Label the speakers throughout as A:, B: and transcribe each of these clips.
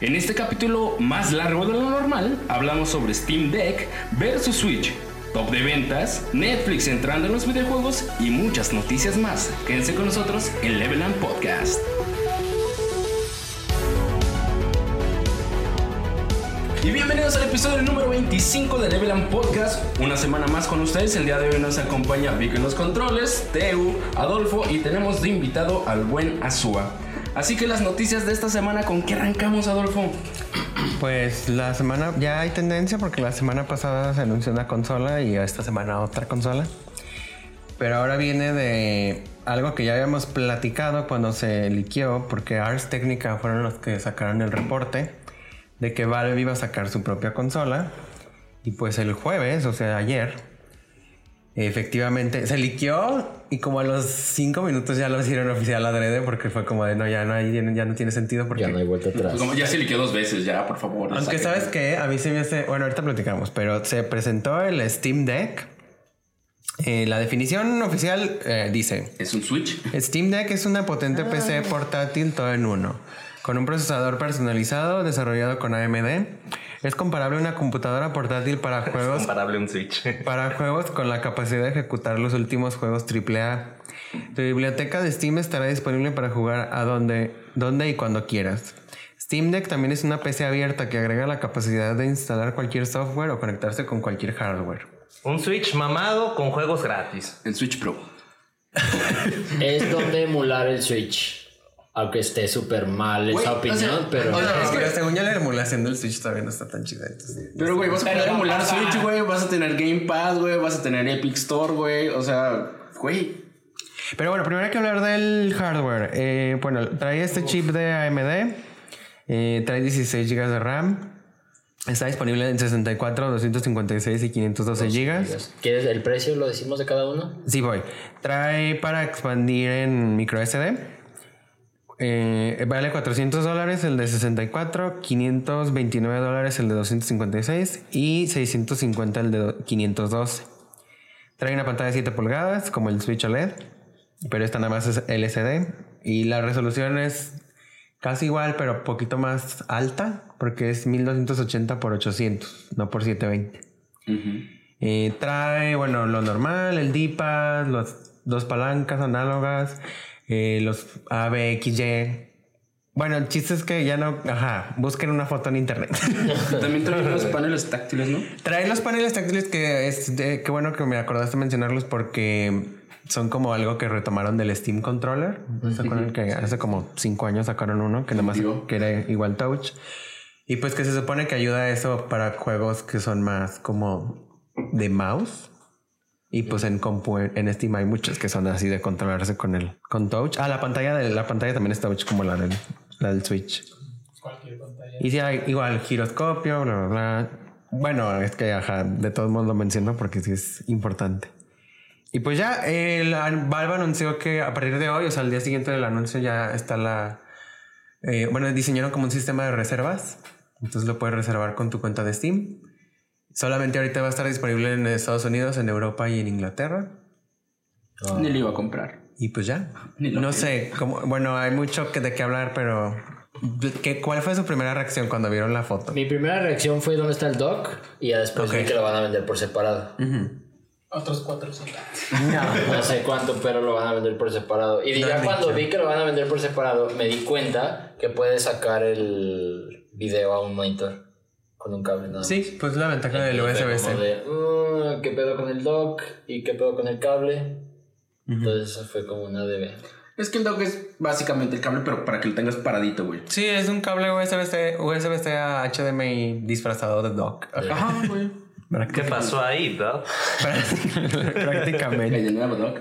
A: En este capítulo más largo de lo normal, hablamos sobre Steam Deck versus Switch, top de ventas, Netflix entrando en los videojuegos y muchas noticias más. Quédense con nosotros en Level Up Podcast. Y bienvenidos al episodio número 25 de Level Up Podcast. Una semana más con ustedes. El día de hoy nos acompaña Vic en los controles, Teu, Adolfo y tenemos de invitado al buen Azúa. Así que las noticias de esta semana, ¿con qué arrancamos, Adolfo?
B: Pues la semana ya hay tendencia porque la semana pasada se anunció una consola y esta semana otra consola. Pero ahora viene de algo que ya habíamos platicado cuando se liqueó porque Ars Technica fueron los que sacaron el reporte de que Valve iba a sacar su propia consola y pues el jueves, o sea, ayer Efectivamente, se liqueó y como a los cinco minutos ya lo hicieron oficial adrede porque fue como de no, ya no, hay- ya no tiene sentido porque...
C: Ya no hay vuelta atrás.
A: Pues como ya se liqueó dos veces, ya, por favor.
B: Aunque
A: saquen.
B: sabes que a mí se me hace, bueno, ahorita platicamos, pero se presentó el Steam Deck. Eh, la definición oficial eh, dice,
A: Es un Switch.
B: Steam Deck es una potente PC portátil todo en uno, con un procesador personalizado desarrollado con AMD. Es comparable a una computadora portátil para juegos
D: comparable a un Switch.
B: para juegos con la capacidad de ejecutar los últimos juegos AAA. Tu biblioteca de Steam estará disponible para jugar a donde, donde y cuando quieras. Steam Deck también es una PC abierta que agrega la capacidad de instalar cualquier software o conectarse con cualquier hardware.
D: Un Switch mamado con juegos gratis.
A: En Switch Pro.
C: Es donde emular el Switch. Aunque esté súper mal
A: Güey,
C: esa
A: o sea,
C: opinión, pero.
A: o sea,
B: Es que según yo la emulación del Switch todavía no está tan chida. entonces-
A: Pero, güey, vas a poder emular Switch, güey. Vas a tener Game Pass, güey. Vas a tener Epic Store, güey. O sea, güey.
B: Pero bueno, primero hay que hablar del hardware. Eh, bueno, trae este chip de AMD, eh, trae 16 GB de RAM, está disponible en 64, 256 y 512 GB.
C: ¿Quieres el precio? ¿Lo decimos de cada uno?
B: Sí, voy. Trae para expandir en micro SD. Eh, vale 400 dólares el de 64, 529 dólares el de 256 y 650 el de do- 512. Trae una pantalla de 7 pulgadas como el Switch OLED, pero esta nada más es LCD y la resolución es casi igual pero poquito más alta porque es 1280 por 800, no por 720. Eh, trae, bueno, lo normal, el D-pad, las dos palancas análogas, eh, los ABXY. Bueno, el chiste es que ya no. Ajá, busquen una foto en internet.
A: También trae unos paneles táctiles, ¿no?
B: trae los paneles táctiles que es. de- qué bueno que me acordaste mencionarlos porque son como algo que retomaron del Steam Controller. ¿Se acuerdan que hace como cinco años sacaron uno que nada más
A: Digo.
B: que era igual touch? Y pues que se supone que ayuda a eso para juegos que son más como de mouse. Y pues en compu, en Steam hay muchos que son así de controlarse con el con touch. Ah, la pantalla de la pantalla también es touch como la del, la del Switch. Y sí hay igual giroscopio, bla bla bla. Bueno, es que ajá, de todos modos lo menciono porque sí es importante. Y pues ya, el an- Valve anunció que a partir de hoy, o sea, al día siguiente del anuncio ya está la... eh, bueno, diseñaron como un sistema de reservas. Entonces lo puedes reservar con tu cuenta de Steam. Solamente ahorita va a estar disponible en Estados Unidos, en Europa y en Inglaterra.
A: Ni lo iba a comprar.
B: Y pues ya.
A: Ni lo
B: No
A: vi.
B: sé, como, bueno, hay mucho que, de qué hablar, pero... ¿qué, ¿Cuál fue su primera reacción cuando vieron la foto?
C: Mi primera reacción fue: ¿dónde está el dock? Y ya después vi
B: Ok.
C: que lo van a vender por separado.
E: Otros 400.
C: No sé cuánto, pero lo van a vender por separado. Y
B: No
C: ya
B: han
C: cuando
B: dicho.
C: vi que lo van a vender por separado, me di cuenta que puedes sacar el video a un monitor con un cable nada más.
B: Sí, pues la ventaja del
C: Entonces fue
B: USB-C.
C: como de, "Mm, ¿Qué pedo con el dock? ¿Y qué pedo con el cable? Entonces eso fue como una de...
A: Es que el dock es básicamente el cable, pero para que lo tengas paradito, güey.
B: Sí, es un cable USB-C, USB-C a HDMI disfrazado de dock.
A: Ajá, güey.
D: ¿Qué pasó ahí, bro?
A: Me
B: Prácticamente.
A: llené de dock.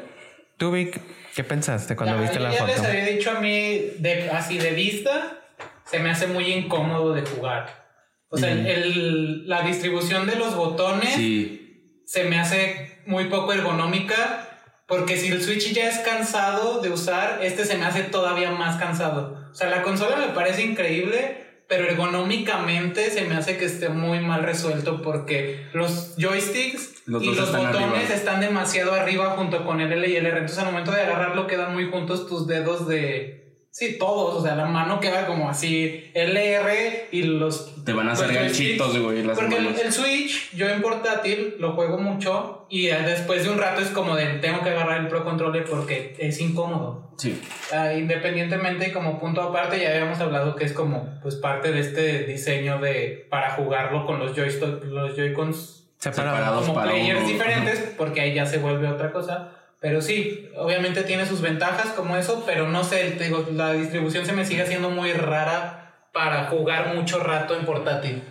B: Tú, Vic, ¿qué pensaste cuando
E: La
B: viste la
E: mayoría
B: foto?
E: les había dicho a mí, de, así de vista, se me hace muy incómodo de jugar. O sea,
B: Mm.
E: el- la distribución de los botones
A: Sí.
E: se me hace muy poco ergonómica. Porque si el Switch ya es cansado de usar, este se me hace todavía más cansado. O sea, la consola me parece increíble, pero ergonómicamente se me hace que esté muy mal resuelto porque los joysticks
A: Los
E: y
A: dos
E: los
A: están
E: botones
A: arriba.
E: están demasiado arriba junto con el L y el R. Entonces al momento de agarrarlo quedan muy juntos tus dedos de... Sí, todos, o sea, la mano queda como así, LR y los...
A: Te van a hacer
E: los joysticks.
A: ganchitos, güey, las
E: Porque el,
A: manos.
E: el Switch, yo en portátil lo juego mucho y eh, después de un rato es como de tengo que agarrar el Pro Controller porque es incómodo.
A: Sí.
E: Ah, independientemente, como punto aparte, ya habíamos hablado que es como pues parte de este diseño de para jugarlo con los, joysto- los Joy-Cons
A: Separados.
B: Separado.
E: como
A: para
E: players
A: uno.
E: diferentes, porque ahí ya se vuelve otra cosa. Pero sí, obviamente tiene sus ventajas como eso, pero no sé, te digo, la distribución se me sigue haciendo muy rara para jugar mucho rato en portátil.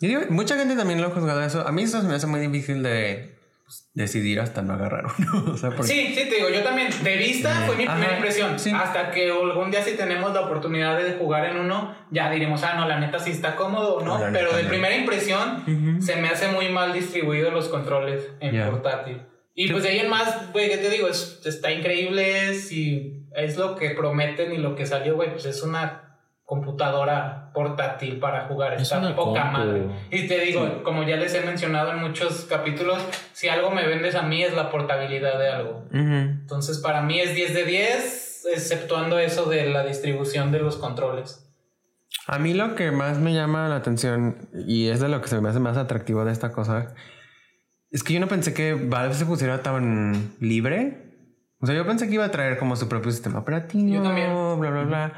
B: Yo digo, mucha gente también lo ha juzgado eso. A mí eso se me hace muy difícil de pues, decidir hasta no agarrar uno. O sea, porque
E: Sí, sí, te digo, yo también, de vista fue mi
B: Ajá,
E: primera impresión.
B: sí.
E: Hasta que algún día si tenemos la oportunidad de jugar en uno, ya diremos, ah, no, la neta sí está cómodo o no,
B: La neta,
E: pero de
B: no.
E: primera impresión se me hace muy mal distribuidos los controles en
B: Ya.
E: portátil. Y
B: Sí.
E: pues de ahí en más, güey, ¿qué te digo? Es- está increíble, si es lo que prometen y lo que salió, güey, pues es una computadora portátil para jugar,
C: Es
E: está
C: una
E: poca
C: compu.
E: madre. Y te digo, como ya les he mencionado en muchos capítulos, si algo me vendes a mí es la portabilidad de algo.
B: Ujú.
E: Entonces, para mí es 10 de 10, exceptuando eso de la distribución de los controles.
B: A mí lo que más me llama la atención y es de lo que se me hace más atractivo de esta cosa es que yo no pensé que Valve se pusiera tan libre. O sea, yo pensé que iba a traer como su propio sistema operativo,
E: Yo también.
B: bla, bla, bla.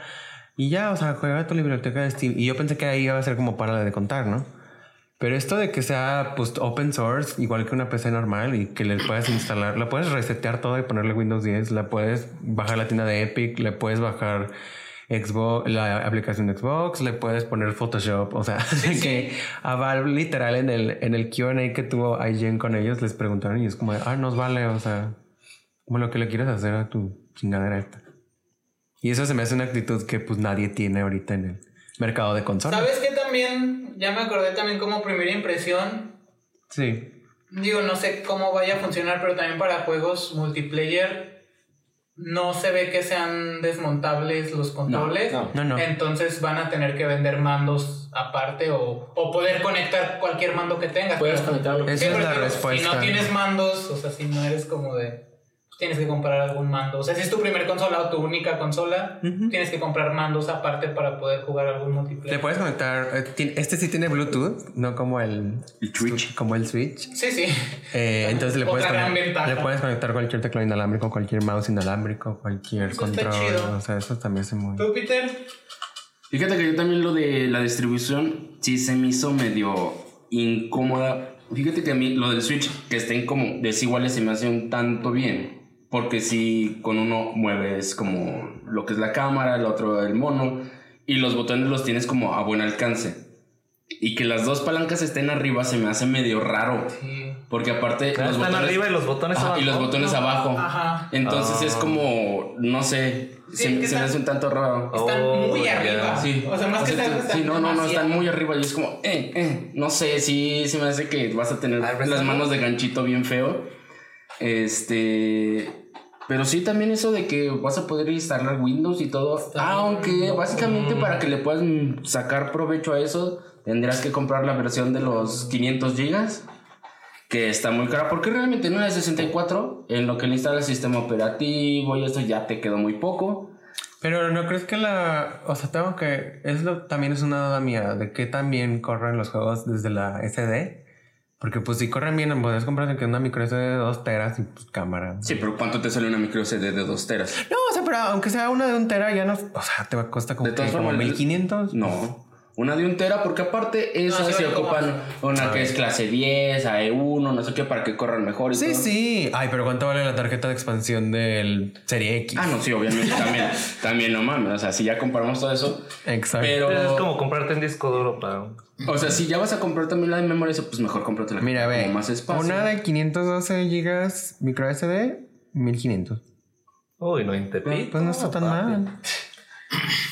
B: Y ya, o sea, juega tu biblioteca de Steam. Y yo pensé que ahí iba a ser como para la de contar, ¿no? Pero esto de que sea pues, open source, igual que una PC normal y que le puedas instalar, la puedes resetear todo y ponerle Windows 10, la puedes bajar la tienda de Epic, le puedes bajar Xbox, la aplicación de Xbox, le puedes poner Photoshop, o sea, que a Valve literal en el, en el Q&A que tuvo IGN con ellos les preguntaron y es como, de, ah, nos vale, o sea, como lo que le quieres hacer a tu chingadera esta. Y eso se me hace una actitud que pues nadie tiene ahorita en el mercado de consolas.
E: ¿Sabes qué también? Ya me acordé también como primera impresión.
B: Sí.
E: Digo, no sé cómo vaya a funcionar, pero también para juegos multiplayer no se ve que sean desmontables los controles.
C: no.
B: No, no.
E: Entonces van a tener que vender mandos aparte o, o poder conectar cualquier mando que tengas.
C: Puedes
E: Pero-
C: conectarlo.
B: Es- Esa
E: Sí, pero
B: la
E: digo, Si
B: respuesta.
E: no tienes mandos, o sea, si no eres como de. Tienes que comprar algún mando. O sea, si es tu primer consola o tu única consola, tienes que comprar mandos aparte para poder jugar algún
B: Le
E: multiplayer.
B: puedes conectar, eh, ti- este sí tiene Bluetooth, no como el,
A: El Twitch.
B: como el Switch.
E: Sí, sí.
B: Eh, entonces le puedes,
E: Otra gran
B: conectar,
E: ventaja.
B: le puedes conectar cualquier teclado inalámbrico, cualquier mouse inalámbrico, cualquier
E: Eso está
B: control.
E: chido.
B: O sea, eso también es muy...
E: ¿Tú, Peter?
A: Fíjate que yo también lo de la distribución sí se me hizo medio incómoda. Fíjate que a mí lo del Switch, que estén como desiguales, se me hace un tanto bien. Porque si con uno mueves como lo que es la cámara, el otro el mono, y los botones los tienes como a buen alcance. Y que las dos palancas estén arriba se me hace medio raro.
E: Sí.
A: Porque aparte
D: Están arriba y los botones
A: Ajá,
D: abajo.
A: y los botones abajo.
E: Ajá.
A: Entonces
D: Ah.
A: es como, no sé,
E: Sí,
A: se,
E: que
A: se me
E: están-
A: hace un tanto raro.
E: Están
D: Oh,
E: muy
D: ya.
E: arriba.
A: Sí.
E: O sea, más que
A: tú-
E: estar.
A: Sí, no, no, no, están muy arriba y es como, eh, eh, no sé, sí, se me hace que vas a tener
B: Al resto
A: las
B: no.
A: manos de ganchito bien feo. Este. Pero sí, también eso de que vas a poder instalar Windows y todo. Aunque básicamente para que le puedas mm, sacar provecho a eso, tendrás que comprar la versión de los 500 gigas. Que está muy cara, porque realmente en una de 64, en lo que le instala el sistema operativo y eso ya te quedó muy poco.
B: Pero no crees que la... O sea, tengo que... Es lo, también es una duda mía de que también corren los juegos desde la SD. Porque pues si corren bien, puedes comprar que una micro SD de 2 teras y pues cámara.
A: Sí, pero ¿cuánto te sale una micro SD de 2 teras?
B: No, o sea, pero aunque sea una de un tera, ya no... O sea, te va a costar como,
A: De todas
B: que, como
A: formas,
B: 1500.
A: No. Una de un tera, porque aparte
E: No,
A: esas
E: sí,
A: se
E: vale,
A: ocupan una que es clase 10, AE1, no sé qué, para que corran mejor y
B: Sí,
A: todo.
B: sí. Ay, pero ¿cuánto vale la tarjeta de expansión del Serie X?
A: Ah, no, sí, obviamente también. También no mames. O sea, si ya comparamos todo eso.
B: Exacto.
A: Pero.
D: Entonces es como comprarte un disco duro para.
A: O sea, si ya vas a comprar también la de memoria, pues mejor cómprate la
B: Mira, ve.
A: como más espacio.
B: Una de 512 gigas micro SD, 1500.
D: Uy, no interpito.
B: Pues no está tan mal.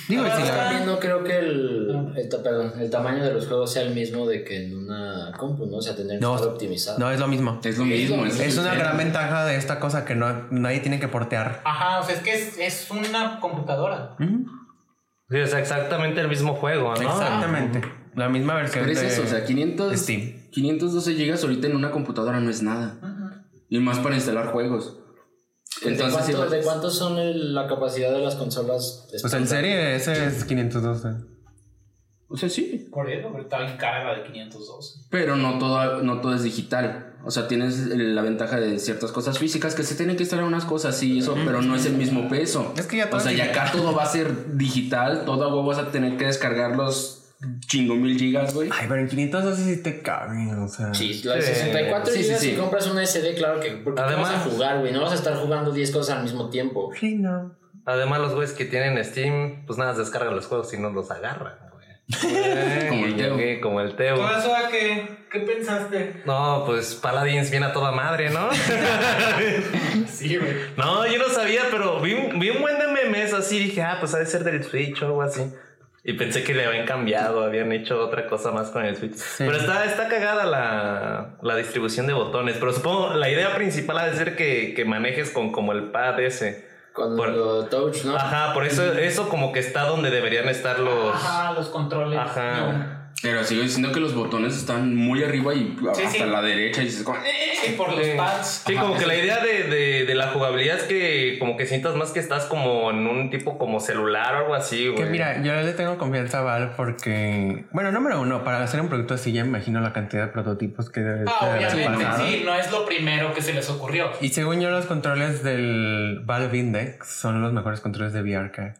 B: Digo, si la-
C: También no creo que el, el ta- perdón, el tamaño de los juegos sea el mismo de que en una compu, ¿no? O sea, tener que
B: No,
C: estar optimizado.
B: no es lo mismo.
A: Es lo mismo.
B: Es una
A: sincero.
B: gran ventaja de esta cosa que no, nadie tiene que portear.
E: Ajá, o sea, es que es, es una computadora.
D: Sí, es exactamente el mismo juego, ¿no?
B: Exactamente. La misma versión
A: Pero es
B: de
A: eso, o sea, 500,
B: Steam.
A: 512 gigas ahorita en una computadora no es nada. Y más para instalar juegos. Entonces,
C: ¿De,
A: sí,
C: cuánto-
A: pues-
C: de cuántos son el- la capacidad de las consolas?
B: Pues el
C: estándar?
B: serie S es 512.
A: O sea, sí.
E: Por eso, pero está bien cara la de 512.
A: Pero no todo, no todo es digital. O sea, tienes la ventaja de ciertas cosas físicas que se tienen que instalar unas cosas y eso, pero no es el mismo peso.
B: Es que ya todo
A: O sea,
B: es
A: y acá todo va a ser digital, todo a huevo vas a tener que descargar los chingo mil gigas, güey.
B: Ay, pero en 512 sí te caben, o sea.
C: Sí, la de
D: Sí.
C: 64
A: Sí, sí,
C: gigas,
A: sí.
C: si compras una SD, claro que porque
D: Además-
C: vas a jugar, güey. No vas a estar jugando 10 cosas al mismo tiempo.
B: Sí, no.
D: Además, los güeyes que tienen Steam, pues nada, descargan los juegos y no los agarran, güey.
A: Como el
D: Y
A: Teo.
D: aquí, Como el Teo.
E: ¿Todo eso a qué? ¿Qué pensaste?
D: No, pues Paladins viene a toda madre, ¿no?
E: Sí, güey.
D: no, yo no sabía, pero vi, un- vi un buen de memes así. Dije, ah, pues ha de ser del Switch o algo así. Y pensé que le habían cambiado, habían hecho otra cosa más con el Switch. Pero está, está cagada la, la distribución de botones. Pero supongo la idea principal ha de ser que, que manejes con como el pad ese.
C: Cuando
D: Por-
C: lo touch, ¿no?
D: Ajá, por eso eso como que está donde deberían estar los.
E: Ajá, los controles.
D: Ajá.
A: Pero sigo diciendo que los botones están muy arriba y
E: Sí,
A: hasta
E: sí.
A: la derecha y dices, como, "Eh".
E: Sí, por los pads.
D: Sí, como que la idea de, de- de la jugabilidad es que como que sientas más que estás como en un tipo como celular o algo así, güey.
B: Que mira, yo le tengo confianza a Val porque. Bueno, número uno, para hacer un producto así ya me imagino la cantidad de prototipos que debe
E: Ah,
B: haber
E: obviamente,
B: pasado.
E: sí, no es lo primero que se les ocurrió.
B: Y según yo, los controles del Valve Index son los mejores controles de VR que hay.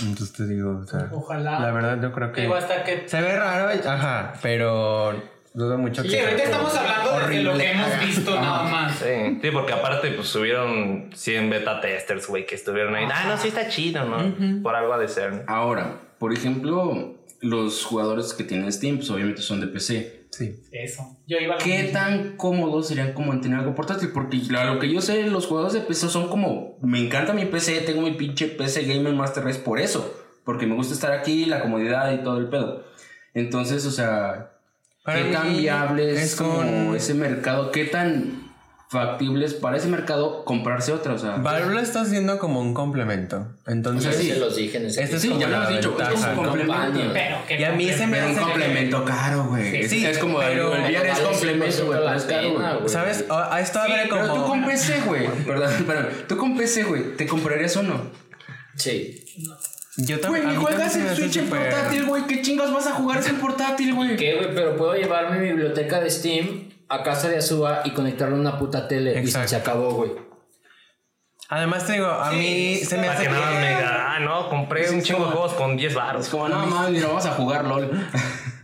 B: Entonces te digo, o sea.
E: Ojalá.
B: La verdad, yo creo que.
E: Digo, hasta que.
B: Se ve raro, ajá, pero dudo mucho
E: Sí, ahorita estamos hablando de lo que hemos visto nada más.
D: Sí, sí, porque aparte pues subieron 100 beta testers, güey, que estuvieron ahí. Ah, no, sí está chido, ¿no? Por algo ha de ser.
A: Ah,
D: ¿no?
A: Ahora, por ejemplo, los jugadores que tienen Steam, pues obviamente son de PC.
B: Sí.
E: Eso. Yo iba a lo
A: ¿Qué
E: mismo.
A: tan cómodos serían como en tener algo portátil? Porque a lo que yo sé, los jugadores de PC son como, me encanta mi PC, tengo mi pinche PC Gamer Master Race por eso. Porque me gusta estar aquí, la comodidad y todo el pedo. Entonces, o sea, ¿Qué tan viable es, como
B: con.
A: ese mercado? ¿Qué tan factible es para ese mercado comprarse otra? O sea,
B: Valve lo está haciendo como un complemento.
A: O
B: Entonces.
A: sea, sí.
C: Se los dije en ese
B: Este es
A: sí,
B: como
A: ya lo
B: la
A: has dicho, es
B: ventaja,
A: un
B: ¿no?
A: complemento.
E: Pero que.
B: Y a mí se me
A: Pero un
B: hace-
A: complemento caro, güey. Es,
B: Sí,
A: es como
B: pero-
A: el VR es
C: Vale,
A: complemento, güey,
C: sí,
A: pero es caro,
C: pena,
A: güey.
C: güey.
B: ¿Sabes? O- A esto abre como.
A: Pero tú con PC, güey. Perdón, perdón. Tú con PC, güey. ¿Te comprarías uno?
C: Sí.
B: Yo tam-
A: Güey,
B: a
A: ni
B: mí
A: juegas
B: también se me
A: en
B: hace
A: Switch en
B: súper-
A: portátil, güey. ¿Qué chingas vas a jugar en portátil, güey?
C: ¿Qué, güey? Pero puedo llevarme mi biblioteca de Steam a casa de Azuba y conectarle a una puta tele.
B: Exacto.
C: Y se acabó, güey.
B: Además, te digo, a
E: Sí,
B: mí se me
D: Para
B: hace.
D: que nada me diga, ah, no, compré un chingo de juegos con 10
A: Es
D: baros.
A: como, no, no, ni lo vamos a jugar, LOL.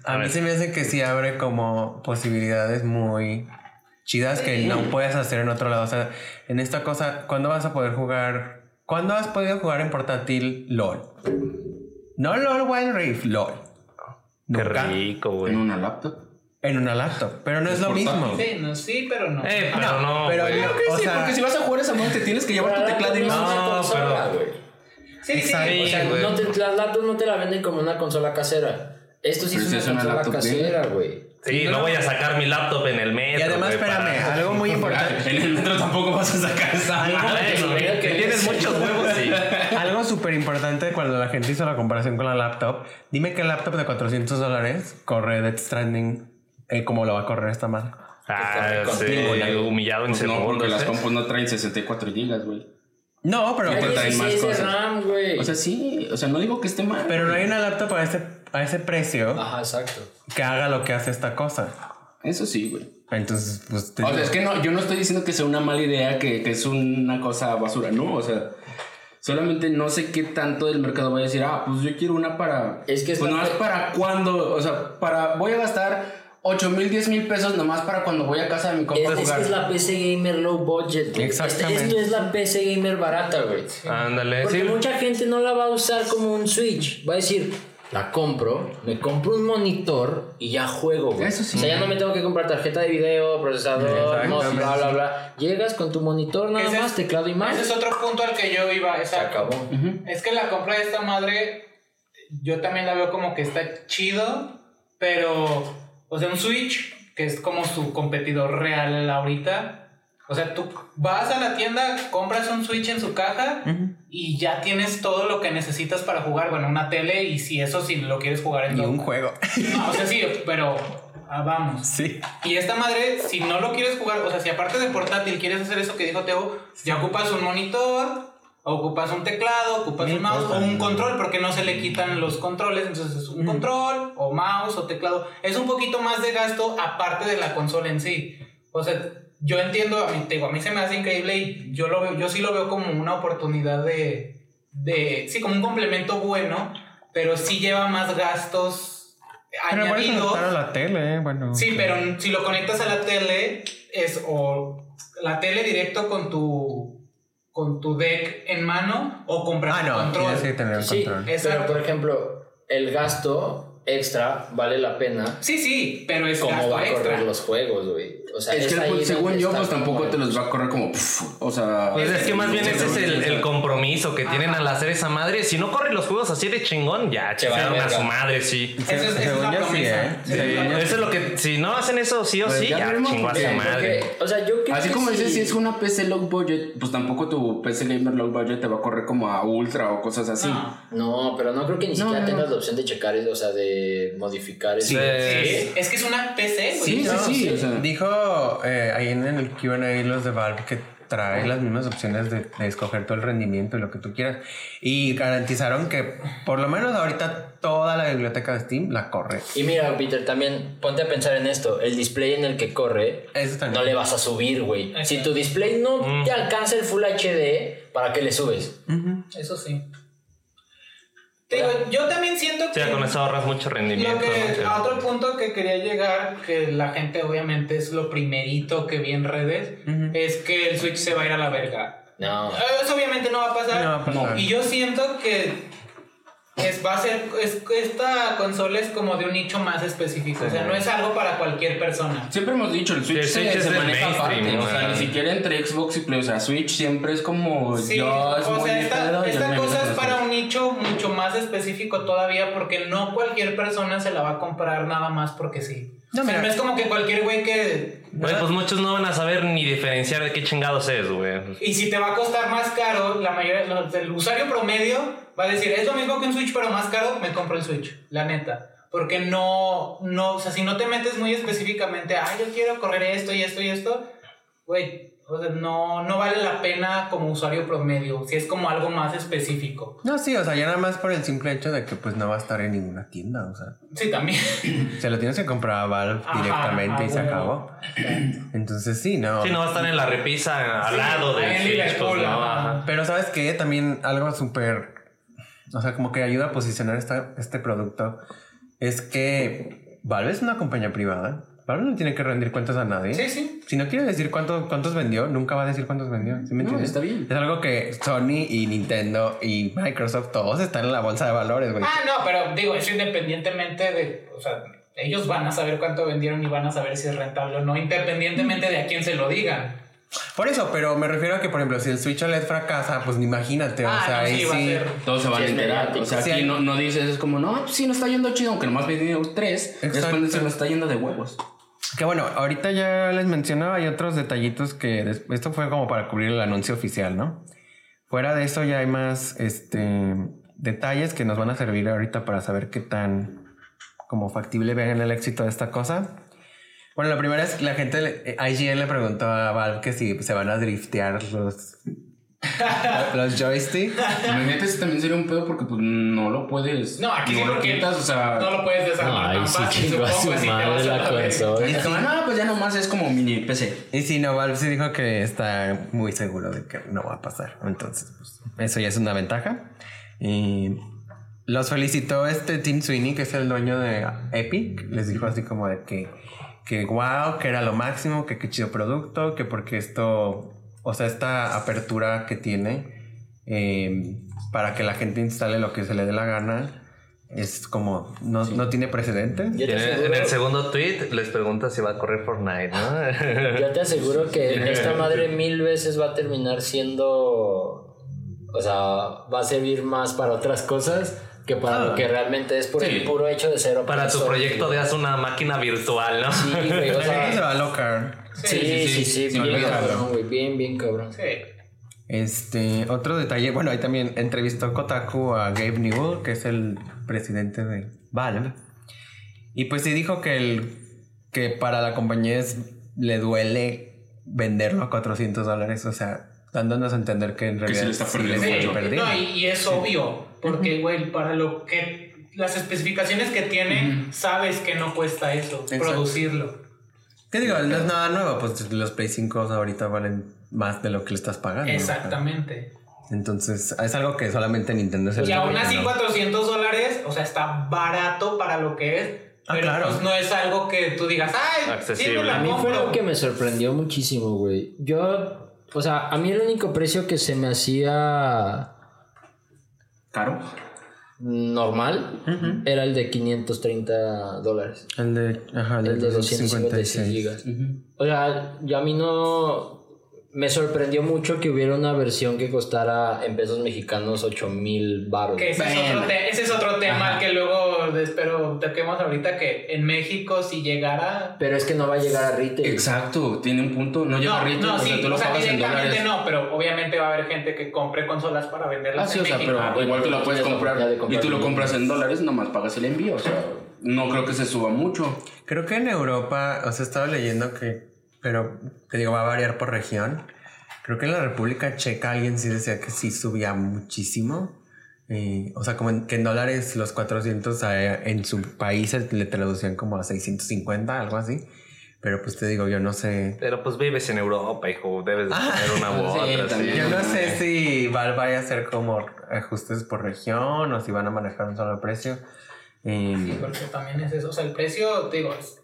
B: A mí se me hace que sí abre como posibilidades muy chidas que no puedes hacer en otro lado. O sea, en esta cosa, ¿cuándo vas a poder jugar? ¿Cuándo has podido jugar en portátil LOL? No LOL Wild Rift, LOL.
D: Qué
B: Nunca.
D: rico, güey.
A: ¿En una laptop?
B: En una laptop, pero no es lo
A: portátil.
B: mismo.
E: Sí, no, sí, pero no.
D: Eh, pero no,
B: pero
D: güey.
B: yo-
A: Sí,
B: o sea,
A: porque si vas a jugar esa madre te tienes que llevar tu teclado y
C: no,
A: mouse.
D: No, pero-
C: güey.
E: sí, sí,
B: exacto.
C: O sea,
D: Sí, güey.
C: no te, las laptops no te la venden como una consola casera. Esto sí
A: Pero si
C: es
A: es
C: una
A: una
C: consola
A: laptop
C: casera, güey.
D: Sí, no voy a sacar mi laptop en el metro.
B: Y además,
D: güey, para-
B: espérame, algo muy importante.
A: En el metro tampoco vas a sacar esa
D: Ah,
A: madre.
D: bueno,
C: que-
D: que tienes muchos huevos, sí.
B: Algo súper importante cuando la gente hizo la comparación con la laptop. Dime que el laptop de 400 dólares corre Death Stranding eh, como lo va a correr esta madre.
D: Ah, sí, humillado en
A: Pues no, porque
D: segundos.
A: las
D: ¿eh?
A: compus no traen 64 gigas, güey.
B: No, pero...
A: Ahí
C: Hay
A: traen pues, más
C: 16 de
A: cosas.
C: RAM, güey.
A: O sea, sí, o sea, no digo que esté mal.
B: Pero no hay una laptop a ese, a ese precio
C: Ajá, exacto.
B: que haga lo que hace esta cosa.
A: Eso sí, güey.
B: Entonces, pues... te
A: O sea,
B: digo,
A: es que no, yo no estoy diciendo que sea una mala idea, que, que es una cosa basura, no, o sea, solamente no sé qué tanto del mercado va a decir, ah, pues yo quiero una para...
C: Es que es
A: pues
C: la-
A: nomás para cuando, o sea, para... Voy a gastar 8 mil, 10 mil pesos nomás para cuando voy a casa de mi compa
C: Es,
A: a
C: es
A: jugar.
C: que es la PC Gamer Low Budget. güey.
B: Exactamente.
C: Este- esto es la PC Gamer barata, güey.
D: Ándale,
C: Porque
D: sí.
C: mucha gente no la va a usar como un Switch. Va a decir, la compro, me compro un monitor y ya juego, güey.
A: Eso sí.
C: O sea, ya no me tengo que comprar tarjeta de video, procesador, mouse,
B: Exactamente,
C: bla, bla, bla. Llegas con tu monitor nada
E: Ese es-
C: más, teclado y
E: Ese es
C: más.
E: otro punto al que yo iba.
C: Se
E: Exacto.
C: acabó.
E: Es que la compra de esta madre, yo también la veo como que está chido, pero, o sea, un Switch, que es como su competidor real ahorita. O sea, tú vas a la tienda, compras un Switch en su caja y ya tienes todo lo que necesitas para jugar. Bueno, una tele y si eso, si lo quieres jugar en
B: ni
E: tu-
B: un juego.
E: No, o sea, sí, pero Ah, vamos.
B: Sí.
E: Y esta madre, si no lo quieres jugar, o sea, si aparte de portátil quieres hacer eso que dijo Teo, ya ocupas un monitor, ocupas un teclado, ocupas un mouse o un control, porque no se le quitan los controles, entonces es
B: Mm.
E: un control o mouse o teclado. Es un poquito más de gasto aparte de la consola en sí. O sea, yo entiendo, a mí, te digo, a mí se me hace increíble y yo, lo veo, yo sí lo veo como una oportunidad de, de, sí, como un complemento bueno, pero sí lleva más gastos
B: Pero por eso
E: añadidos.
B: adaptaron la tele, eh, bueno.
E: Sí, pero si lo conectas a la tele, es o la tele directo con tu con tu deck en mano o comprar
B: Ah,
E: un
B: no,
E: control.
B: tienes que tener un
C: Sí,
B: control.
E: Exacto.
C: pero por ejemplo, el gasto extra vale la pena
E: Sí, sí, pero es
C: como
E: gasto
C: va a correr
E: extra.
C: los juegos, güey. O sea,
A: Es que
C: ahí
A: pues, según
C: donde
A: yo,
C: está
A: pues
C: como
A: tampoco
C: el-
A: te los va a correr como. pf, o sea.
D: Pues es que más bien ese es el, el compromiso que tienen al hacer esa madre. Si no corren los juegos así de chingón, ya
C: Se van a
D: chingaron a
C: verga.
D: su madre, sí.
E: Eso es, eso es la
B: Según yo sí,
E: promesa.
B: ¿eh?
E: Eso es
A: Sí.
E: la promesa.
D: Eso es lo que, si no hacen eso sí o
A: Pues
D: sí,
A: ya
D: ya
A: veremos,
D: chingó a
A: porque-
D: su
C: Porque,
D: madre.
C: o sea, yo creo
A: Así
C: que
A: como
C: sí.
A: dices, si es una PC low budget, pues tampoco tu PC gamer low budget te va a correr como a ultra o cosas así.
E: No.
C: No, pero no creo que ni
A: No, no,
C: siquiera
A: no.
C: tengas la opción de checar, eso, o sea, de modificar eso.
D: Sí.
E: Sí, Es que es una PC, güey.
A: Sí, sí, sí. o sea,
B: Dijo eh, ahí en el QA los de Valve que trae las mismas opciones de, de escoger todo el rendimiento y lo que tú quieras. Y garantizaron que por lo menos ahorita toda la biblioteca de Steam la corre.
C: Y mira, Peter, también ponte a pensar en esto, el display en el que corre
B: Eso también.
C: no le vas a subir, güey.
E: Exacto.
C: Si tu display no te alcanza el Full HD, ¿para qué le subes?
E: Eso sí. Te digo, yo también siento
D: Sí,
E: que
D: con eso ahorras mucho rendimiento.
E: Lo que,
D: mucho-
E: a otro punto que quería llegar, que la gente obviamente es lo primerito que vi en redes, es que el Switch se va a ir a la verga.
C: No.
E: Eh, Eso obviamente no va a pasar.
B: No va a pasar.
E: Y yo siento que es, va a ser, es- esta consola es como de un nicho más específico. O sea, no es algo para cualquier persona.
A: siempre hemos dicho, el Switch
D: El
A: se,
D: Switch es
A: se
D: el
A: maneja
D: mainstream,
A: aparte. O sea,
D: man.
A: ni siquiera entre Xbox y Play. O sea, Switch siempre es como.
B: Pues
E: Sí,
A: yo es
E: o
A: muy
E: sea,
A: mi pedo,
E: esta,
A: yo
E: esta
A: me
E: cosa
A: meto
E: es
A: en
E: para
A: esto.
E: un nicho mucho más específico todavía porque no cualquier persona se la va a comprar nada más porque sí.
B: No,
E: O sea,
B: mira.
E: no es como que cualquier güey que
D: Güey, pues muchos no van a saber ni diferenciar de qué chingados es, güey.
E: Y si te va a costar más caro, la mayoría los- el usuario promedio va a decir, es lo mismo que un Switch, pero más caro, me compro el Switch, la neta. Porque no, no, o sea, si no te metes muy específicamente, ah, yo quiero correr esto y esto y esto, güey, o sea, no, no vale la pena como usuario promedio, si es como algo más específico.
B: No, sí, o sea, ya nada más por el simple hecho de que pues no va a estar en ninguna tienda, o sea.
E: Sí, también.
B: Se lo tienes que comprar a Valve
E: Ajá,
B: directamente
E: ajá,
B: y se
E: bueno.
B: acabó. Entonces sí, no.
D: Sí, no va a estar en la repisa al
E: Sí,
D: lado
E: ahí
D: del
E: en
D: Switch, pues
E: Liverpool,
D: no.
E: ajá.
D: ajá.
B: Pero sabes que también algo súper, o sea, como que ayuda a posicionar esta, este producto, es que Valve es una compañía privada. Valve no tiene que rendir cuentas a nadie.
E: Sí, sí.
B: Si no quiere decir cuánto, cuántos vendió, nunca va a decir cuántos vendió. ¿Sí me
A: No,
B: entiendes?
A: está bien.
B: Es algo que Sony y Nintendo y Microsoft, todos están en la bolsa de valores, güey.
E: Ah, no, pero digo, eso independientemente de, o sea, ellos van a saber cuánto vendieron y van a saber si es rentable o no, independientemente de a quién se lo digan.
B: Por eso, pero me refiero a que, por ejemplo, si el Switch OLED fracasa, pues imagínate, o
E: Ah,
B: sea,
E: no,
B: ahí
E: sí, va a
B: sí.
E: ser.
A: Todos se van
C: Sí,
A: a
C: es
A: enterar.
C: mediático.
A: O sea,
B: Sí,
A: aquí
B: hay-
A: no, no dices, es como, no, pues sí, no está yendo chido, aunque nomás vendido tres. Es
B: Exacto.
A: cuando se lo está yendo de huevos.
B: Que bueno, ahorita ya les mencionaba, hay otros detallitos que des- esto fue como para cubrir el anuncio oficial, ¿no? Fuera de eso ya hay más este, detalles que nos van a servir ahorita para saber qué tan como factible vean el éxito de esta cosa. Bueno, la primera es la gente, le- eh, IGN le preguntó a Valve que si se van a driftear los, los joysticks.
A: Imagínate si también sería un pedo porque pues no lo puedes.
E: No, aquí sí
A: no lo
E: porque
A: quitas, o sea.
E: No lo puedes desarmar
C: Ay,
E: tan
C: sí,
E: fácil,
C: chingó a su
E: supongo, así te vas
C: madre
E: a
C: la
E: la verga.
A: Es
C: consola.
A: como, no, pues ya nomás es como mini PC.
B: Y si no, Valve sí dijo que está muy seguro de que no va a pasar. Entonces, pues, eso ya es una ventaja. Y los felicitó este Tim Sweeney, que es el dueño de Epic. Les dijo así como de que, que wow, que era lo máximo, que qué chido producto, que porque esto, o sea, esta apertura que tiene eh, para que la gente instale lo que se le dé la gana. Es como, no, no tiene precedente.
C: Yo
D: Y
C: te
D: En el, en
C: aseguro-
D: el segundo tweet les pregunta si va a correr Fortnite, ¿no?
C: Yo te aseguro que esta madre mil veces va a terminar siendo. O sea, va a servir más para otras cosas que para lo que realmente es por el
A: Sí.
C: puro hecho de cero.
D: Para tu
C: pesos.
D: proyecto de haz una máquina virtual, ¿no?
C: Sí, güey, o
B: La gente se
C: sea.
B: va a locar.
C: Sí, sí, sí, bien
B: olvídalo.
C: cabrón, güey, bien, bien cabrón.
E: Sí.
B: Este, otro detalle, bueno, ahí también entrevistó Kotaku a Gabe Newell, que es el presidente de Valve. Y pues sí dijo que el que para la compañía es, le duele venderlo a 400 dólares, o sea, dándonos a entender que en
A: Que sí
B: realidad
A: le está
B: sí
A: perdiendo
B: está
A: mucho.
B: perdiendo.
E: No, y, y es obvio, porque, güey, para lo que. Las especificaciones que tiene, sabes que no cuesta eso,
B: Exacto.
E: producirlo.
B: ¿Qué digo? No es nada nuevo, pues los Play 5 ahorita valen más de lo que le estás pagando.
E: Exactamente.
B: Entonces, es algo que solamente Nintendo se
E: Y
B: le
E: aún
B: ocurre,
E: así,
B: ¿no?
E: 400 dólares, o sea, está barato para lo que es.
B: Ah,
E: pero
B: claro.
E: pues no es algo que tú digas, ay,
D: Accesible.
E: sí me la
D: A
C: A mí fue
E: compro".
C: lo que me sorprendió muchísimo, güey. Yo, o sea, a mí el único precio que se me hacía
A: ¿Caro?
C: normal era el de 530 dólares.
B: El de, ajá, el de
C: El de 256
B: 256.
C: gigas. O sea, yo a mí no... Me sorprendió mucho que hubiera una versión que costara en pesos mexicanos 8 mil baros.
E: Que ese, es otro te- ese es otro tema que luego espero toquemos ahorita que en México si llegara...
C: Pero es que no va a llegar a retail.
A: Exacto, tiene un punto. No llega
E: No,
A: rito,
E: no,
A: o sea,
E: sí,
A: tú lo
E: o sea,
A: pagas en
E: directamente
A: dólares.
E: no, pero obviamente va a haber gente que compre consolas para venderlas
A: Ah, sí,
E: en
A: o sea,
E: México.
A: pero
C: Ah, bueno,
A: igual tú la
C: pues,
A: puedes
C: tienes la
A: comprar
C: oportunidad de
A: y
C: comprar
A: tú lo
C: en
A: compras en dólares, nomás pagas el envío. O sea, no creo que se suba mucho.
B: Creo que en Europa, o sea, estaba leyendo que, pero te digo, va a variar por región. Creo que en la República Checa alguien sí decía que sí subía muchísimo. Eh, o sea, como en- que en dólares los 400 a- en su país se le traducían como a 650, algo así. Pero pues te digo, yo no sé.
D: Pero pues vives en Europa, hijo. Debes de tener una u
A: sí,
D: otra. Ah, sí.
A: también.
B: Yo no sé si Val vaya a hacer como ajustes por región o si van a manejar un solo precio. Eh,
E: Porque también es eso, o sea, el precio, te digo, es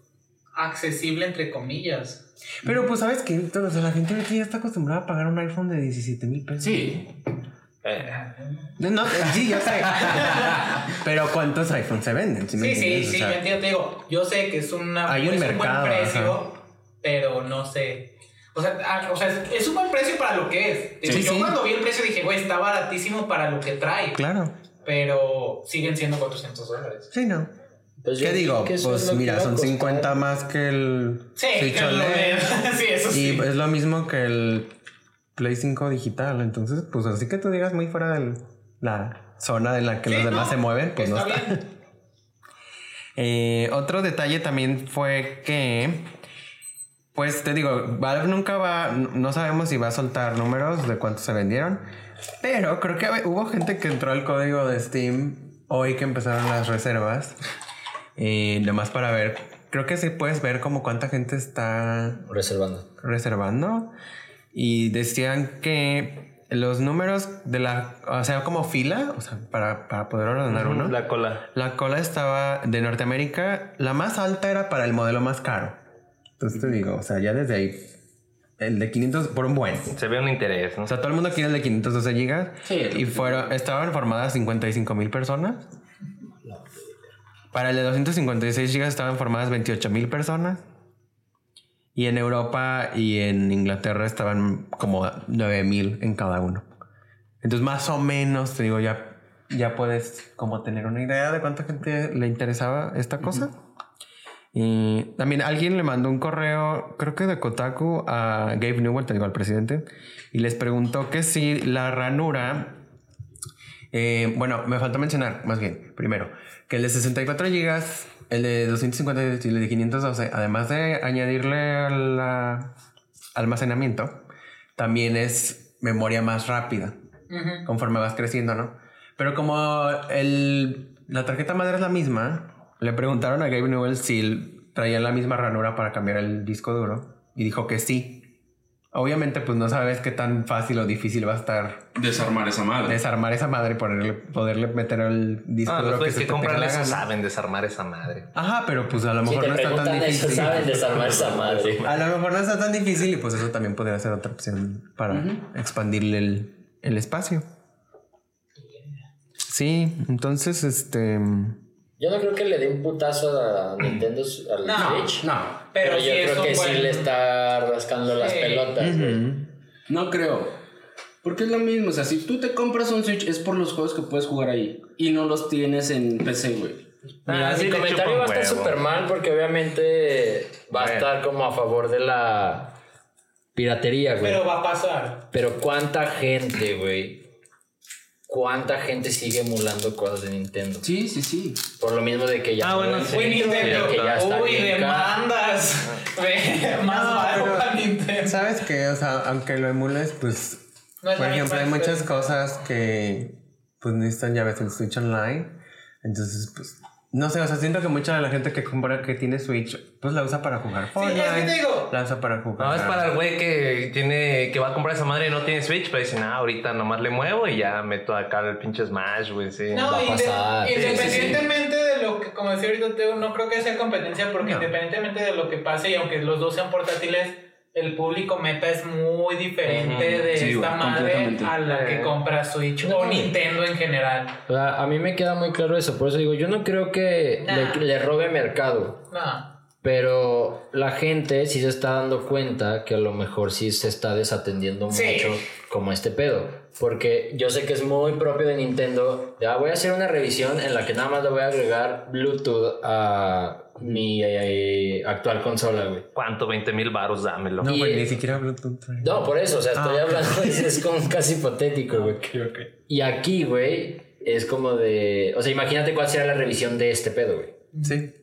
E: accesible entre comillas.
B: pero pues sabes que o sea, la gente ahorita ya está acostumbrada a pagar un iPhone de 17 mil pesos.
A: Sí,
D: Eh,
B: No, no, sí, yo sé. Pero ¿cuántos iPhones se venden? ¿Sí me
E: Sí, sí,
B: entiendes? O
E: sí,
B: sea,
E: yo entiendo, te digo, yo sé que es, una,
B: Hay un
E: es
B: mercado,
E: un buen precio,
B: ajá.
E: pero no sé. O sea, ah, o sea, es- es un buen precio para lo que es. Digo,
B: Sí,
E: yo
B: sí.
E: cuando vi el precio dije, güey, está baratísimo para lo que trae,
B: Claro.
E: pero siguen siendo 400 dólares.
B: Sí, no.
C: Pues yo
B: ¿Qué
C: vi
B: digo?
C: que eso es
B: Pues
C: lo que
B: mira,
C: iba a
B: son
C: costar.
B: 50 más que el
E: Sí,
B: Switch
E: que lo
B: OLED.
E: veo. sí, eso
B: Y pues,
E: sí.
B: es lo mismo que el Play 5 digital. Entonces, pues así que tú digas muy fuera de la zona en la que
E: Sí,
B: los demás
E: no,
B: se mueven, pues no
E: está
B: está.
E: bien.
B: Eh, otro detalle también fue que, pues te digo, Valve nunca va, no sabemos si va a soltar números de cuántos se vendieron, pero creo que hab- hubo gente que entró al código de Steam hoy que empezaron las reservas, y nomás para ver, creo que sí puedes ver como cuánta gente está
C: Reservando.
B: reservando y decían que los números de la, o sea, como fila, o sea, para, para poder ordenar uno.
D: La cola.
B: La cola estaba de Norteamérica, la más alta era para el modelo más caro. Entonces te digo, o sea, ya desde ahí, el de 500 por un buen.
D: Se ve un interés, ¿no?
B: O sea, todo el mundo quiere el de 512 gigas.
A: Sí, el-
B: y fueron, estaban formadas 55 mil personas. Para el de 256 gigas estaban formadas 28 mil personas. Y en Europa y en Inglaterra estaban como 9 mil en cada uno. Entonces, más o menos, te digo, ya, ya puedes como tener una idea de cuánta gente le interesaba esta cosa. Y también alguien le mandó un correo, creo que de Kotaku, a Gabe Newell, te digo, al presidente, y les preguntó que si la ranura... eh, bueno, me falta mencionar, más bien, primero, que el de 64 GB, el de 256 y el de 512, además de añadirle al ah, almacenamiento, también es memoria más rápida
E: Ujú.
B: conforme vas creciendo, ¿no? Pero como el, la tarjeta madre es la misma, le preguntaron a Gabe Newell si traían la misma ranura para cambiar el disco duro y dijo que sí. Obviamente, pues no sabes qué tan fácil o difícil va a estar
A: desarmar esa madre.
B: desarmar esa madre y ponerle, poderle meter el disco
D: Ah, los
B: duro que
D: güeyes
B: se
D: que
B: te tenga
D: compran
B: la
D: eso
B: gana.
D: saben desarmar esa madre.
B: Ajá, pero pues a lo
C: Si
B: mejor
C: te
B: no está tan
C: preguntan eso,
B: difícil.
C: saben desarmar esa madre.
B: A lo mejor no está tan difícil y pues eso también podría ser otra opción para expandirle el, el espacio. Sí, entonces este...
C: Yo no creo que le dé un putazo a Nintendo al
E: No,
C: Switch.
A: No,
E: Pero,
C: Pero,
E: sí
C: yo
E: es
C: creo
E: un
C: que sí
E: buen-
C: le está rascando las
E: Sí.
C: pelotas. güey.
A: no creo. Porque es lo mismo, o sea, si tú te compras un Switch es por los juegos que puedes jugar ahí y no los tienes en PC, güey.
C: Mira,
D: Ah, sí
C: mi
D: le
C: comentario
D: chupan
C: va a estar
D: huevo.
C: súper mal porque obviamente va a
D: Bueno.
C: estar como a favor de la piratería, güey.
E: Pero
C: Pero,
E: va a pasar.
C: ¿cuánta gente, güey? cuánta gente sigue emulando cosas de Nintendo.
A: Sí, sí, sí.
C: Por lo mismo de que ya.
D: Ah,
C: no
D: bueno,
C: es
D: sí.
E: Uy, Nintendo.
D: Sí,
C: que ya está
E: Uy,
C: bien caro.
E: demandas. Ve, Más
B: No,
E: barato
B: pero-
E: a Nintendo.
B: ¿Sabes que O sea, aunque lo emules, pues.
E: No es
B: por
E: la
B: ejemplo,
E: misma
B: hay muchas
E: experiencia.
B: cosas que. Pues necesitan llaves en Switch Online. Entonces, pues. No sé, o sea, siento que mucha de la gente que compra que tiene Switch, pues la usa para jugar Fortnite.
E: es que te digo.
B: La usa para jugar.
D: No, es para el güey que tiene, que va a comprar esa madre y no tiene Switch, pero dice, ah, ahorita nomás le muevo y ya meto acá el pinche Smash, güey, sí.
E: No,
C: va a
E: inde-
C: pasar.
E: independientemente de lo que, como decía ahorita Teo, no creo que sea competencia, porque independientemente de lo que pase, y aunque los dos sean portátiles, el público meta es muy diferente de
A: Sí,
E: esta
A: güey,
E: madre
A: completamente.
E: a la que compra Switch o Nintendo en general.
C: O sea, a mí me queda muy claro eso. Por eso digo, yo no creo que
E: Nah.
C: le- le robe mercado.
E: No.
C: Pero la gente sí se está dando cuenta que a lo mejor sí se está desatendiendo
E: Sí.
C: mucho como este pedo. Porque yo sé que es muy propio de Nintendo. de, "Ah, voy a hacer una revisión en la que nada más le voy a agregar Bluetooth a mi eh, actual consola, güey.
D: ¿Cuánto? 20 mil baros, dámelo.
B: No,
C: Y-
B: güey, ni siquiera Bluetooth. trae.
C: No, por eso, o sea, estoy hablando, es, es como casi hipotético, güey. Y aquí, güey, es como de... O sea, imagínate cuál será la revisión de este pedo, güey.
B: Sí.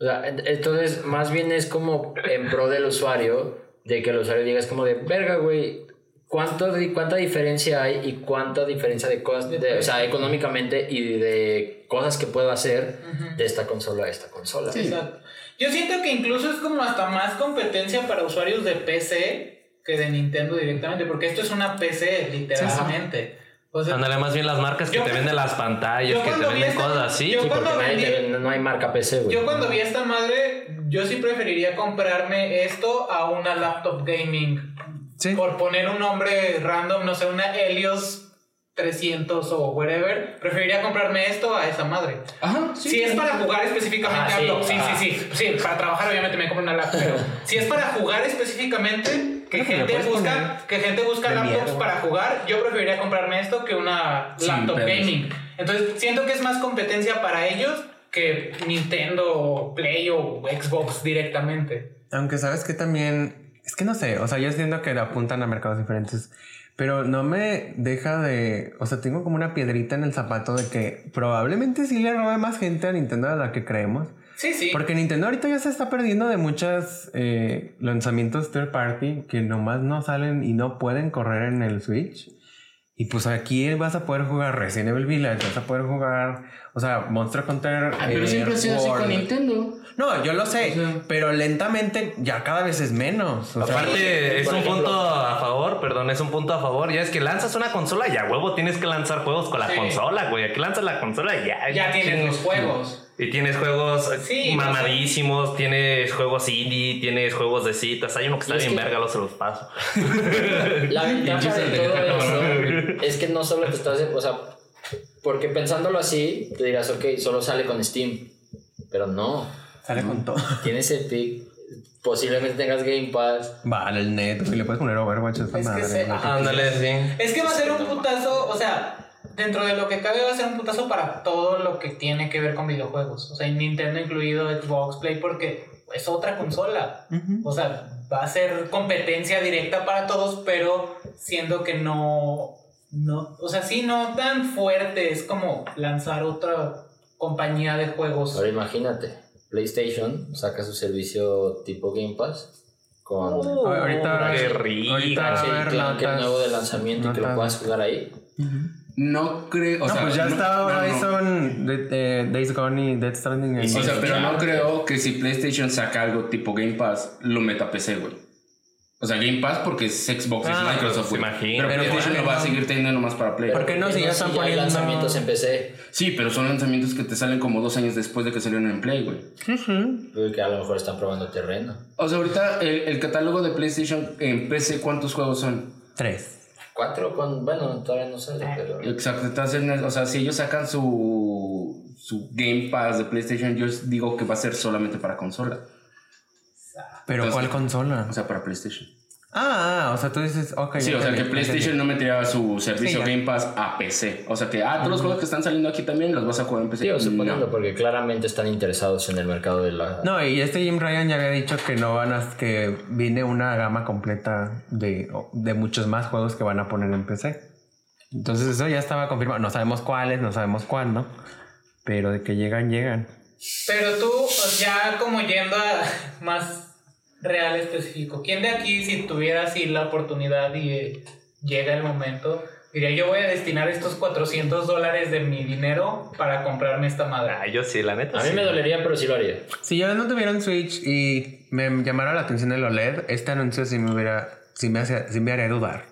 C: O sea, en- entonces, más bien es como en pro del usuario, de que el usuario diga, es como de, verga, güey, ¿cuánto, di- ¿cuánta diferencia hay y cuánta diferencia de cosas, de- o sea, económicamente y de cosas que puedo hacer de esta consola a esta consola?
E: Exacto. Yo siento que incluso es como hasta más competencia para usuarios de PC que de Nintendo directamente, porque esto es una PC, literalmente. O sea,
D: Ándale, más bien las marcas que
E: Yo
D: te
E: cuando-
D: venden las
E: yo
D: pantallas, que te
E: cuando vi
D: venden
E: este-
D: cosas así.
E: yo
D: sí,
C: Porque
E: cuando
C: nadie
E: vendí-
C: te vende- no hay marca PC, güey.
E: Yo cuando vi a esta madre, yo sí preferiría comprarme esto a una laptop gaming.
B: Sí.
E: Por poner un nombre random, no sé, una Helios 300 o whatever, preferiría comprarme esto a esa madre.
A: Ajá, sí.
E: si es para jugar específicamente,
C: Ah, sí,
E: hablo. Sí,
C: ah.
E: sí, sí, sí. para trabajar obviamente me compro una laptop, pero si es para jugar específicamente,
B: Creo
E: que
B: que le
E: gente
B: puedes
E: busca,
B: poner
E: que gente busca
B: de
E: laptops
B: mierda.
E: para jugar, yo preferiría comprarme esto que una
A: Sin
E: laptop
A: pedos.
E: gaming. Entonces, siento que es más competencia para ellos que Nintendo, o Play o Xbox directamente.
B: Aunque sabes que también, es que no sé, o sea, yo siento que apuntan a mercados diferentes, pero no me deja de, o sea, tengo como una piedrita en el zapato de que probablemente sí le robe más gente a Nintendo de la que creemos,
E: Sí, sí.
B: porque Nintendo ahorita ya se está perdiendo de muchos lanzamientos third party que nomás no salen y no pueden correr en el Switch. Y pues aquí vas a poder jugar Resident Evil Village, vas a poder jugar, o sea, Monster Hunter.
A: Ah, pero
B: eh,
A: siempre ha sido así con
B: World.
A: Nintendo.
B: No, yo lo sé,
A: sea.
B: pero lentamente ya cada vez es menos. o sea,
D: Aparte, es
C: por
D: un
C: ejemplo.
D: punto a favor, perdón, es un punto a favor. Ya es que lanzas una consola y a huevo tienes que lanzar juegos con la
E: Sí.
D: consola, güey. Aquí lanzas la consola y ya.
E: ya tienen los juegos.
D: Y tienes juegos
E: Sí,
D: mamadísimos, tienes juegos indie, tienes juegos de citas. Hay uno que está
C: Y es
D: bien
C: que-
D: verga, los se los paso.
C: La ventaja de
A: Pinches
C: todo
D: pendejos.
C: eso es que no solo te estás, o sea, porque pensándolo así, te dirás, ok, solo sale con Steam, pero no,
B: Sale con todo.
C: tienes Epic, posiblemente tengas Game Pass,
B: Vale, el net, y le puedes poner Overwatch a esta
E: Es que
B: madre.
E: se-
B: ¿no?
E: ajá.
D: Ándale, sí.
E: Es que va a ser un putazo, o sea, dentro de lo que cabe va a ser un putazo para todo lo que tiene que ver con videojuegos. O sea, Nintendo incluido, Xbox, Play, porque es otra consola. O sea, va a ser competencia directa para todos, pero siendo que no, no, o sea, sí, no tan fuerte. Es como lanzar otra compañía de juegos.
C: Ahora imagínate, PlayStation saca su servicio tipo Game Pass con
D: Uh,
B: A ver, ahorita va a
D: Qué
B: haber-
D: rico.
B: ahorita va a
C: Sí,
B: haber
C: claro, que el
B: notas.
C: nuevo de lanzamiento y que lo
B: notas.
C: puedas jugar ahí.
A: No creo. O
B: no,
A: sea,
B: pues ya
A: no-
B: está
A: no, no.
B: Horizon, de- eh, Days Gone y Death Stranding. en-
A: O sea, pero
C: ya.
A: no creo que si PlayStation saca algo tipo Game Pass, lo meta a PC, güey. O sea, Game Pass porque es Xbox,
D: Ah,
A: es Microsoft,
D: pues,
A: güey.
D: imagino.
A: Pero
D: Pero
A: PlayStation
B: igual,
A: lo va a
B: ¿no?
A: seguir teniendo nomás para Play.
B: ¿Por qué no? Si ya
C: Porque
B: están
C: sí, hay
B: poniendo.
C: lanzamientos en PC,
A: Sí, pero son lanzamientos que te salen como dos años después de que salieron en Play, güey.
C: creo pues, que a lo mejor están probando terreno.
A: O sea, ahorita el, el catálogo de PlayStation en PC, ¿cuántos juegos son?
B: Tres.
C: Cuatro con, bueno, todavía no sale, pero
A: Exacto, entonces, o sea, si ellos sacan su, su Game Pass de PlayStation, yo digo que va a ser solamente para consola.
B: ¿Pero
A: Entonces-
B: cuál consola?
A: O sea, para PlayStation.
B: Ah, ah, o sea, tú dices, ok.
A: Sí,
B: ya
A: o sea, que
B: entendí,
A: PlayStation
B: entendí.
A: no metería su servicio
B: Sí, ya.
A: Game Pass a PC. O sea, que, ah, todos los juegos que están saliendo aquí también los vas a jugar en PC.
C: Digo, suponiendo,
A: No.
C: porque claramente están interesados en el mercado de la...
B: No, y este Jim Ryan ya había dicho que no van a. que viene una gama completa de, de muchos más juegos que van a poner en PC. Entonces eso ya estaba confirmado. No sabemos cuáles, no sabemos cuándo, pero de que llegan, llegan.
E: Pero tú, o- ya como yendo a más real específico, ¿quién de aquí, si tuviera así la oportunidad y eh, llega el momento, diría yo voy a destinar estos 400 dólares de mi dinero para comprarme esta madre?
D: Ah, yo sí, la neta.
C: A mí
D: sí.
C: me dolería, pero sí lo haría.
B: Si yo no tuviera un Switch y me llamara la atención el OLED, este anuncio sí me hubiera, sí me, hace, sí me haría dudar,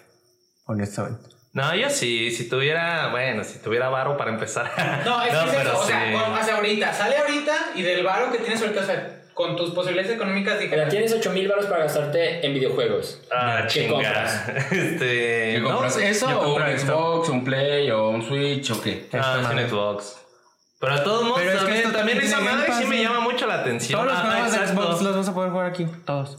B: honestamente.
D: No, yo sí, si tuviera, bueno, si tuviera varo para empezar.
E: No, es que es
D: pero
E: eso, o sea,
D: sí.
E: con- o sea, ahorita, sale ahorita y del varo que tienes ahorita, o sea, con tus posibilidades económicas
C: Mira,
E: dijeras,
C: tienes 8 mil baros para gastarte en videojuegos.
D: Ah,
C: ¿Qué compras?
D: chinga. Este.
A: ¿Qué
D: no,
A: compras? ¿Eso
D: yo
A: o un
D: compro esto.
A: Xbox, un Play o un Switch o qué?
D: Ah,
B: Esta
D: es un
B: madre.
D: Xbox. Pero de todos modos,
B: Pero es que
D: también,
B: esto
D: también
B: también
D: esa
B: tiene
D: madre
B: Game
D: sí
B: Pass,
D: me
B: ¿no?
D: llama mucho la atención.
B: Todos los
D: Ah,
B: juegos de
D: exacto.
B: Xbox los vamos a poder jugar aquí, todos.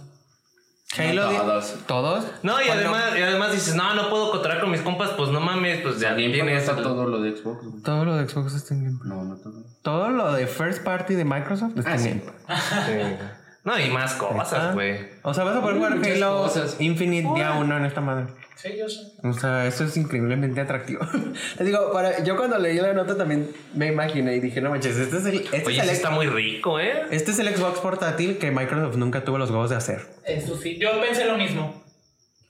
B: Halo,
A: todos.
B: ¿Todos?
D: No, y
B: ¿Cuándo?
D: además, y además dices, no, no puedo contratar con mis compas, pues no mames, pues ya
A: También
D: tienes.
A: está todo lo de Xbox. güey.
B: Todo lo de Xbox está en Game Pass.
A: No, no todo.
B: Todo lo de First Party de Microsoft está
A: Ah,
B: en
A: sí.
B: Game Pass.
D: Sí. No, y más cosas, güey.
B: O sea, vas a poder jugar
A: muchas
B: Halo
A: cosas.
B: Infinite día 1 en esta madre.
E: sí, yo sé.
B: O sea, eso es increíblemente atractivo. Les digo, para, yo cuando leí la nota también me imaginé y dije, no manches, este es el, este
D: Oye,
B: es
D: sí
B: el-
D: está muy rico, ¿eh?
B: este es el Xbox portátil que Microsoft nunca tuvo los huevos de hacer.
E: Eso sí, yo pensé lo mismo.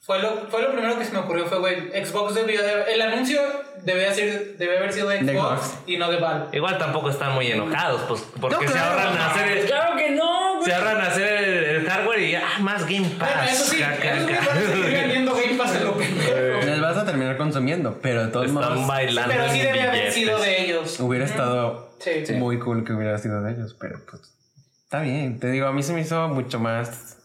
E: Fue lo, fue lo primero que se me ocurrió, fue, güey, Xbox debió de- El anuncio debía, ser, debe haber sido de
B: De
E: Xbox,
B: Xbox.
E: y no de Valve.
D: Igual tampoco están muy enojados, pues, porque
B: No,
D: se
B: claro,
D: ahorran
B: no.
D: hacer el,
C: ¡Claro que no, güey!
D: se ahorran hacer el, el hardware y ah, más Game Pass.
E: Bueno, eso sí,
D: ca, ca,
E: eso sí
D: ca.
E: van a seguir vendiendo Game Pass de lo pendejo.
B: Les vas a terminar consumiendo, pero de todos
D: Están
B: modos
D: bailando.
E: Pero sí
D: en
E: debe haber
D: billetes.
E: sido de ellos.
B: hubiera estado
E: Sí.
B: muy cool que hubiera sido de ellos, pero pues está bien. Te digo, a mí se me hizo mucho más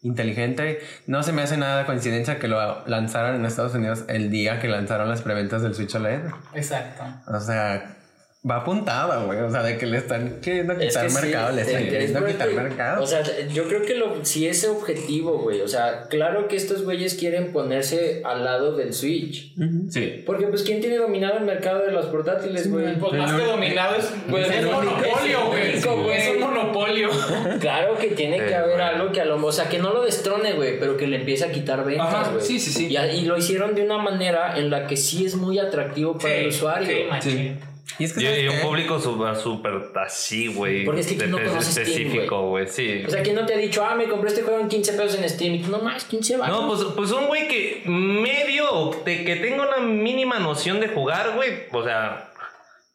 B: inteligente. No se me hace nada coincidencia que lo lanzaran en Estados Unidos el día que lanzaron las preventas del Switch OLED.
E: Exacto.
B: O sea, va apuntada, güey. O sea, de que le están queriendo
C: Es
B: quitar
C: que sí,
B: mercado, le
C: te-
B: están
C: te-
B: queriendo
C: pero es
B: quitar
C: que,
B: mercado.
C: O sea, yo creo que lo, si ese objetivo, güey. O sea, claro que estos güeyes quieren ponerse al lado del Switch.
A: Sí.
C: Porque, pues, ¿quién tiene dominado el mercado de los portátiles, güey?
E: Pues más que dominado es, pues,
C: Güey, es
E: es un
C: único,
E: monopolio,
C: es
E: güey.
C: el único, güey.
E: Es un monopolio.
C: Claro que tiene
D: Eh,
C: que haber
D: güey.
C: algo que a lo O sea, que no lo destrone, güey, pero que le empiece a quitar ventas,
A: Ajá,
C: güey.
A: sí, sí, sí.
C: Y, a- y lo hicieron de una manera en la que sí es muy atractivo para el usuario.
E: Sí, machín.
B: Sí. Y es que
D: Y,
B: ¿sabes
D: y un
B: qué?
D: público súper super así, güey.
C: Eh, Porque es que no
D: de-
C: conoces Steam,
D: específico, güey. Sí.
C: O sea, ¿quién no te ha dicho, ah, me compré este juego en 15 pesos en Steam? Y tú, no más, 15 baros.
D: No, pues, pues un güey que medio, o te- que tenga una mínima noción de jugar, güey. O sea,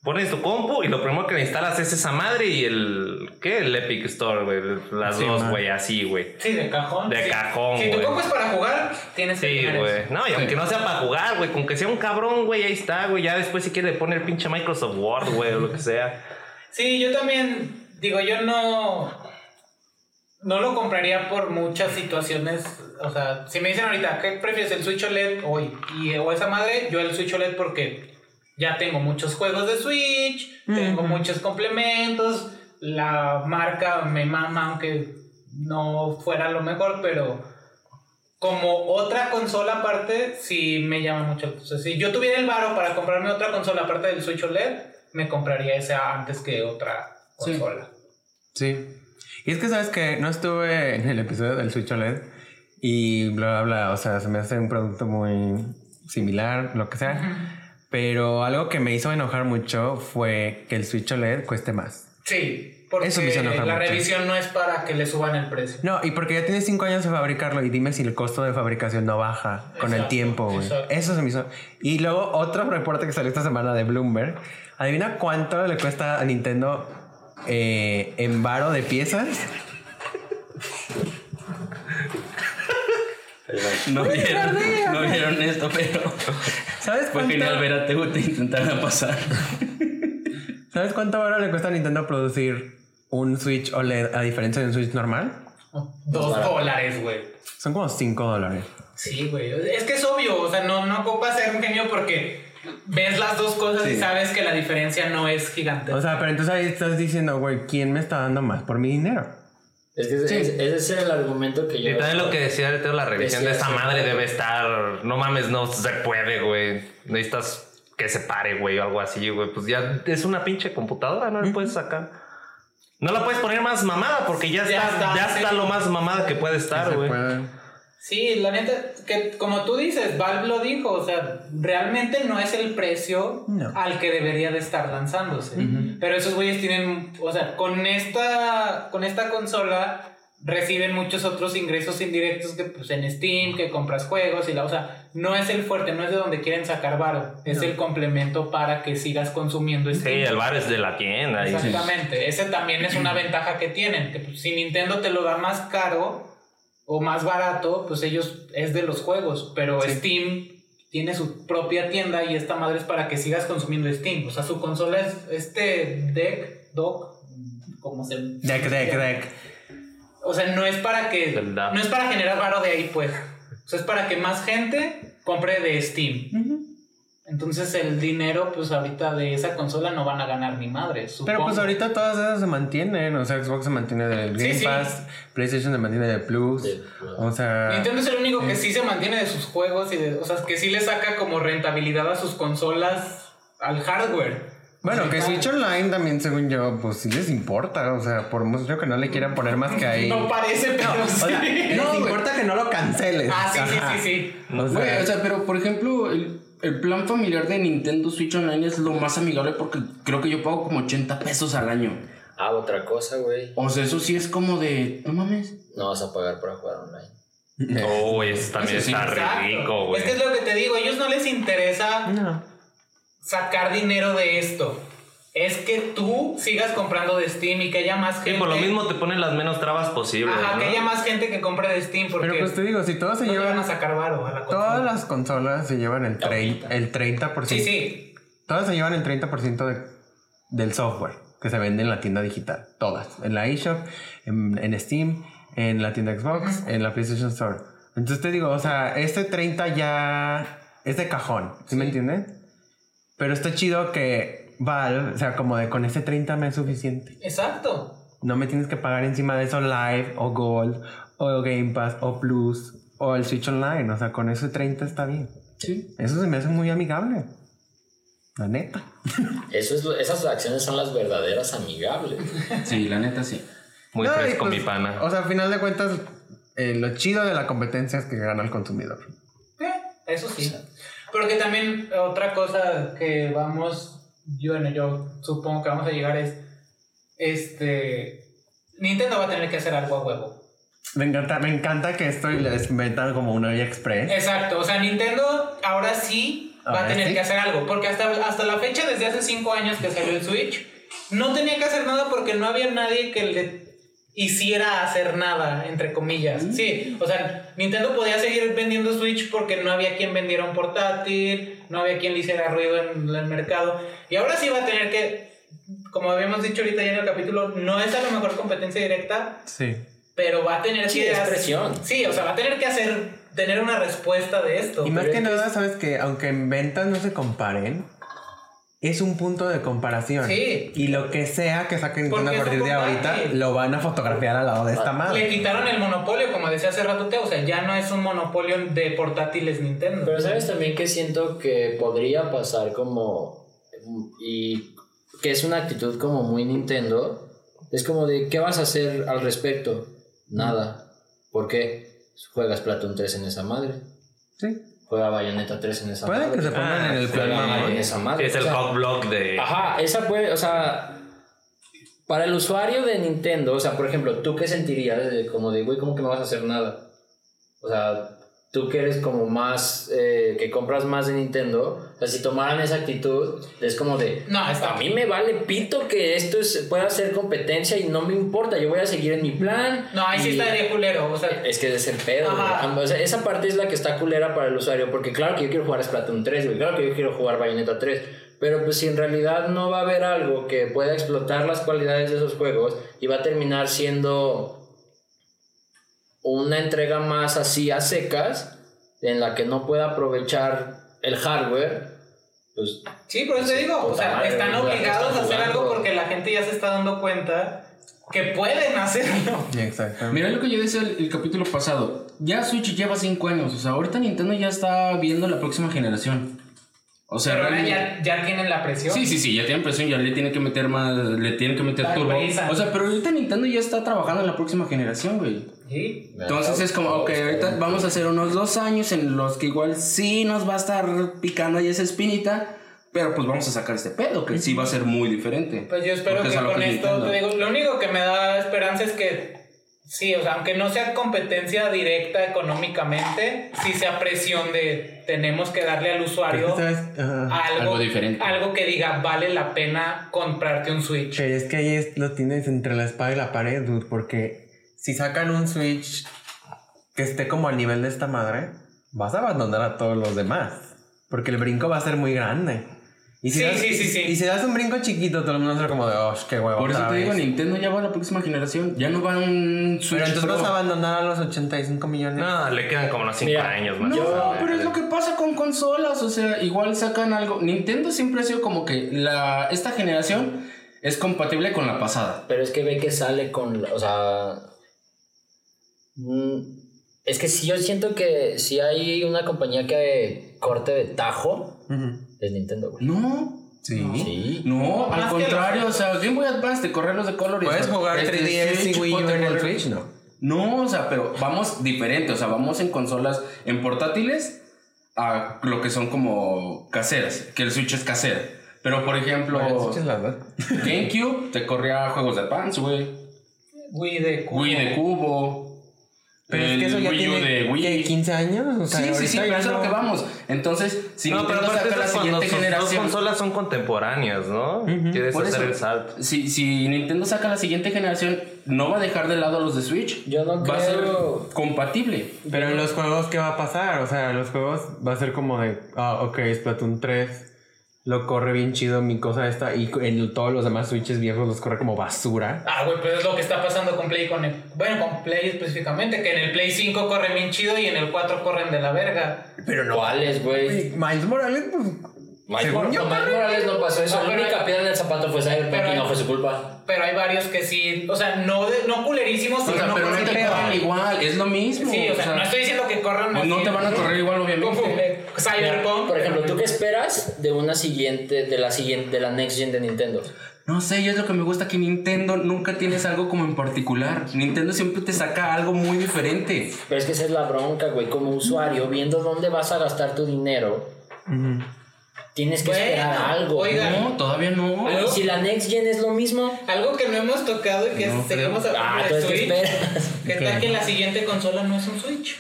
D: pones tu compu y lo primero que le instalas es esa madre y el. ¿Qué? El Epic Store, güey. Las
B: Sí,
D: dos,
B: man.
D: güey, así, güey.
E: Sí, de cajón.
D: De
E: sí.
D: cajón,
E: Si tu
D: güey.
E: compa es para jugar, tienes que
D: Sí,
E: tener
D: güey.
E: eso.
D: No, y aunque no sea para jugar, güey, con que sea un cabrón, güey, ahí está, güey. Ya después si quiere le pone el pinche Microsoft Word, güey, o lo que sea.
E: Sí, yo también, digo, yo no... No lo compraría por muchas situaciones. O sea, si me dicen ahorita, ¿qué prefieres, el Switch OLED hoy? Y, o esa madre, yo el Switch OLED porque ya tengo muchos juegos de Switch, tengo muchos complementos, la marca me mama, aunque no fuera lo mejor, pero como otra consola aparte, sí me llama mucho. la atención. si yo tuviera el varo para comprarme otra consola aparte del Switch OLED, me compraría esa antes que otra
A: Sí.
E: consola.
B: Sí. Y es que sabes que no estuve en el episodio del Switch OLED y bla, bla, bla. O sea, se me hace un producto muy similar, lo que sea. Pero algo que me hizo enojar mucho fue que el Switch OLED cueste más.
E: Sí, porque
B: Eso me hizo enojar
E: la
B: mucho.
E: revisión no es para que le suban el precio.
B: No, y porque ya tienes cinco años de fabricarlo y dime si el costo de fabricación no baja con el
E: Exacto,
B: tiempo, güey.
E: exacto.
B: Eso se me hizo. Y luego otro reporte que salió esta semana de Bloomberg. Adivina cuánto le cuesta a Nintendo eh, en varo de piezas.
A: No vieron, no vieron esto, pero
E: Pues
B: ¿Sabes
A: fue
B: cuánto?
A: genial ver a Teo te intentar pasar.
B: ¿Sabes cuánto varo le cuesta a Nintendo producir un Switch OLED a diferencia de un Switch normal?
E: Dos dólares, güey.
B: Son como 5 dólares.
E: Sí, güey. Es que es obvio, o sea, no, no ocupas ser un genio porque ves las dos cosas y sabes que la diferencia no es gigantesca.
B: O sea, pero entonces ahí estás diciendo, güey, ¿quién me está dando más por mi dinero?
C: Es que ese- ese es el argumento que yo.
D: Y también lo que decía el Teo, la revisión de
C: Decía
D: esa
C: eso.
D: madre debe estar. No mames, no se puede, güey. Necesitas que se pare, güey, o algo así, güey. Pues ya es una pinche computadora, no la puedes sacar. No la puedes poner más mamada porque ya
E: Ya
D: está,
E: está,
D: ya
E: sí.
D: está lo más mamada que puede estar,
B: Se
D: güey.
B: puede.
E: Sí, la neta, que como tú dices, Valve lo dijo, o sea, realmente no es el precio
F: No.
E: al que debería de estar lanzándose. Pero esos güeyes tienen, o sea, con esta, con esta consola reciben muchos otros ingresos indirectos que pues en Steam, que compras juegos y la, o sea, no es el fuerte, no es de donde quieren sacar varo, es el complemento para que sigas consumiendo
D: Sí,
E: Steam.
D: el bar es de la tienda. y-
E: Exactamente, esa también es una ventaja que tienen, que pues, si Nintendo te lo da más caro o más barato, pues ellos es de los juegos, pero Steam tiene su propia tienda y esta madre es para que sigas consumiendo Steam, o sea, su consola es este deck, dock, como se
F: Deck, deck, deck.
E: O sea, no es para que
D: ¿Verdad?
E: no es para generar varo de ahí, pues. O sea, es para que más gente compre de Steam. Entonces el dinero, pues ahorita de esa consola no van a ganar ni madre.
B: Pero pues
E: supongo.
B: ahorita todas esas se mantienen. O sea, Xbox se mantiene del Game
E: Sí, sí.
B: Pass, PlayStation se mantiene del Plus.
C: Del Plus.
B: O sea.
E: Nintendo es el único
B: Eh.
E: que sí se mantiene de sus juegos y de, o sea, que sí le saca como rentabilidad a sus consolas al hardware.
B: Bueno,
E: Sí,
B: que
E: claro.
B: Switch Online también, según yo, pues sí les importa. O sea, por mucho que no le quieran poner más que ahí.
E: No parece, pero
F: O
E: sí.
F: sea, les importa que no lo canceles.
E: ah, sí, sí,
B: Ajá.
E: sí, sí.
B: O sea,
A: Güey, o sea, pero por ejemplo, el, el plan familiar de Nintendo Switch Online es lo más amigable porque creo que yo pago como 80 pesos al año.
C: Ah, otra cosa, güey.
A: O sea, eso sí es como de. No mames.
C: No vas a pagar para jugar online.
D: Oh, eso también
A: Eso sí,
D: está
E: Exacto.
D: rico, güey.
E: Es que es lo que te digo, a ellos no les interesa sacar dinero de esto. Es que tú sigas comprando de Steam y que haya más gente.
D: Sí, por lo mismo te ponen las menos trabas posibles.
E: Ajá,
D: ¿no?
E: que haya más gente que compre de Steam porque
B: pero pues te digo, si todos se
E: no le van
B: llevan.
E: a sacar varo a la consola.
B: Todas las consolas se llevan el, trein- el 30%.
E: Sí, sí.
B: Todas se llevan el 30% de- del software que se vende en la tienda digital. Todas. En la eShop, en, en Steam, en la tienda Xbox, en la PlayStation Store. Entonces te digo, o sea, este 30 ya es de cajón. ¿Sí, me entienden? Pero está chido que Valve, o sea, como de con este 30 me es suficiente.
E: Exacto.
B: No me tienes que pagar encima de eso Live o Gold o Game Pass o Plus o el Switch Online. O sea, con ese 30 está bien.
A: Sí.
B: Eso se me hace muy amigable. La neta.
C: Eso es, lo- esas acciones son las verdaderas amigables.
A: Sí, la neta sí.
D: Muy
B: No, y
D: fresco,
B: pues,
D: mi pana.
B: O sea, al final de cuentas, eh, lo chido de la competencia es que gana el consumidor.
E: Eh, eso sí. Pero que también otra cosa que vamos, yo, bueno, yo supongo que vamos a llegar es, este, Nintendo va a tener que hacer algo a huevo.
B: Me encanta, me encanta que esto les metan como una vía express.
E: Exacto, o sea, Nintendo ahora sí va a
B: ¿eh? Ahora
E: tener
B: sí.
E: que hacer algo, porque hasta, hasta la fecha, desde hace 5 años que salió el Switch, no tenía que hacer nada porque no había nadie que le hiciera hacer nada, entre comillas.
B: Mm.
E: Sí, o sea, Nintendo podía seguir vendiendo Switch porque no había quien vendiera un portátil, no había quien le hiciera ruido en el mercado, y ahora sí va a tener que... Como habíamos dicho ahorita ya en el capítulo, no es a lo mejor competencia directa,
B: Sí.
E: pero va a tener
C: Sí,
E: que
C: es
E: hacer-
C: presión.
E: Sí, o sea, va a tener que hacer tener una respuesta de esto.
B: Y más
C: pero
B: que
C: es
B: nada, sabes que aunque en ventas no se comparen, es un punto de comparación.
E: Sí.
B: Y lo que sea que saquen
E: Porque
B: a
E: es un
B: partir de
E: combate.
B: ahorita, lo van a fotografiar al lado de esta
E: Le
B: madre.
E: quitaron el monopolio, como decía hace rato Teo, o sea, ya no es un monopolio de portátiles Nintendo.
C: Pero sabes también que siento que podría pasar como... Y que es una actitud como muy Nintendo. Es como de, ¿qué vas a hacer al respecto? Nada. ¿Por qué? Juegas Platoon 3 en esa madre.
B: Sí.
C: Juega Bayonetta 3 en esa
B: Puede
C: madre.
B: que se pongan
D: Ah,
B: en el
D: sí.
B: plan
C: Juega
B: mamón.
C: en esa madre.
D: es el
C: O sea,
D: hot block de.
C: Ajá, esa puede, o sea, para el usuario de Nintendo, o sea, por ejemplo, ¿tú qué sentirías de- como de, güey, cómo que no vas a hacer nada? O sea, tú que eres como más, eh, que compras más de Nintendo, o sea, si tomaran esa actitud, es como de,
E: No, está
C: a mí me vale pito que esto es- pueda ser competencia y no me importa, yo voy a seguir en mi plan.
E: No, ahí sí
C: y-
E: estaría culero, o sea,
C: es que es el pedo,
E: Ajá.
C: güey. O sea, esa parte es la que está culera para el usuario, porque claro que yo quiero jugar Splatoon 3, güey, claro que yo quiero jugar Bayonetta 3, pero pues si en realidad no va a haber algo que pueda explotar las cualidades de esos juegos y va a terminar siendo una entrega más así a secas, en la que no pueda aprovechar el hardware, pues
E: sí, por eso te digo, o
C: Puta
E: sea,
C: madre,
E: están
C: ya están
E: obligados a hacer
C: jugando.
E: algo porque la gente ya se está dando cuenta que pueden hacerlo.
B: Exactamente.
A: Mira lo que yo decía el, el capítulo pasado. Ya Switch lleva 5 años. O sea, ahorita Nintendo ya está viendo la próxima generación. O sea,
E: Pero ahora
A: realmente-
E: ya, ya tienen la presión.
A: Sí, sí, sí, ya tienen presión, ya le tienen que meter más, le tienen que meter
E: La
A: turbo.
E: prisa.
A: O sea, pero ahorita Nintendo ya está trabajando en la próxima generación, güey.
E: Sí.
A: Entonces es como, ok, ahorita vamos a hacer unos dos años en los que igual sí nos va a estar picando ahí esa espinita, pero pues vamos a sacar este pedo, que sí va a ser muy diferente.
E: Pues yo espero
A: Porque es
E: que
A: a lo
E: con
A: que
E: esto,
A: Nintendo.
E: te digo, lo único que me da esperanza es que, sí, o sea, aunque no sea competencia directa económicamente, sí sea presión de tenemos que darle al usuario
B: ¿Sabes? Ajá.
E: algo,
A: Algo diferente.
E: Algo que diga, vale la pena comprarte un Switch.
B: Pero es que ahí es- lo tienes entre la espada y la pared, dude, porque si sacan un Switch que esté como al nivel de esta madre, vas a abandonar a todos los demás, porque el brinco va a ser muy grande. Y si
E: Sí,
B: das,
E: sí, sí, sí.
B: Y si das un brinco chiquito, todo el mundo va a ser como de, oh, qué huevo.
A: Por eso
B: otra
A: te digo,
B: vez".
A: Nintendo ya va a la próxima generación, ya no va un Switch
B: Pero entonces
A: Pro.
B: vas a abandonar a los 85 millones.
D: No, le quedan como unos 5
C: Mira,
D: años más.
A: No, pero es lo que pasa con consolas, o sea, igual sacan algo. Nintendo siempre ha sido como que la esta generación es compatible con la pasada.
C: Pero es que ve que sale con. la- O sea. mm, Es que si yo siento que si hay una compañía que corte de tajo,
B: Ujú.
C: es Nintendo, güey.
A: No. Sí.
C: Sí.
A: No, al
E: Más que
A: contrario, o sea, Game Boy Advance te corren los de color y
B: Puedes
A: hasta-
B: jugar
A: este,
B: 3DS y
A: Switch,
B: Wii U
A: o te
B: en el
A: corre-
B: Switch, ¿no?
A: No, o sea, pero vamos diferente, o sea, vamos en consolas, en portátiles, a lo que son como caseras, que el Switch es casera. Pero, por ejemplo,
B: Bueno, el Switch es la verdad.
A: GameCube te corría juegos de Advance, güey.
E: Wii de cubo.
A: Wii de cubo.
B: Pero
A: el
B: es que eso ya
A: Wii U
B: tiene
A: de Wii.
B: ¿qué, 15 años. O sea,
A: sí, sí, sí,
B: ahorita
A: pero
B: ya
A: eso es lo
B: no-
A: que vamos. Entonces, si
D: no, pero
A: Nintendo saca
D: aparte de
A: la
D: cuando
A: siguiente
D: sus dos
A: generación.
D: consolas son contemporáneas, ¿no? Quieres
A: Por
D: hacer
A: eso,
D: el salto.
A: Si, si Nintendo saca la siguiente generación, no va a dejar de lado a los de Switch.
C: Yo no
A: va a
C: creo.
A: ser compatible.
B: Pero en los juegos, ¿qué va a pasar? O sea, en los juegos va a ser como de, ah, ok, Splatoon 3 lo corre bien chido mi cosa esta y en todos los demás switches viejos los corre como basura.
E: Ah, güey, pues es lo que está pasando con Play con el... Bueno, con Play específicamente, que en el Play 5 corren bien chido y en el 4 corren de la verga.
C: Pero no. ¿Cuáles, güey?
B: Miles Morales, pues...
C: Mike
B: Según yo,
C: Morales no pasó eso.
E: Ah,
C: La
E: pero-
C: única piedra en el zapato fue Cyberpunk
E: Pero-
C: y no fue su culpa.
E: Pero hay varios que sí, o sea, no, de- no culerísimos,
A: O
E: sino
A: sea,
E: no
A: pero no
E: corren
A: te
E: de
A: corren
E: cual.
A: igual, es lo mismo.
E: Sí, o sea, no estoy diciendo que corran
A: no
E: así,
A: te van a correr igual, obviamente.
E: Como de Cyberpunk.
C: Por ejemplo, ¿tú qué esperas de una siguiente, de la siguiente, de la next gen de Nintendo?
A: No sé, y es lo que me gusta que Nintendo nunca tienes algo como en particular. Nintendo siempre te saca algo muy diferente.
C: Pero es que esa es la bronca, güey. Como usuario, viendo dónde vas a gastar tu dinero, tienes que
E: Bueno,
C: esperar algo.
E: oiga.
A: No, todavía no.
C: ¿no? Y si la next gen es lo mismo,
E: Algo que no hemos tocado y que seguimos
C: ah,
E: hablando de
C: entonces
E: Switch.
C: ¿qué esperas?
E: ¿Qué tal que la siguiente consola no es un Switch?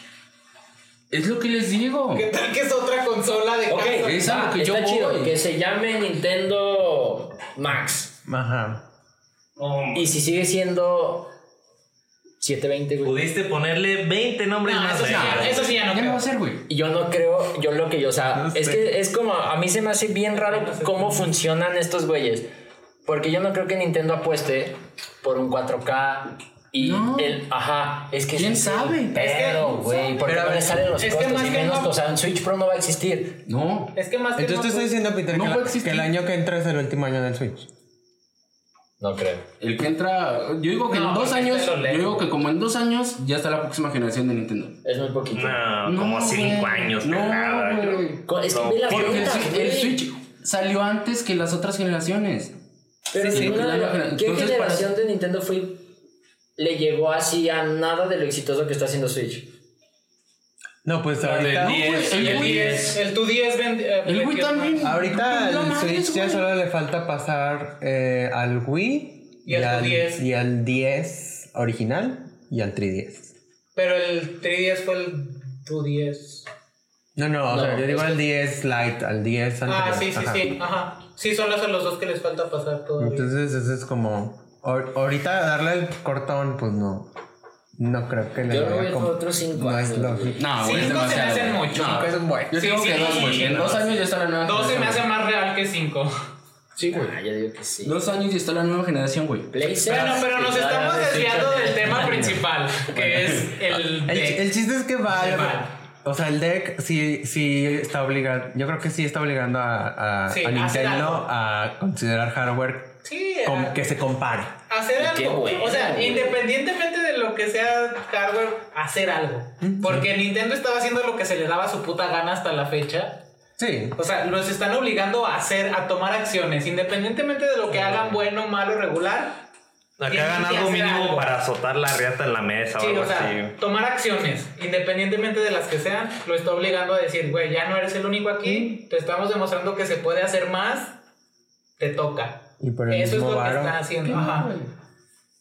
A: Es lo que les digo.
E: ¿Qué tal que es otra consola de
C: Ok,
E: casa?
A: es a lo
C: va,
A: Ah, que yo
C: está chido,
A: voy.
C: que se llame Nintendo Max.
B: Ajá.
C: Y si sigue siendo 720, güey.
D: Pudiste ponerle 20 nombres
E: No,
D: más.
E: eso sí,
D: ahí.
E: ya, eso sí ya
A: Ya
E: no
A: no
E: creo.
A: va a ser, güey.
C: Y Yo no creo, yo lo que yo, o sea,
B: No
C: es
B: sé.
C: que es como, a mí se me hace bien raro cómo funcionan estos güeyes. Porque yo no creo que Nintendo apueste por un 4K y
A: No.
C: el, ajá, es que...
A: ¿Quién
C: ese es el
A: sabe?
C: Pedo, güey, porque
B: Pero a
C: no
B: ver,
C: le salen los
E: es que
C: costos
E: más
C: y
E: que
C: menos,
E: no-
C: o sea, un Switch Pro no va a existir.
A: No.
E: Es que más que
B: Entonces te
E: no-
B: estoy diciendo, Peter,
A: No
B: que,
A: puede
B: la-
A: existir.
B: que el año que entra es el último año del Switch.
C: No creo.
A: El que entra. Yo digo que en
E: No,
A: dos
E: porque
A: años.
E: este lo
A: Yo
E: leo.
A: digo que como en dos años ya está la próxima generación de Nintendo.
C: Es muy poquito.
D: No, como
A: No,
D: 5
A: güey.
D: años.
A: No,
D: pelada, yo-
A: güey.
C: Co- Es que
D: No,
C: ve las
A: Porque el,
C: ventas,
A: Switch-
C: güey.
A: el Switch salió antes que las otras generaciones.
C: Pero
A: Sí, sí,
C: ninguna
A: pues,
C: de
A: la
C: la-
A: imagen-
C: ¿Qué
A: entonces,
C: generación de Nintendo fue le llegó así a nada de lo exitoso que está haciendo Switch?
B: No, pues
D: La del
B: ahorita...
D: 10 y
A: güey,
D: el
A: el
D: 10.
E: El tu 10 vendi- eh,
A: El Wii
E: vendió
A: también.
E: más.
B: Ahorita
A: No
B: el
A: mames,
B: Switch ya
A: güey.
B: solo le falta pasar eh, al Wii
E: Y al 10.
B: y al 10 original y al 3DS.
E: Pero el 3DS fue el tu 10.
B: No, no, o
C: No,
B: sea, yo digo
C: es
B: al 10 Lite, al 10 anterior.
E: Ah, sí, sí,
B: ajá.
E: sí. Ajá. Sí, solo son los dos que les falta pasar todavía.
B: Entonces, eso es como. ahor- ahorita darle el cortón, pues no. No creo que le
C: Yo lo
B: vaya
C: veo
B: como-
C: otros cinco
B: No es
C: años,
B: lógico.
A: No,
E: Cinco
A: güey, es
E: se me
A: demasiado.
E: hacen
A: güey.
E: mucho.
A: No.
B: Cinco es un buen.
A: Yo
E: Sí,
A: digo
E: sí,
A: que dos,
E: sí,
A: güey.
E: sí,
A: En
E: no.
A: dos años ya está la nueva
E: Dos se me hace
A: generación.
E: más real que cinco.
A: Sí, güey.
C: Ah, yo digo que sí.
A: Dos años y está la nueva generación, güey.
C: Play
E: Bueno,
C: Sales,
E: pero nos
C: que ya
E: estamos
C: es
E: desviando
C: Switch,
E: del
C: ya
E: tema
C: es-
E: principal, que es el
B: El,
E: de-
B: el chiste es que va.
E: Sí, va.
B: O sea, el deck sí, sí está obligando. Yo creo que sí está obligando a, a,
E: Sí,
B: a
E: hacer algo.
B: Nintendo a considerar hardware
E: Sí, ah,
B: con-
E: a-
B: que se compare.
E: hacer
C: Qué
E: algo.
C: bueno,
E: o sea,
C: güey.
E: independientemente de lo que sea hardware,
C: Mm.
E: hacer algo. Porque Nintendo estaba haciendo lo que se le daba su puta gana hasta la fecha.
B: Sí.
E: O sea, los están obligando a hacer, a tomar acciones, independientemente de lo que hagan,
C: Mm.
E: bueno, malo, regular.
D: Acá
E: Tienen
D: hagan
E: que
D: algo
E: hacer
D: mínimo
E: algo.
D: para azotar la riata en la mesa o
E: Sí,
D: algo
E: o sea,
D: así.
E: tomar acciones, independientemente de las que sean, lo está obligando a decir, güey, ya no eres el único
C: Mm.
E: aquí, te estamos demostrando que se puede hacer más, te toca.
B: Y por el
E: Eso es
B: mismo
E: lo que
B: varo.
E: están haciendo. Ajá.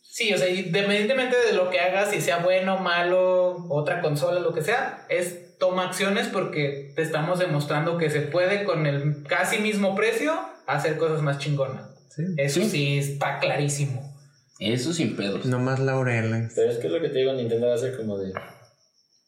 E: Sí, o sea, independientemente de lo que hagas, si sea bueno, malo, otra consola, lo que sea, es toma acciones porque te estamos demostrando que se puede con el casi mismo precio hacer cosas más chingonas.
B: Sí.
E: Eso
A: Sí.
E: sí, está clarísimo.
A: Eso sin pedos.
B: No más laureles.
C: Pero es que es lo que te digo, Nintendo va a ser como de.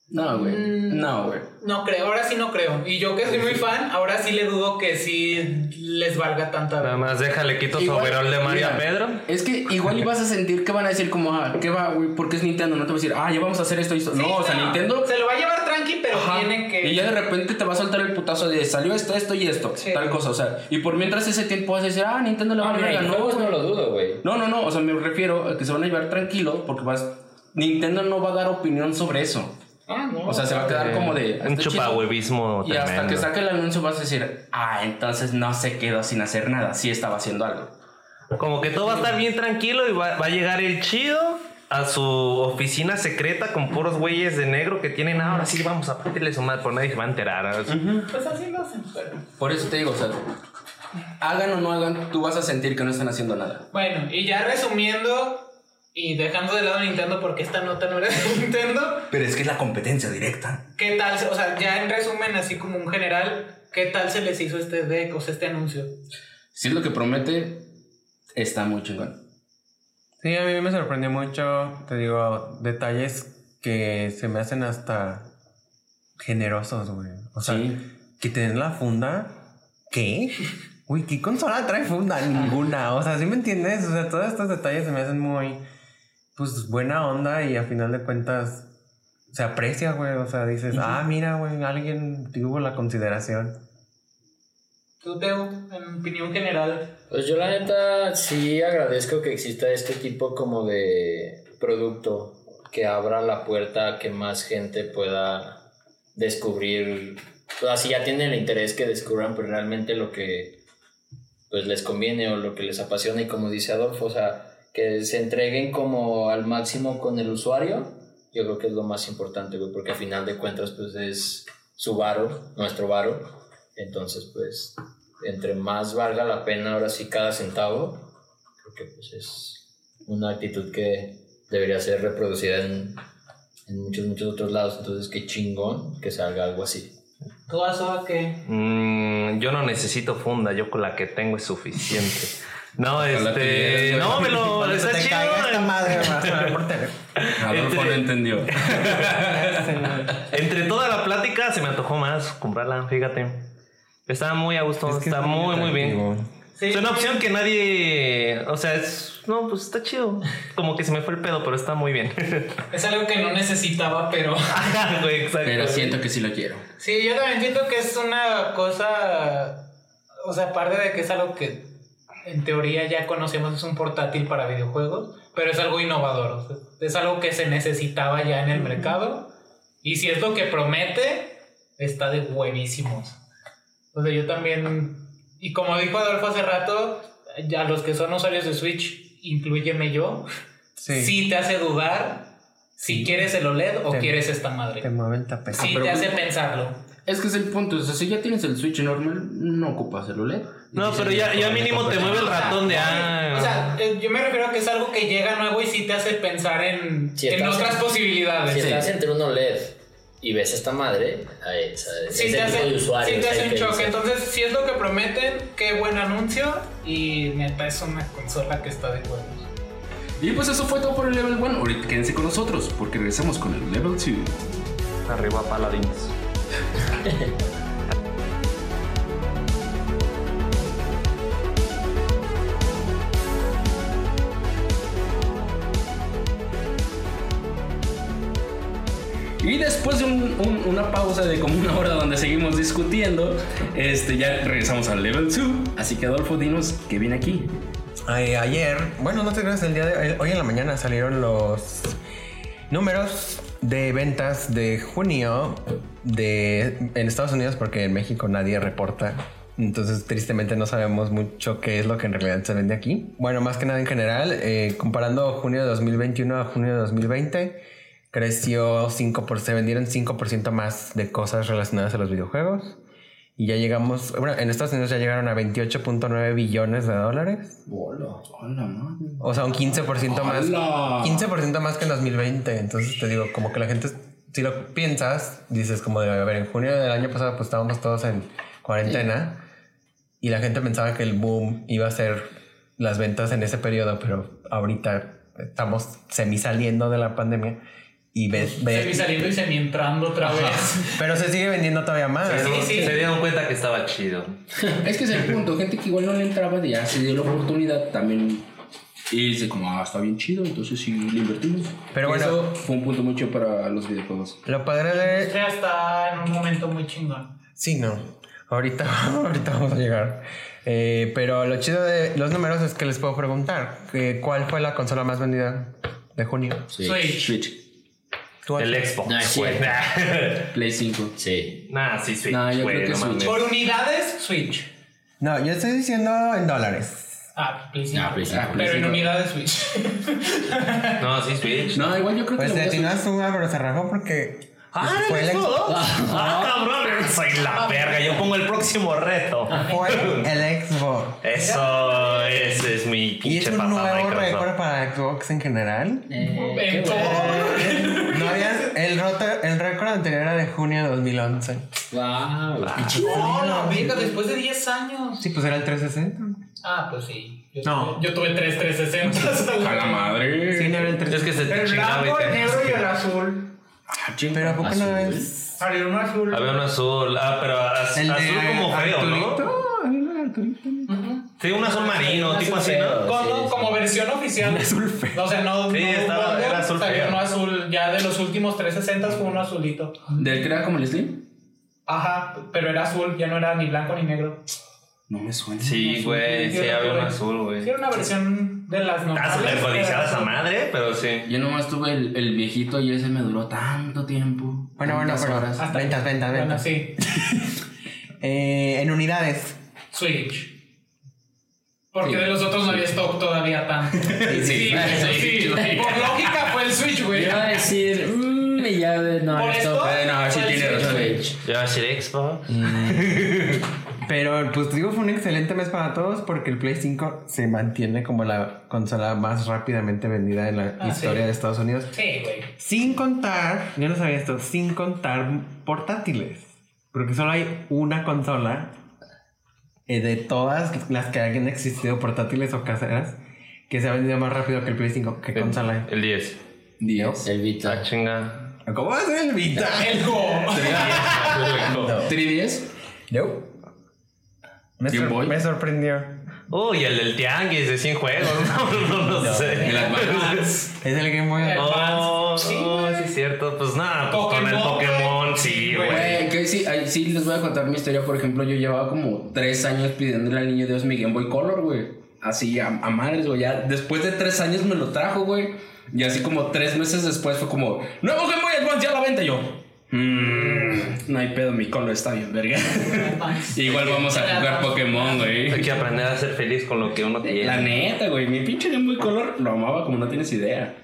A: No, güey.
E: Mm.
A: No, güey.
E: No creo, ahora sí no creo. Y yo que soy muy fan, ahora sí le dudo que sí les valga tanta.
D: Nada más déjale quito su
A: Igual-
D: overall de Mario a
A: mira,
D: Pedro.
A: Es que igual y vas a sentir que van a decir como, ah, ¿qué va, güey? Porque es Nintendo, no te va a decir, ah, ya vamos a hacer esto y esto.
E: Sí,
A: no, o sea, Nintendo...
E: Se lo va a llevar tranqui, pero
A: Ajá.
E: tiene que.
A: Y ya de repente te va a soltar el putazo de salió esto, esto y esto,
E: Sí.
A: tal cosa, o sea, y por mientras ese tiempo vas a decir, ah, Nintendo le va a
C: mira,
A: ganar,
C: y
A: no,
C: juegos no lo dudo, güey.
A: No, no, no, o sea, me refiero a que se van a llevar tranquilo porque vas... Nintendo no va a dar opinión sobre eso.
C: Ah, no.
A: O sea, se va a quedar como de...
D: Eh, Un
A: "Está chido".
D: chupahuevismo
A: Y
D: tremendo.
A: hasta que saque el anuncio vas a decir, ah, entonces no se quedó sin hacer nada, sí estaba haciendo algo.
D: Como que todo va a estar bien tranquilo y va, va a llegar el chido a su oficina secreta con puros güeyes de negro que tienen "Ah, ahora sí vamos a partirle su madre, por nadie se va a enterar. ahora sí".
E: Pues así lo hacen, pero-
A: Por eso te digo, o sea, hagan o no hagan, tú vas a sentir que no están haciendo nada.
E: Bueno, y ya resumiendo y dejando de lado Nintendo porque esta nota no era de Nintendo,
A: Pero es que es la competencia directa.
E: ¿qué tal? se- O sea, ya en resumen, así como un general, ¿qué tal se les hizo este deck, o sea, este anuncio?
A: Si es lo que promete, está muy chingón.
B: Sí, a mí me sorprendió mucho, te digo, detalles que se me hacen hasta generosos, güey. O sea,
A: Sí.
B: que te den la funda, ¿qué? Uy, ¿qué consola trae funda? Ninguna. O sea, ¿sí me entiendes? O sea, todos estos detalles se me hacen muy, pues, buena onda y a final de cuentas se aprecia, güey. O sea, dices, ah, mira, güey, alguien tuvo la consideración.
E: Tú, Teo, en opinión general.
C: Pues yo la neta sí agradezco que exista este tipo como de producto que abra la puerta a que más gente pueda descubrir, pues así ya tienen el interés que descubran pues realmente lo que pues les conviene o lo que les apasiona y como dice Adolfo, o sea, que se entreguen como al máximo con el usuario, yo creo que es lo más importante, güey, porque al final de cuentas pues es su varo, nuestro varo, entonces pues entre más valga la pena ahora sí cada centavo, creo que pues es una actitud que debería ser reproducida en, en muchos, muchos otros lados. Entonces, qué chingón que salga algo así.
E: ¿Tú, Azoa, qué?
D: Mm, yo no necesito funda, yo con la que tengo es suficiente. No, este.
A: tuvieras,
D: No, me lo.
B: Cuando se
D: Está
B: te
D: chido.
B: caiga esta
D: eh.
B: madre, vas a hablar por teléfono.
A: Adolfo
D: Entre-
A: no entendió.
D: Entre toda la plática se me antojó más comprarla, fíjate. Está muy a gusto,
B: Es que
D: está
B: es
D: muy, muy bien.
B: atractivo.
E: Sí.
D: Es una opción que nadie. O sea, es. No, pues está chido. Como que se me fue el pedo, pero está muy bien.
E: Es algo que no necesitaba, pero...
D: Ajá, güey, exacto.
A: Pero siento que sí lo quiero.
E: Sí, yo también siento que es una cosa, o sea, aparte de que es algo que en teoría ya conocemos, es un portátil para videojuegos, pero es algo innovador, o sea, es algo que se necesitaba ya en el mercado y si es lo que promete, está de huevísimos. O sea, yo también, y como dijo Adolfo hace rato, a los que son usuarios de Switch, incluyeme yo, sí,
B: Sí,
E: te hace dudar si
B: Sí. Ah,
E: quieres el OLED o
B: Te-
E: quieres esta madre.
B: te mueve el tapete.
E: sí,
A: pero-
E: te hace pensarlo.
A: Es que es el punto, o sea, si ya tienes el Switch normal, no ocupas el OLED.
D: No, pero ya, ya mínimo
E: Pues
D: te mueve el ratón de.
E: O
D: Ah,
E: sea, eh, yo me refiero a que es algo que llega nuevo y sí te hace pensar en,
C: Sí,
E: en
C: estás-
E: otras posibilidades.
C: Si
E: Sí,
C: estás entre uno LED E y ves esta madre, ahí, ¿sabes?
E: Sí
C: Ese tipo
E: te hace,
C: de usuario,
E: sí te
C: ¿sabes?
E: hace un
C: Que
E: choque.
C: dice,
E: Entonces, si es lo que prometen, qué buen anuncio. Y neta, es una consola que está de huevos.
A: Y pues eso fue todo por el Level 1. Ahorita quédense con nosotros porque regresamos con el Level 2.
D: Arriba paladines.
A: Y después de un- un- una pausa de como una hora donde seguimos discutiendo, este, ya regresamos al Level 2. Así que Adolfo, dinos qué viene aquí.
B: Ay, eh, ayer, bueno, no te creas, el día de hoy en la mañana salieron los números de ventas de junio de, en Estados Unidos, porque en México nadie reporta. Entonces, tristemente no sabemos mucho qué es lo que en realidad se vende aquí. Bueno, más que nada en general, eh, comparando junio de 2021 a junio de 2020, creció 5%, por, se vendieron 5% más de cosas relacionadas a los videojuegos. Y ya llegamos, bueno, en Estados Unidos ya llegaron a 28.9 billones de dólares.
A: Hola, hola, madre.
B: O sea, un 15% más.
A: ¡Hala!
B: 15% más que en 2020. Entonces te digo, como que la gente, si lo piensas, dices como de, a ver, en junio del año pasado pues estábamos todos en cuarentena y la gente pensaba que el boom iba a ser las ventas en ese periodo, pero ahorita estamos semi saliendo de la pandemia y ves,
E: Semi
B: ves
E: pues, saliendo y semi entrando otra vez.
B: pero se sigue vendiendo todavía más.
E: Sí, sí.
D: Se dieron cuenta que estaba chido.
A: Es que es el punto, gente que igual no le entraba y ya se dio la oportunidad también. Y dice como, ah, está bien chido, entonces sí le invertimos.
B: Pero
A: Y
B: bueno.
A: eso fue un punto mucho para los videojuegos.
B: Lo padre
E: La
B: de
E: industria está en un momento muy chingón.
B: Sí, no. Ahorita, ahorita vamos a llegar. Eh, pero lo chido de los números es que les puedo preguntar que, cuál fue la consola más vendida de junio.
A: Sí.
E: Switch.
A: Switch.
B: ¿Tú,
D: El
B: Axel?
D: Xbox.
C: No, es
D: güey.
A: Play 5.
C: Sí.
D: nah, sí, Switch.
A: Nah, yo
D: güey,
A: creo que
D: no
A: Switch.
D: mames.
E: Por unidades, Switch.
B: No, yo estoy diciendo en dólares.
E: Ah, Play cinco.
C: No, Play cinco.
A: Ah, Play
E: Pero en
A: cinco.
E: unidades,
C: Eh,
E: Switch.
D: No, sí, Switch.
A: No, igual yo creo que le
B: Pues
A: voy
B: te
A: a-
B: atinas una, pero se rajó porque. fue el, Xbox-
D: Ah, cabrón, soy la verga. Yo pongo el próximo reto.
B: fue el Xbox.
D: Eso, ese es mi
B: Y es
D: pinche
B: un
D: papá
B: nuevo
D: Microsoft.
B: récord para Xbox en general.
C: Eh, qué
E: En todo.
B: No había, el, roto- el récord anterior era de junio de 2011.
C: guau. Wow.
E: No, la verga, después de 10 años.
B: Sí, pues era el 360.
E: Ah, pues sí. Yo
B: No.
E: Tuve, yo tuve 3 360 hasta
A: A la
E: la
A: madre.
B: Sí, no era el 360.
D: Es que se te
E: El
D: chingaba
E: blanco,
D: y
E: el
D: te-
E: negro y el azul.
A: Ah, chinga.
B: Pero ¿a poco no
C: Azul.
B: es?
E: Salió un azul.
D: Había un azul. Ah, pero az-
B: El de
D: azul como feo, ¿no? Sí, un azul marino,
C: Un
D: tipo
C: azul
D: así, ¿no?
C: feo.
E: Como,
C: Sí, sí.
E: como versión oficial. Azul O sea, no.
D: Sí,
E: no
D: estaba-
E: Wonder,
D: era azul
E: Salió
D: feo.
E: uno azul. Ya de los últimos 360 fue uno azulito.
A: ¿Del que era como el Slim?
E: Ajá, pero era azul, ya no era ni blanco ni negro.
A: No me suena.
D: Sí, güey, sí, había un azul,
E: Sí,
D: güey.
E: era una versión de las
D: Está
E: notables,
D: súper codiciada
E: pero-
D: esa madre, pero sí.
A: Yo nomás tuve el, el viejito y ese me duró tanto tiempo.
B: Bueno, bueno,
A: Tantas
B: pero
A: horas.
E: Hasta-
B: ventas, ventas,
E: Bueno,
B: ventas.
E: sí.
B: Eh, en unidades.
E: Switch. Porque de los otros no había stock todavía tanto. Sí, sí, sí, Por lógica fue el Switch, güey.
C: Iba a decir, mmm, y ya eh, no,
E: Por esto.
C: esto.
A: Bueno, a ver si
E: fue el
A: tiene
E: Switch,
A: razón.
E: güey.
C: Switch.
D: Yo iba a decir Xbox.
B: Pero pues te digo, fue un excelente mes para todos porque el Play 5 se mantiene como la consola más rápidamente vendida en la
E: Ah,
B: historia
E: sí.
B: de Estados Unidos.
E: Sí, güey.
B: Sin contar, yo no sabía esto, sin contar portátiles. Porque solo hay una consola eh, de todas las que hayan existido, portátiles o caseras, que se ha vendido más rápido que el Play 5. ¿Qué consola?
D: El 10.
A: Dios.
C: El
D: La
C: Vita.
D: chinga.
B: ¿Cómo va a ser el Vita?
E: El Go.
A: ¿3DS?
B: Yo. Me,
A: Game
B: sor-
A: Boy.
B: me sorprendió.
D: Uy, el del Tianguis de 100 juegos. No, no, lo sé.
A: El Advance.
B: Es el Game Boy.
E: El-
D: Oh,
E: Sí,
D: sí,
E: güey.
D: sí, es cierto. Pues nada, pues con el
E: Pokémon,
D: Pokémon, sí,
E: Güey.
D: güey.
A: Güey, que sí, ay, sí, les voy a contar mi historia. Por ejemplo, yo llevaba como tres años pidiéndole al niño Dios mi Game Boy Color, güey. Así a, a madres, güey. Ya después de tres años me lo trajo, güey. Y así como tres meses después fue como, nuevo Game Boy Advance, ya la venta. Y Yo, "Mm, no hay pedo, mi color está bien, verga. Igual vamos a jugar Pokémon,
D: Hay
A: güey.
D: que aprender a ser feliz con lo que uno
A: La
D: tiene.
A: neta, güey. Mi pinche Game Boy Color lo amaba como no tienes idea.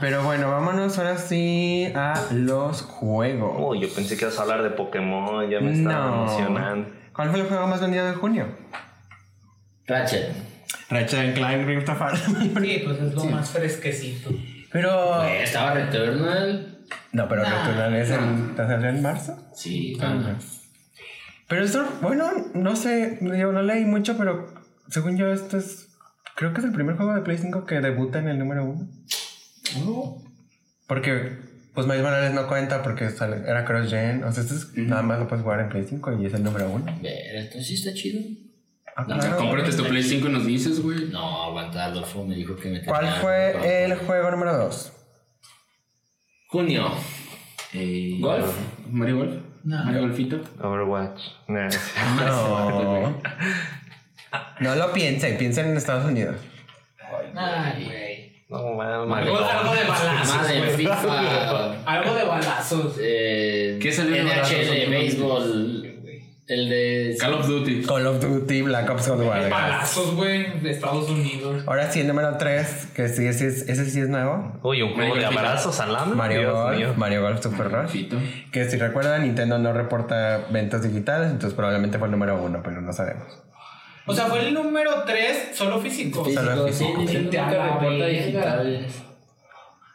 B: Pero bueno, vámonos ahora sí a los juegos.
D: Uy, Oh, yo pensé que ibas a hablar de Pokémon, ya me estaba emocionando.
B: ¿Cuál fue el juego más vendido de junio?
C: Ratchet.
B: Ratchet Clank Rift of
E: Sí, pues es lo más fresquecito.
B: Pero...
C: Güey, Eh, estaba Returnal.
B: No, pero
E: Nah.
B: Returnal es en... ¿te salió en marzo? Ah,
C: Sí, bueno.
B: Pero esto, bueno, no sé, yo no leí mucho, pero según yo esto es... Creo que es el primer juego de Play 5 que debuta en el número uno. Porque, pues Miles Morales no cuenta porque sale- era cross-gen. O sea, esto es- nada más lo puedes jugar en Play 5 y es el número uno.
C: Ver, entonces sí está chido.
B: Ah,
C: No,
B: claro.
A: Cómprate tu Play 5 y nos dices, güey.
C: No, aguanta, Adolfo me dijo que me
B: ¿Cuál
C: tenía-
B: fue el juego número 2?
C: Junio.
E: Eh,
A: Golf. Mario Golf.
E: No.
A: Mario Golfito.
D: Overwatch. Nah.
B: No. No lo piensen, piensen en Estados Unidos.
E: Ay, güey.
D: No, man,
E: Algo, algo de balazos.
C: Madden,
E: güey.
C: FIFA.
E: Algo de balazos.
C: Eh,
A: ¿Qué salió de balazos?
C: NHL, béisbol. El de.
A: Call of Duty.
B: Call of Duty, Black Ops Cold War.
E: Balazos, güey, de Estados Unidos.
B: Ahora sí, el número 3, que sí, ese, es- ese sí es nuevo.
D: Uy, un juego de abrazos al hambre.
B: Mario
D: Ah, Dios
B: Golf,
D: mío. Ah,
B: Mario Golf Super Rush.
A: Fito.
B: Que si recuerdan, Nintendo no reporta ventas digitales, entonces probablemente fue el número 1, pero no sabemos.
E: O sea, fue el número 3, solo físico.
B: sea,
C: Físico,
B: lo
C: sí,
B: físico.
C: Nintendo
E: Vete a
C: nunca
E: la
C: reporta
E: verga.
C: digital.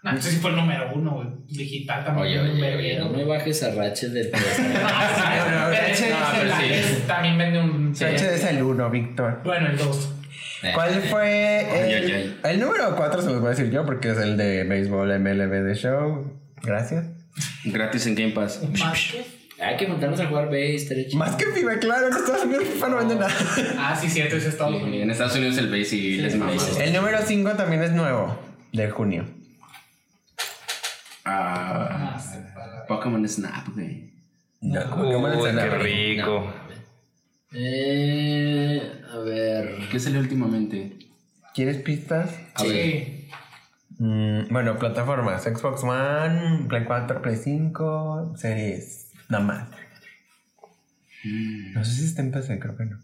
E: No, no sé si fue el número 1, güey. Digital también.
C: Oye,
E: fue el
C: oye,
E: número
C: oye,
E: uno.
C: no me bajes a raches de tres.
E: Ah, sí, pero
B: No,
E: HDS
A: pero
E: la-
A: sí.
E: es- También vende un.
B: De hecho, es el 1, Víctor.
E: Bueno, el 2.
B: ¿Cuál
A: Ay,
B: fue
A: ay,
B: el,
A: ay.
B: el número 4? Se los voy a decir yo porque es el de béisbol MLB The Show. Gracias.
A: Gratis en Game Pass.
C: Hay que montarnos a jugar base, estaría chido.
B: Más que FIBA, claro, en Estados Unidos FIFA no vende nada.
E: Ah, sí, cierto, es Estados Unidos.
A: En Estados Unidos el base y les mama.
B: El número 5 también es nuevo, de junio.
A: Ah, Pokémon Snap, güey.
B: No,
D: Uy,
B: le
D: qué
B: suena?
D: rico.
C: Eh, a ver.
A: ¿Qué salió últimamente?
B: ¿Quieres pistas?
C: A ver.
E: Sí.
B: Mm, bueno, plataformas: Xbox One, Play 4, Play 5, series. Nada más.
A: Mm,
B: No sé si está en PC, creo que no.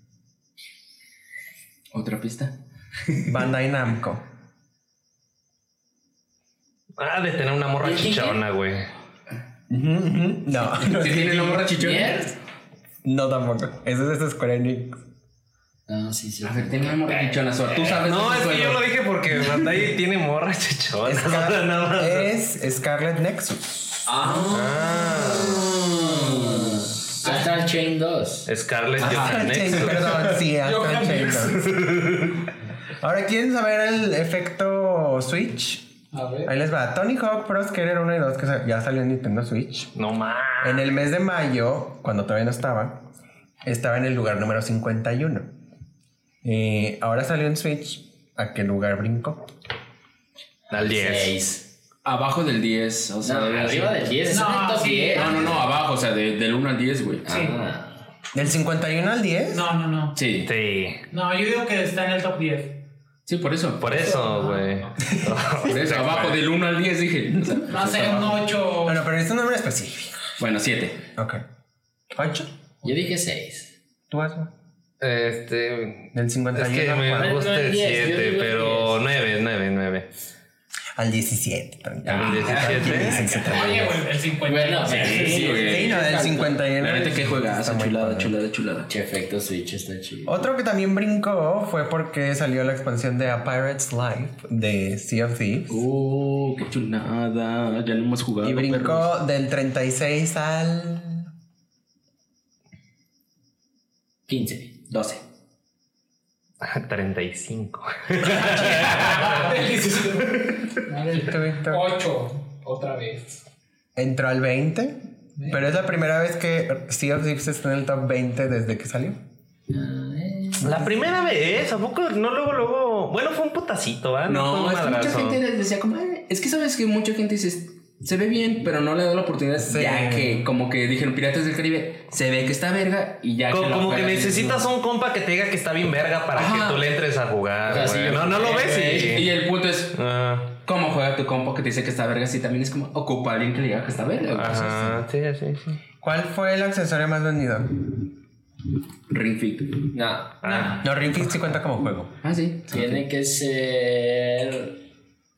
A: ¿Otra pista?
B: Bandai Namco.
D: Ah, de tener una morra chichona, güey.
B: Ujú, ujú. No, no,
A: ¿Sí tiene la morra chichona?
C: ¿Mier?
B: no tampoco. Eso es de Square Enix.
C: No, Ah, sí, sí.
A: A ver, tiene una morra chichona, Sor. Tú sabes.
D: No,
A: de
D: es
A: esos
D: que yo lo
A: juegos.
D: dije porque Bandai tiene morra chichona.
B: Scar-
D: Nada más.
B: es Scarlet Nexus.
D: Ah,
C: Hasta el Chain 2.
D: Scarlett
B: Ah,
D: Johansson.
B: Chain, Perdón, sí, hasta
E: Johan
B: Chain, no. Ahora, ¿quieren saber el efecto Switch?
E: A ver.
B: Ahí les va. Tony Hawk Pro Skater 1 y 2, que sa- ya salió en Nintendo Switch.
D: No mames.
B: En el mes de mayo, cuando todavía no estaba, estaba en el lugar número 51. Eh, ahora salió en Switch. ¿A qué lugar brincó?
D: Al 10.
C: 6.
A: Abajo del 10. O sea, de-
C: arriba del 10. es
E: No,
C: en el top
E: sí.
C: 10.
A: Ah, No, no, no, abajo, o sea, de- del 1 al 10, güey.
E: Sí.
C: Ah,
B: ¿Del 51 al 10?
E: No, no, no.
A: Sí.
D: Sí.
E: No, yo digo que está en el top 10.
A: Sí, por eso.
D: Por eso, güey.
A: Por eso, abajo del 1 al 10 dije. O sea,
E: No sé, un 8.
B: Bueno, pero es un nombre específico.
A: Bueno, 7.
B: Ok. ¿Ocho?
C: Yo dije 6.
B: ¿Tú Asma?
D: Este.
B: Del
D: Es
B: 51
D: que me
B: al-
C: No,
D: gusta
C: no, el
D: el
C: diez, yo
D: 7,
C: digo el
D: pero
C: diez.
D: 9, 9, 9.
B: al 17. tranquilo.
D: El 17.
E: Oye, güey, el 50.
C: Bueno, sí,
A: sí, güey.
B: Sí, no, del 51.
A: La neta que juega,
B: Está
A: esa
B: muy
A: chulada,
B: padre.
A: chulada, chulada.
C: Che, efecto Switch está chido.
B: Otro que también brincó fue porque salió la expansión de A Pirate's Life de Sea of Thieves.
A: Oh, qué chulada. Ya no hemos jugado.
B: y brincó
A: perros.
B: del 36 al.
C: 15.
A: 12.
D: Ah, 35.
B: Víctor, Víctor.
E: 8. Otra vez.
B: Entró al 20. Pero es la primera vez que Sea of Thieves está en el top 20 desde que salió.
D: La primera vez, ¿a poco no luego, luego? Bueno, fue un putacito, ¿ah?
A: No,
D: fue
A: es
D: un
A: que mucha
D: madrazo.
A: gente decía como, "Ay, es que sabes que mucha gente dice, se ve bien, pero no le da la oportunidad. Ya que como que dijeron Piratas del Caribe, se ve que está verga y ya.
D: Co- Como,
A: la
D: que
A: juegas y dices,
D: necesitas
A: "No".
D: un compa que te diga que está bien verga para
A: Ajá.
D: que tú le entres a jugar.
C: O sea, sí,
D: güey.
C: yo-
D: no, no lo ves, sí.
A: Y el punto es,
D: Ah,
A: ¿cómo juega tu compa que te dice que está verga? Si también es como, ocupa a alguien que le diga que está verga. güey.
D: ajá, sí, sí, sí.
B: ¿Cuál fue el accesorio más vendido?
A: Ring Fit.
C: No.
D: Ah,
B: No, Ring Fit sí cuenta como juego.
A: Ah, sí.
C: Tiene que ser.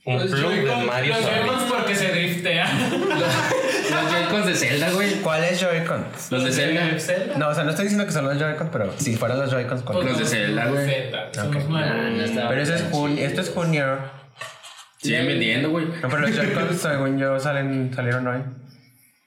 D: un
E: Los
D: plug de
E: Joy-Con-
D: Mario
E: Los
D: Sonic.
E: Joy-Cons porque se driftea.
A: Los Joy-Cons de Zelda, güey.
B: ¿Cuál es Joy-Cons?
A: Los de Zelda.
E: Zelda.
B: No, o sea, no estoy diciendo que son los Joy-Cons, pero si fueran los Joy-Cons, ¿cuál?
A: Los de Zelda, güey.
E: Zelda. Somos
C: Ah, no
E: nueve.
C: estaba
B: Pero eso es
C: tan
B: junio,
C: chido.
B: esto es junio.
A: Siguen vendiendo, güey.
B: No, pero los Joy-Cons, según yo, salen, salieron hoy.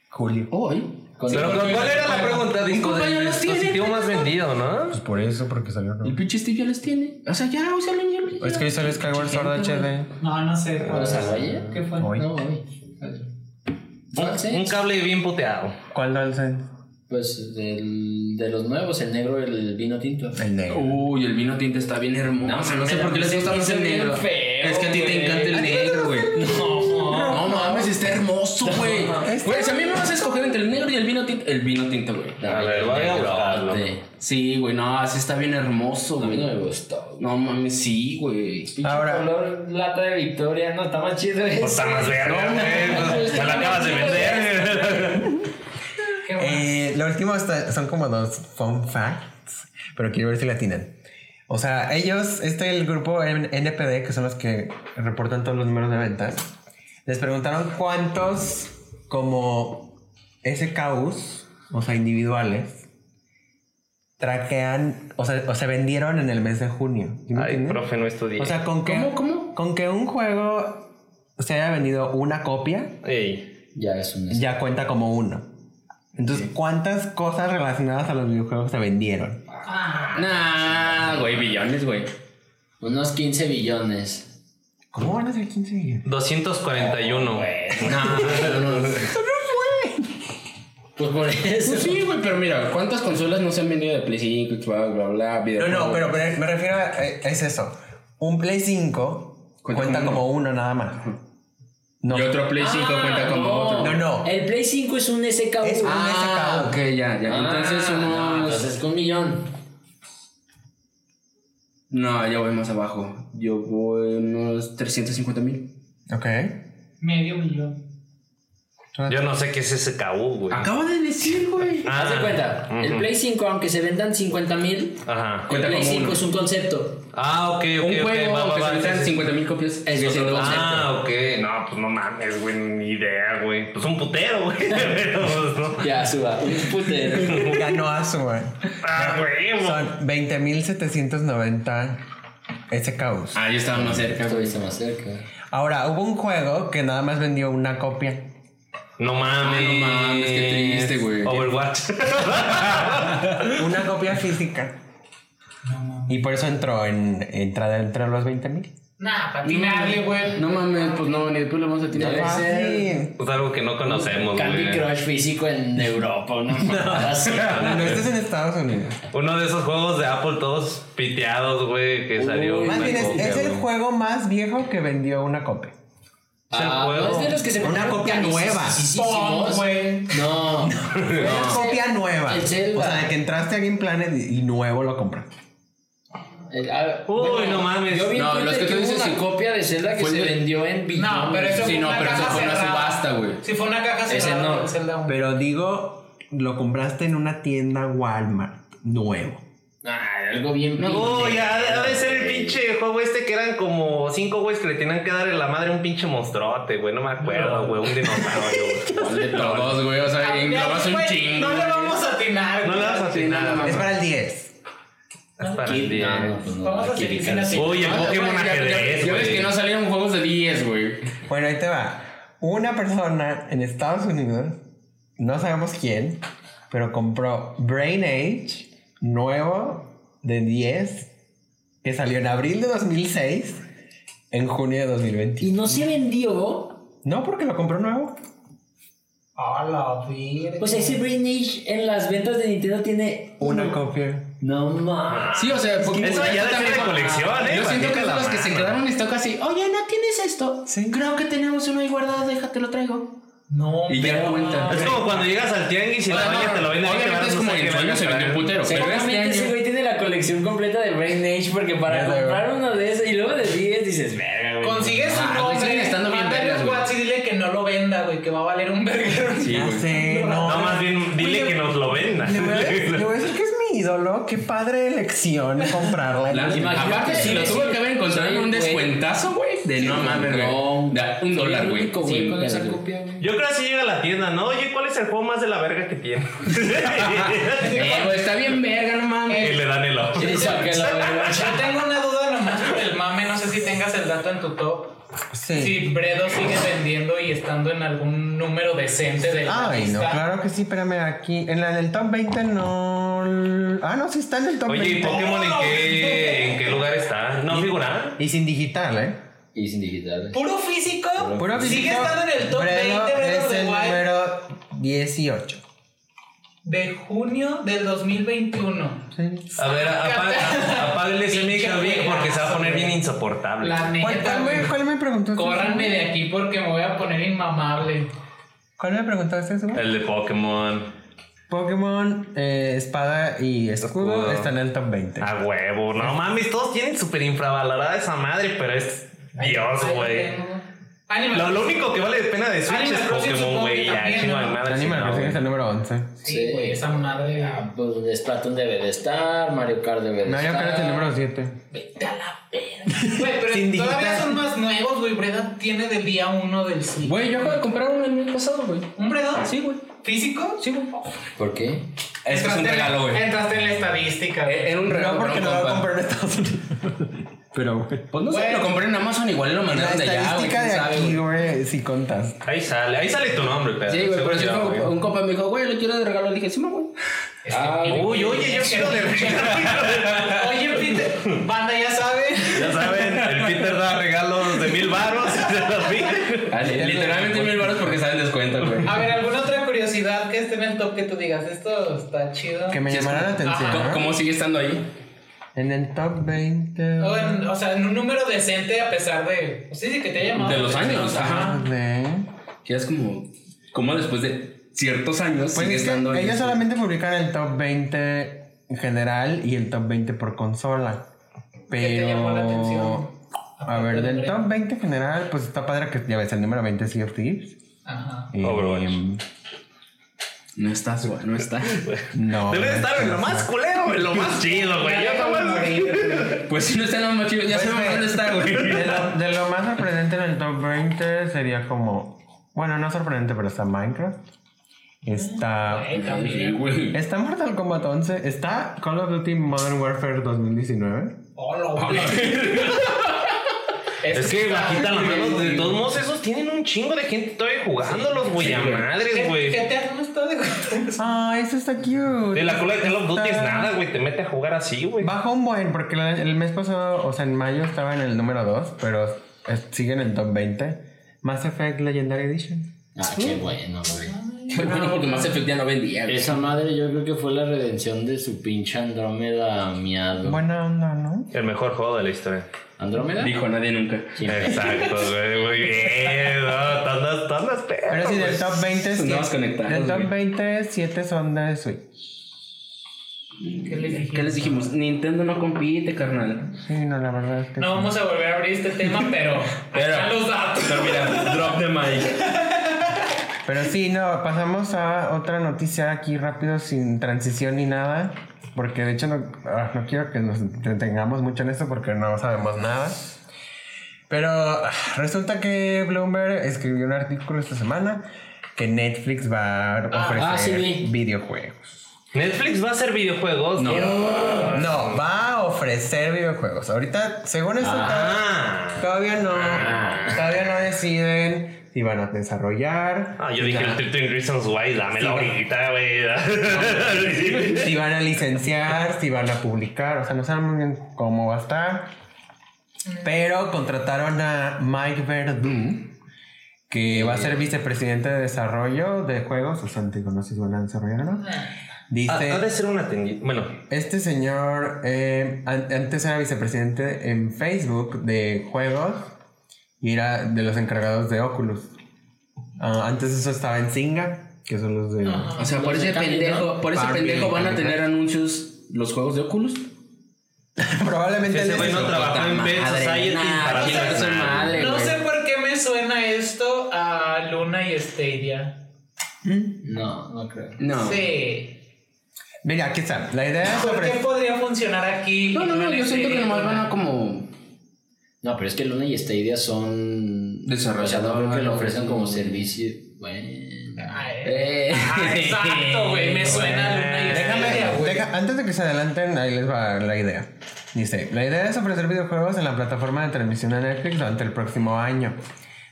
B: Julio.
A: Hoy.
C: Con-
D: Pero ¿cu- ¿cuál era la pregunta? Dijo
A: compañero
D: del
A: los tiene,
D: dispositivo más vendido, ¿no?
B: Pues por eso, porque salieron
A: El
B: hoy.
A: pinche Steve ya los tiene. O sea, ya, úsalo ya. ya.
B: Es que hoy salió Skyward Sword HD.
E: No, no sé.
C: ¿Lo
E: pues.
C: sacó ayer?
E: ¿Qué fue?
B: Hoy.
C: No, hoy.
D: Un
C: Entonces,
D: cable bien puteado.
B: ¿Cuál DualSense?
C: pues del, de los nuevos, el negro, el vino tinto.
B: El negro.
A: Uy, el vino tinta está bien hermoso. No, sé por qué les gusta más el negro. es que a ti te encanta el negro, güey. No, mames, está hermoso, güey. Güey, si a mí me vas a escoger entre el negro y el vino tinto? El vino tinto, güey.
D: A ver, voy a buscarlo.
A: Sí. Sí, güey, no, así está bien hermoso,
C: A mí no me
A: güey.
C: gusta. güey.
A: No mames, sí, güey.
B: Ahora-
C: Color lata de Victoria, no, está más chido eso.
D: Pues está más verga, güey. Pues, Me la acabas de vender.
E: ¿Qué más?
B: Eh, lo último está- son como dos fun facts, pero quiero ver si la atinan. O sea, ellos, este el grupo N- NPD, que son los que reportan todos los números de ventas, les preguntaron cuántos como SKUs, o sea, individuales, traquean, o sea, o se vendieron en el mes de junio. ¿Sí me
D: Ay,
B: entiendes?
D: profe, no estudié.
B: o sea, con que,
A: ¿Cómo, cómo?
B: con que un juego se haya vendido una copia,
D: Ey,
C: Ya es un.
B: ya cuenta como uno. Entonces, ¿cuántas cosas relacionadas a los videojuegos se vendieron?
A: Nah, güey, billones, güey.
C: Unos 15 billones.
B: ¿Cómo van a ser 15 millones?
D: 241.
A: Nah, no, no.
C: Pues por eso.
A: Pues sí, güey, pero mira, ¿cuántas consolas no se han vendido de Play 5, Xbox, bla, bla, bla?
B: No, no,
A: videojuegos?
B: pero me me refiero a... eh, Es eso. Un Play 5
A: Cuenta
B: cuenta,
A: como
B: como uno nada más. No.
A: Y otro Play 5 cuenta como
C: no.
A: otro.
B: No, no.
C: El Play 5 es un SKU.
B: Es- ah,
A: Ah,
B: SKU.
A: ok, ya, ya. Entonces
C: Ah,
A: unos...
C: no, entonces con un millón.
A: No, yo voy más abajo. Yo voy unos 350 mil.
B: Ok.
E: Medio millón.
D: Yo no sé qué es ese KU, güey.
A: Acabo de decir, güey.
D: Ah,
C: Haz de cuenta, el
D: ujú.
C: Play 5, aunque se vendan 50 mil,
D: Ajá.
C: el
A: Cuenta
C: Play
A: como
C: 5
A: uno.
C: es un concepto.
D: Ah, ok,
A: Un
D: ok. ok,
A: juego,
D: va, va,
A: aunque
D: va,
A: se
D: sí,
A: vendan
D: sí.
A: 50 mil copias, es
C: Es
A: otro
C: otro
A: concepto.
D: Ah, ok. No, pues no mames, güey. Ni idea, güey. Pues un putero, güey. Pero, pues, no.
C: Ya, suba, un putero.
B: Ganó Asuma.
D: Ah, güey.
B: Son 20.790 SKUs.
A: Ah, yo estaba más cerca, güey.
C: Estuviste más cerca.
B: Ahora, hubo un juego que nada más vendió una copia.
D: No mames.
A: Ah, no mames, qué triste, güey.
D: Overwatch.
B: Una copia física. Y por eso entró en, entra dentro de los 20 mil.
E: Nah, patinable, güey.
A: No mames, pues no, ni después lo vamos a tirar.
C: Debe
B: Fácil.
D: Es algo que no conocemos,
C: Candy
D: güey.
C: Crush físico en Europa, una mamada así.
B: No, este es en Estados Unidos.
D: Uno de esos juegos de Apple todos piteados, güey, que salió.
C: Uy,
D: una
B: Más bien, es,
D: copia,
B: es el
D: güey.
B: juego más viejo que vendió una copia.
C: Ah,
D: juego.
C: no es de los que se
B: Una
C: compraron
B: copia nueva.
E: Pong,
C: carísimos.
E: güey.
C: No.
B: Una copia nueva.
C: El Zelda.
B: O sea, de que entraste a Game Planet y y nuevo lo compras.
C: El- ah,
D: Uy, no mames.
C: Yo vi
A: No,
C: no,
A: los que
C: que,
A: tú
C: hubo
A: dices
C: una
A: sí.
C: copia de Zelda que
A: Fue
C: se
A: el de-
C: vendió en billones.
E: No, pero eso
A: Sí,
E: fue
A: no,
E: una
A: pero eso
E: caja
A: fue una
E: cerrada.
A: subasta, güey.
E: Sí, fue una caja
C: Ese
E: cerrada.
C: no.
E: el Zelda uno.
B: Pero digo, lo compraste en una tienda Walmart. Nuevo.
C: Ah, algo bien.
D: No,
C: pinche.
D: ya ha de ser el pinche juego este que eran como cinco güeyes que le tenían que dar en la madre a un pinche monstruote, güey. No me acuerdo, güey. Un dinosaurio, güey.
A: De todos, güey. O sea, englobas un
E: Güey,
A: chingo.
E: No le vamos a atinar.
D: No le
E: güey.
D: vas a hacer nada.
B: Es para el 10.
D: Es para el
C: Kid,
D: día.
C: no, pues no,
E: Vamos a
C: Kid
E: seguir
C: Icarus.
E: sin atinar.
D: Oye, Pokémon
A: Ya- ya-
D: ajedrez,
A: Ya ves que
D: güey.
A: no salieron juegos de 10, güey.
B: Bueno, ahí te va. Una persona en Estados Unidos, no sabemos quién, pero compró Brain Age nuevo de 10 que salió en abril de 2006 en junio de 2021.
C: Y no se vendió.
B: No, porque lo compró nuevo.
E: A la virgen.
C: Pues ese Brain Age en las ventas de Nintendo tiene.
B: Una copia.
C: No mames.
A: Sí, o sea, porque
D: Eso ya debe ser de colección, ¿eh?
A: Yo siento que
D: Imagínate
A: es de
D: la
A: los que se
D: mano.
A: quedaron en stock así. Oye, ¿no tienes esto?
B: Sí.
A: Creo que tenemos uno ahí guardado, déjate lo traigo.
E: No,
A: Y ya
E: pero-
A: cuenta.
D: Es como cuando llegas al tianguis y la doña te lo venden.
A: Obviamente es como el sueño se vendió un putero, pero este
C: Seguramente ese
A: año.
C: güey tiene la colección completa de Brain Age porque para
B: Ya sé,
C: comprar
B: güey.
C: uno de esos y luego de 10 dices, verga, güey.
E: Consigue su
A: Ah, güey, siguen
E: nombre.
A: estando bien
E: Mándale
A: vergas,
E: un
A: güey.
E: WhatsApp y dile que no lo venda, güey, que va a valer un verguero.
A: Sí,
B: Ya
A: güey.
B: sé, no.
D: No, más bien, dile
B: Oye,
D: que nos lo vendan.
B: Le voy, a, le voy a decir que es mi ídolo. Qué padre elección comprarla.
A: La-
C: Imagínate
A: aparte,
C: si
A: si lo
C: ese-
A: tuvo que haber encontrado en
C: Sí,
A: un
C: güey.
A: descuentazo, güey. De
C: Sí,
A: no mames,
C: no.
A: güey. Da Un
C: Soy
A: dólar,
C: el
A: güey.
C: único güey
A: Sí,
C: con esa
A: güey.
C: copia, güey.
D: Yo creo que así llega a la tienda, ¿no? Oye, ¿cuál es el juego más de la verga que tiene?
A: Eh, güey, está bien verga, no mames.
D: y le dan el ojo.
C: Y saca la verga.
E: Yo tengo una duda nomás por el mame, no sé si tengas el dato en tu top.
B: Sí.
E: Si Bredo sigue vendiendo y estando en algún número decente de la
B: Ay, no,
E: lista.
B: claro que sí, espérame aquí. En, la, en el top 20 no. Ah, no, sí está en el top
D: Oye, ¿y
B: 20.
D: Pokémon en qué, en qué lugar está? ¿No figura?
B: Y sin digital, ¿eh?
C: Y sin digital. güey.
E: Puro físico.
B: Puro
E: Sigue
B: físico,
E: estando en el top
B: Bredo
E: 20 Bredo
B: es
E: de
B: el
E: Wild
B: número 18.
E: de junio del 2021.
D: A ver, apaga- apáguenle ese micro Vic porque se va a poner bien insoportable.
E: La
B: ¿Cuál,
E: neta.
B: cuál me,
E: güey.
B: cuál me preguntó?
E: Córranme de aquí porque me voy a poner inmamable.
B: ¿Cuál me preguntaste, güey?
D: El de Pokémon.
B: Pokémon eh, Espada y escudo,
D: Escudo. Ah,
B: está en el top 20.
D: A huevo, no mames, todos tienen súper infravalorada esa madre, pero es Dios,
E: Ahí lo
D: güey.
E: tengo. Animal
D: Lo, lo
E: Crossing.
D: único que vale la pena de Switch
E: Animal
D: es Pokémon,
E: Crossing
D: güey.
E: supongo que
D: Ya,
E: también,
D: chingo de
E: ¿no?
D: madre.
B: Animal
D: sí, no,
B: Crossing es el número 11.
E: Sí, güey, esa madre.
C: Ah, Pues Splatoon debe de estar, Mario Kart debe de
G: Mario
C: estar.
G: Kart es el número 7.
C: Vete a la verga.
E: Güey, pero
D: Sin
E: todavía
D: digital.
E: son más nuevos, güey. Breda tiene del día uno del sí.
A: Güey, yo acabo de comprar uno el mes pasado, güey.
E: ¿Un Breda?
A: Sí, güey.
E: ¿Físico?
A: Sí, güey.
C: ¿Por qué?
A: Eso es
E: Entraste
A: un
E: en-
A: regalo, güey.
E: Entraste en la estadística, güey.
A: Era un regalo.
B: No, porque
A: para
B: no
A: un
B: lo va a
A: compa.
B: comprar en Estados Unidos. Pero, güey.
A: Pues no sé,
E: Güey.
A: lo compré en Amazon, igual lo
B: La
A: mandaron de allá, güey.
B: estadística
A: quién
B: de
A: sabe,
B: aquí,
A: güey.
B: güey, si contas.
D: Ahí sale, ahí sale tu nombre, pero.
A: Sí, güey, pero sí
D: seguro
A: fue
D: ya,
A: un compa me dijo, güey, lo quiero de regalo. Le dije, sí, mamá, güey.
C: Ah,
D: güey. Uy, oye, yo quiero de
E: Oye, Peter, banda ya sabe.
D: Ya saben, el Peter da regalos de mil baros y se los pide.
A: Ah, Literalmente mil baros porque salen descuento, güey.
B: Ah,
E: A ver, ¿alguna otra curiosidad que esté en el top que tú digas? Esto está chido.
B: Que me llamaran la atención.
E: Ajá.
A: ¿Cómo-
B: ¿no?
A: ¿Cómo sigue estando ahí?
B: En el top 20.
E: O, Oh, en- o sea, en un número decente a pesar de. Sí, sí, que te haya llamado.
A: De los años, ajá.
B: de-
A: Que es como, como después de ciertos años
B: Pues
A: sigue
B: es que
A: estando ahí.
B: ellos solamente publican el top 20 en general y el top 20 por consola. Pero.
E: te llamó la atención?
B: A ver, del top 20 en general, pues está padre que ya ves el número 20 es Sea of Thieves.
E: Ajá.
B: Y,
D: Overwatch.
B: mm,
A: No estás, güey, no está.
B: No.
D: Debe de estar en lo más culero, en lo más chido, güey. Yo nomás.
A: Pues si no está nada más chido, ya sabemos dónde está,
B: De
A: güey.
B: lo, de lo más sorprendente en el top 20 sería como. Bueno, no sorprendente, pero está Minecraft. Está.
E: Ahí también.
A: Sí, güey.
B: Está Mortal Kombat 11. Está Call of Duty Modern Warfare 2019.
E: Hola, güey.
D: Es que bajita la mano, de todos modos, esos tienen un chingo de gente todavía jugándolos, güey. a madres, güey.
E: ¿Qué te no está de
B: Ah, eso está cute.
D: De la cola de Call of Duty es
B: Está-
D: nada, güey. Te mete a jugar así, güey.
B: Bajó un buen, porque la- el mes pasado, o sea, en mayo estaba en el número 2, pero es- sigue en el top 20. Mass Effect Legendary Edition.
C: Ah, qué bueno, güey.
A: Bueno, porque más Effect ya no vendía, güey.
C: Esa madre yo creo que fue la redención de su pinche Andrómeda miado.
B: Buena onda, ¿no?
D: El mejor juego de la historia.
C: ¿Andrómeda?
A: Dijo nadie nunca.
C: Sí.
D: Exacto, güey. Muy bien. No, tantas, tantas
B: Pero
D: perros.
B: sí, del top 20,
A: Andamos
B: siete-
A: conectados,
B: del top
A: güey.
B: 20, 7 son de Switch.
E: ¿Qué les dije?
A: ¿Qué les dijimos? Nintendo no compite, carnal.
B: Sí, no, la verdad es que.
E: No vamos a volver a abrir este tema, pero.
A: Pero-
E: Pero. los datos.
A: Pero mira, drop the mic.
B: Pero sí, no, pasamos a otra noticia aquí rápido, sin transición ni nada. Porque de hecho no, ah, no quiero que nos entretengamos mucho en esto porque no sabemos nada. Pero ah, resulta que Bloomberg escribió un artículo esta semana que Netflix va a ofrecer
C: ah, sí vi.
B: videojuegos.
D: Netflix va a hacer videojuegos. No.
B: No, va a ofrecer videojuegos. Ahorita, según esto,
D: Ah.
B: todavía no. Todavía no deciden si van a desarrollar.
D: Ah, yo dije el 13 Reasons Why, dámelo ahorita, güey.
B: si van a licenciar, si van a publicar, o sea, no saben muy bien cómo va a estar. Pero contrataron a Mike Verdu,
D: Mm.
B: que
D: Eh.
B: va a ser vicepresidente de desarrollo de juegos, o sea, digo, no sé si van a desarrollar o no.
D: Ha, ha de
B: Dice,
D: ser una tendita. Bueno,
B: este señor eh, an- antes era vicepresidente en Facebook de juegos y era de los encargados de Oculus. Ah, antes eso estaba en Zynga, que son los de...
A: O sea, por ese pendejo, por ese
B: Barbie,
A: pendejo van a
B: Barbie.
A: tener anuncios los juegos de Oculus.
B: Probablemente
D: ese
B: él
D: güey
B: es-
D: no trabajó en Bed
A: Madre,
D: Society
A: nah,
D: para
A: chinga
D: chingar
A: su
D: nada.
A: madre.
E: No
A: güey.
E: sé por qué me suena esto a Luna y Stadia.
C: No, no creo.
A: No.
E: Sí.
B: Mira, aquí está. La idea es
E: ¿Por qué
B: ofrecer.
E: podría funcionar aquí?
A: No, no, no,
E: en
A: yo siento que
E: Stadia?
A: nomás van a como.
C: No, pero es que Luna y esta idea son.
A: Desarrolladores.
C: O sea, no creo que lo ofrecen como servicio. Bueno.
E: Ay,
A: Eh.
E: ah, exacto, güey. Me suena a Luna y
B: Déjame,
E: Stadia, güey.
B: deja- antes de que se adelanten, ahí les va la idea. Dice, la idea es ofrecer videojuegos en la plataforma de transmisión de Netflix durante el próximo año.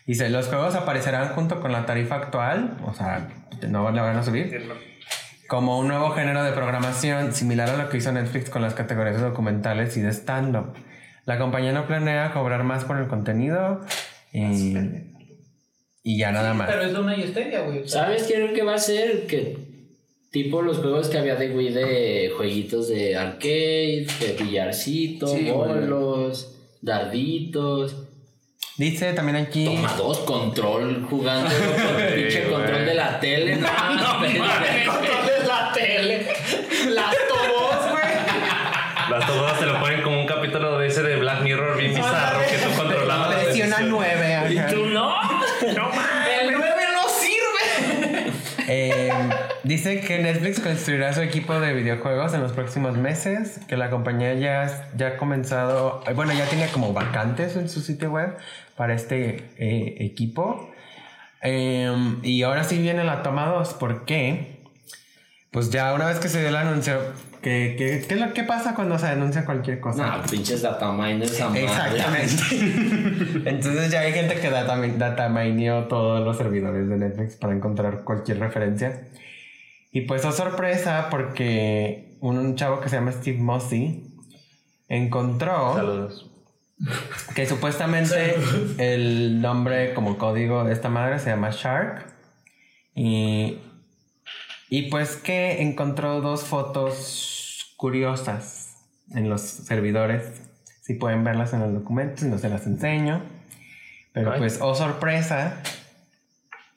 B: Dice, los juegos aparecerán junto con la tarifa actual, o sea, no la van a subir, como un nuevo género de programación similar a lo que hizo Netflix con las categorías de documentales y de stand-up. La compañía no planea cobrar más por el contenido y, y ya nada más.
E: Pero es Luna y Stadia, güey.
C: ¿Sabes qué creo que va a ser? Que tipo los juegos que había de Wii de jueguitos de arcade, de billarcito,
A: Sí,
C: bolos, darditos.
B: Dice también aquí...
C: Toma dos control jugando con el pinche
D: güey.
C: control de la tele. No, mames.
E: Control de la la tele. Las tobos, güey.
D: Las tomadas te lo ponen como un capítulo de ese de Black Mirror bien bizarro que tú controlabas. las
B: Presiona
D: decisiones.
B: 9. ajá.
H: ¿Tú no? No mames.
E: El 9 no sirve.
B: Eh, dice que Netflix construirá su equipo de videojuegos en los próximos meses, que la compañía ya, ya ha comenzado, eh, bueno, ya tenía como vacantes en su sitio web para este eh, equipo. Eh, y ahora sí viene la toma 2, ¿por qué? Pues ya una vez que se dio el anuncio, ¿qué, qué, qué es lo que pasa cuando se anuncia cualquier cosa?
H: No, pinches dataminers esa madre.
B: Exactamente. Entonces ya hay gente que data, datamineó todos los servidores de Netflix para encontrar cualquier referencia. Y pues oh sorpresa porque un, un chavo que se llama Steve Mossy encontró
D: Saludos.
B: que supuestamente el nombre como código de esta madre se llama Shark. Y, y pues que encontró dos fotos curiosas en los servidores. Si pueden verlas en los documentos, no se las enseño. Pero
D: Ay.
B: pues, oh sorpresa,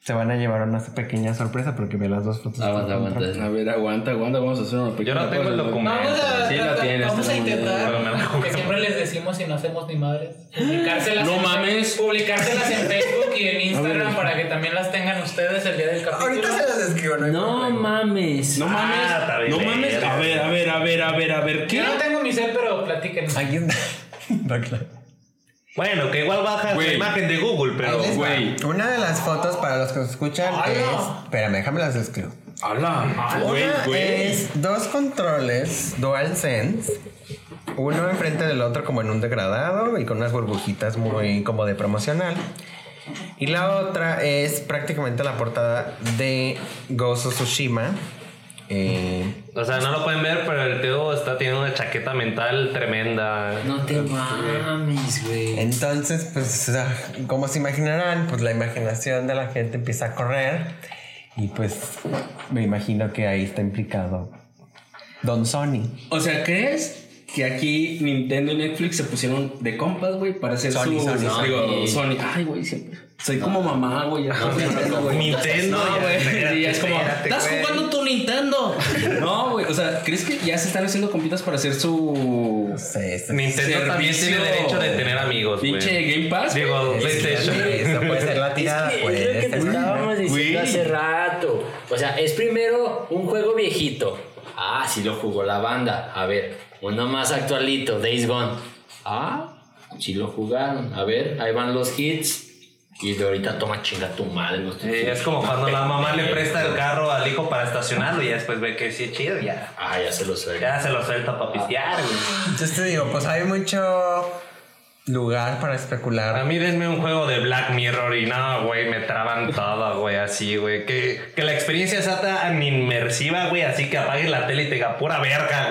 B: se van a llevar una pequeña sorpresa porque ve las dos fotos. que
H: Aguanta,
B: encontró.
H: aguanta.
A: A ver, aguanta, aguanta, vamos a hacer una
D: Yo
A: pequeña
D: no tengo
A: pausa,
D: el
A: ¿no?
D: documento.
E: Vamos a,
A: Sí la tienes,
E: vamos a
A: está muy bien,
D: pero me la
E: intentar.
D: jugué.
E: Que siempre les decimos y no hacemos ni madres. Publicárselas
A: No
E: en-
A: mames.
E: Publicárselas en Facebook y en Instagram para que también las tengan ustedes el día del capítulo.
B: las escribo, hay
H: No
B: problema.
H: mames.
A: No mames,
D: Ah, está bien,
A: no mames.
D: verga.
A: A ver, a ver, a ver, a ver, a ver, ¿qué?
E: Yo no tengo mi set, pero platíquenme.
B: Aquí está. Va, claro.
D: Bueno, que igual baja la
A: Güey.
D: imagen de Google, pero.
B: Ahí les va.
A: güey.
B: Una de las fotos para los que nos escuchan
E: Ay,
B: es.
E: no.
B: Espérame, déjame las escribo.
A: Ala, eh, güey,
B: Una
A: güey.
B: es dos controles DualSense, uno enfrente del otro como en un degradado y con unas burbujitas muy como de promocional. Y la otra es prácticamente la portada de Gozo Tsushima. Eh,
D: O sea, no lo pueden ver, pero el Teo está teniendo una chaqueta mental tremenda.
H: No te mames, güey.
B: Entonces, pues, o sea, como se imaginarán, pues la imaginación de la gente empieza a correr. Y pues, me imagino que ahí está implicado Don Sony.
A: O sea, ¿crees que aquí Nintendo y Netflix se pusieron de compas, güey, para hacer
B: Sony,
A: su...
B: Sony,
A: no,
B: Sony.
A: digo, Sony. Ay, güey, siempre. Soy como mamá, güey. ya.
D: Nintendo,
A: No,
D: ya,
A: güey.
D: espérate,
A: y ya es como,
D: espérate,
A: estás
D: güey".
A: jugando tu Nintendo. No, güey. O sea, ¿crees que ya se están haciendo compitas para hacer su.
B: No sé, eso-
D: Nintendo también
A: servicio-
D: tiene derecho de tener amigos, güey.
A: Pinche Game Pass. güey?
D: Digo, PlayStation.
B: Eso puede ser la tirada,
H: Es que
B: pues.
H: es lo que te
B: este-
H: estábamos diciendo
D: Güey.
H: hace rato. O sea, es primero un juego viejito. Ah, sí lo jugó la banda. A ver, uno más actualito, Days Gone. Ah, sí lo jugaron. A ver, ahí van los hits. Y de ahorita toma chinga tu madre. los-
D: Sí, es como cuando la mamá le presta el carro al hijo para estacionarlo y ya después ve que sí es chido, ya.
H: Ah, ya se lo suelta.
D: Ya se lo suelta para pistear, güey.
B: Entonces te digo, pues hay mucho lugar para especular.
D: A mí denme un juego de Black Mirror y no, güey, me traban todo, güey, así, güey. Que, que la experiencia sea tan inmersiva, güey, así que apagues la tele y te diga pura verga,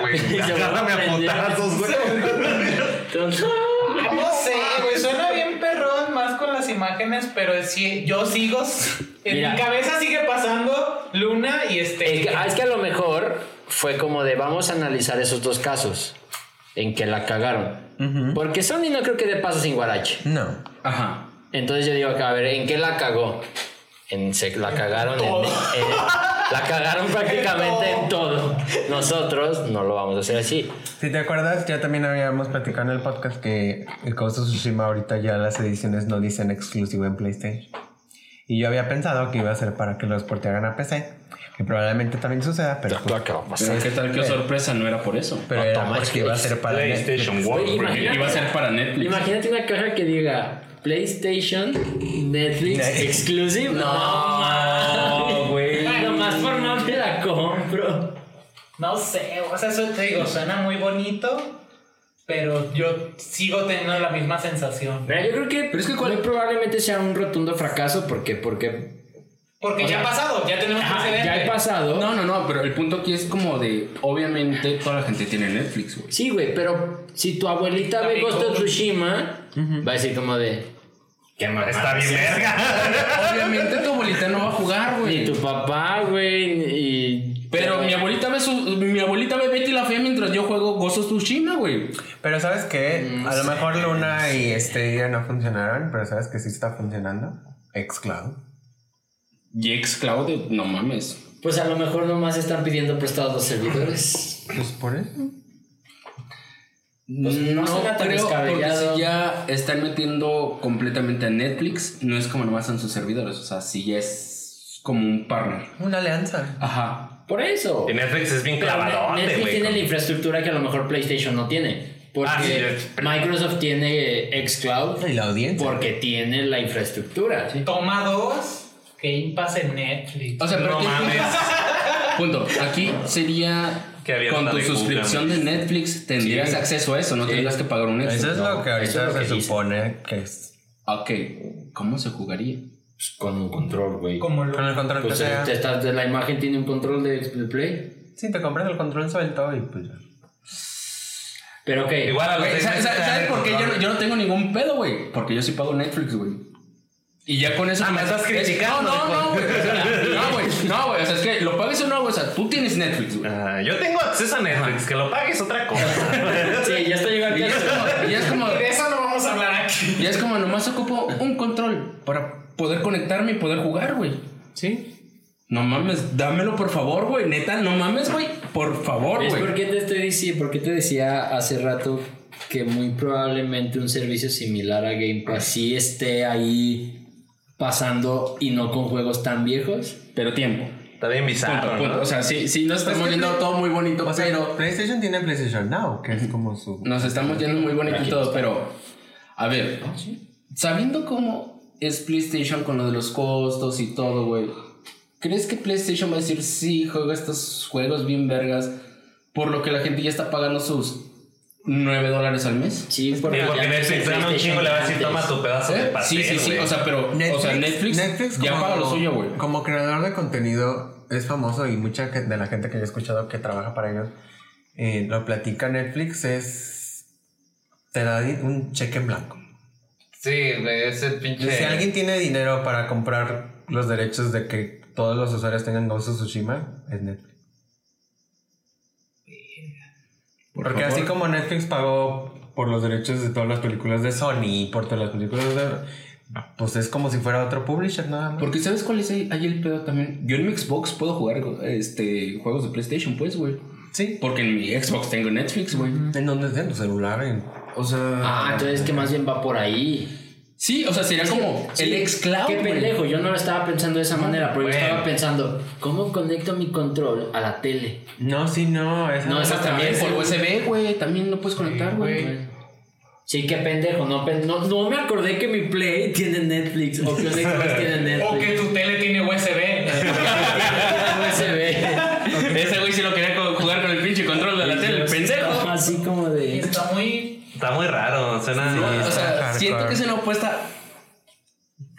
D: güey.
H: Y se va a
D: Agárrame a
H: prender.
D: putazos, güey.
H: Entonces,
E: Ah, No sé, güey, suena bien perrón más con las imágenes, pero sí, yo sigo. En
H: Mira.
E: mi cabeza sigue pasando Luna y este.
H: es que, ah, es que a lo mejor fue como de vamos a analizar esos dos casos en que la cagaron. Porque Sony no creo que dé paso sin Guarache.
B: No.
A: Ajá.
H: Entonces yo digo acá, a ver, ¿en qué la cagó? En, se, la cagaron en, en- La cagaron prácticamente en todo. Nosotros no lo vamos a hacer así.
B: Si te acuerdas, ya también habíamos platicado en el podcast que el Ghost of Tsushima ahorita ya las ediciones no dicen exclusivo en PlayStation. Y yo había pensado que iba a ser para que los portearan a PC, que probablemente también suceda, pero, pues-
A: Pero qué tal, qué sorpresa, no era por eso.
B: pero
H: No
B: era
H: tomas,
B: porque iba a
H: güey.
B: ser para Netflix.
H: Güey,
A: Porque iba a ser para Netflix.
H: Imagínate una caja que diga PlayStation, Netflix,
B: Netflix.
H: Exclusive. No, güey. Nomás por no me la compro.
E: No sé, o sea, eso te digo, suena muy bonito, pero yo sigo teniendo la misma sensación.
H: Mira, yo creo que,
A: Pero es que cuál-
H: muy probablemente sea un rotundo fracaso porque, porque
E: Porque ya
H: O sea,
E: ha pasado, ya tenemos
H: ajá,
E: precedente.
H: ya he pasado.
A: No, no, no, pero el punto aquí es como de. Obviamente, toda la gente tiene Netflix, güey.
H: Sí, güey, pero si tu abuelita ve
E: También
H: Ghost of
E: como-
H: Tsushima, va a decir como de... ¿Qué mamada
D: Está bien verga.
A: Obviamente, tu abuelita no va a jugar,
H: Ni tu papá, güey, y...
A: Pero mi abuelita ve su, mi abuelita ve Betty la Fea mientras yo juego Gozo Tsushima, güey.
B: Pero sabes qué,
H: Mm,
B: a lo mejor Luna y este ya no funcionaron, pero sabes que sí está funcionando. Xcloud.
A: Y ex Claudio, no mames.
H: Pues a lo mejor nomás están pidiendo prestados los servidores.
I: Pues por eso.
H: Pues no suena tan descabellado.
A: porque si ya están metiendo completamente a Netflix, no es como nomás en sus servidores, o sea, si ya es como un partner.
B: Una alianza.
A: Ajá.
H: Por eso.
D: Y Netflix es bien
H: Pero
D: clavadote,
H: Netflix
D: güey.
H: tiene la
D: con-
H: infraestructura que a lo mejor PlayStation no tiene. Porque
D: Ah, sí, yo-
H: Microsoft tiene eh,
B: Y
H: Xcloud
B: la audiencia.
H: porque tiene la infraestructura.
E: Toma dos. Game Pass en Netflix.
A: O sea, pero
D: No
A: aquí-
D: mames.
A: punto. Aquí sería
D: Que había
A: con
D: una
A: tu
D: de Google,
A: suscripción de Netflix tendrías
D: Sí.
A: acceso a eso, no tendrías que pagar un
B: Eso
A: extra.
B: es lo que
H: eso es
B: ahorita
H: lo que
B: se
H: dicen.
B: supone que es.
A: Ok, ¿cómo se jugaría?
H: Con un control, güey.
E: Como lo.
B: Con el control que
H: Pues
B: sea.
H: eh, esta- la imagen tiene un control de, de play.
B: Sí, te compras el control suelto y pues ya.
H: Pero ok.
D: Igual a los
A: Güey,
D: seis
A: ¿Sabes,
D: meses
A: sabes-
D: te dan
A: sabes
D: el
A: por qué yo, no-
D: control.
A: yo no tengo ningún pedo, güey? Porque yo sí pago Netflix, güey. Y ya con eso...
D: Ah, me estás
A: es-
D: criticando,
A: No, no,
D: hijo.
A: no, güey. O sea, No, güey. No, güey. O sea, es que lo pagues o no, güey. O sea, tú tienes Netflix, güey.
D: Ah, yo tengo acceso a Netflix, que lo pagues otra cosa.
H: Sí, ya está llegando.
A: Y ya es como... y ya es como-
E: De eso no vamos a hablar aquí.
A: y es como nomás ocupo un control para poder conectarme y poder jugar, güey.
I: Sí.
A: No mames, dámelo por favor, güey. Neta, no mames, güey. Por favor,
H: Es
A: güey.
H: porque te estoy diciendo, porque te decía hace rato que muy probablemente un servicio similar a Game Pass sí esté ahí pasando y no con juegos tan viejos.
A: Pero tiempo.
D: Está bien
A: Punto,
D: bizarro,
A: punto.
D: ¿no?
A: O sea, sí, sí, nos estamos
B: que
A: yendo
B: Play-
A: todo muy bonito,
B: O sea,
A: pero...
B: PlayStation tiene PlayStation Now, que es como su.
A: Nos estamos yendo muy bonito y todo, pero a ver, sabiendo cómo es PlayStation con lo de los costos y todo, güey, ¿crees que PlayStation va a decir sí, juega estos juegos bien vergas? Por lo que la gente ya está pagando sus 9 dólares al mes.
H: Sí,
D: Sí, porque
H: ya
D: Netflix
H: no
D: gana un chingo, le va a decir,
H: antes.
D: toma tu pedazo de
A: ¿Eh?
D: pastel,
A: Sí, sí, sí,
D: güey.
A: o sea, pero o sea, Netflix, ya
B: como-
A: paga lo suyo, güey.
B: Como creador de contenido es famoso y mucha que- de la gente que yo he escuchado que trabaja para ellos eh, lo platica Netflix es te da di- un cheque en blanco.
D: Sí, güey, ese pinche...
B: Si alguien tiene dinero para comprar los derechos de que todos los usuarios tengan Ghost of Tsushima es Netflix. Porque
A: favor.
B: así como Netflix pagó por los derechos de todas las películas de Sony, por todas las películas de... Pues es como si fuera otro publisher nada más.
A: Porque ¿sabes cuál es ahí, ahí el pedo también? Yo en mi Xbox puedo jugar este, juegos de PlayStation, pues, güey.
B: Sí.
A: Porque en mi Xbox tengo Netflix, güey.
B: En donde esté en tu celular. En...
A: O sea...
H: Ah, entonces que más bien va por ahí.
A: Sí, o sea, sería como
H: Sí,
A: el ex cloud.
H: Qué
A: güey.
H: pendejo, yo no lo estaba pensando de esa manera, pero yo
D: Ah, Bueno.
H: estaba pensando, ¿cómo conecto mi control a la tele?
B: No, sí, no. esa
H: No, esa
B: es
H: también.
A: También por USB, güey. También lo puedes conectar, güey.
H: Sí, qué pendejo. No, pen- no, no me acordé que mi Play tiene Netflix. O que un Xbox tiene Netflix.
E: O que tu tele tiene USB.
H: USB.
A: Ese güey sí lo quería co- jugar con el pinche control de la tele, el pendejo.
H: Así como de.
E: Está muy.
D: Está muy raro, suena...
A: O sea,
B: hardcore.
A: siento que es una apuesta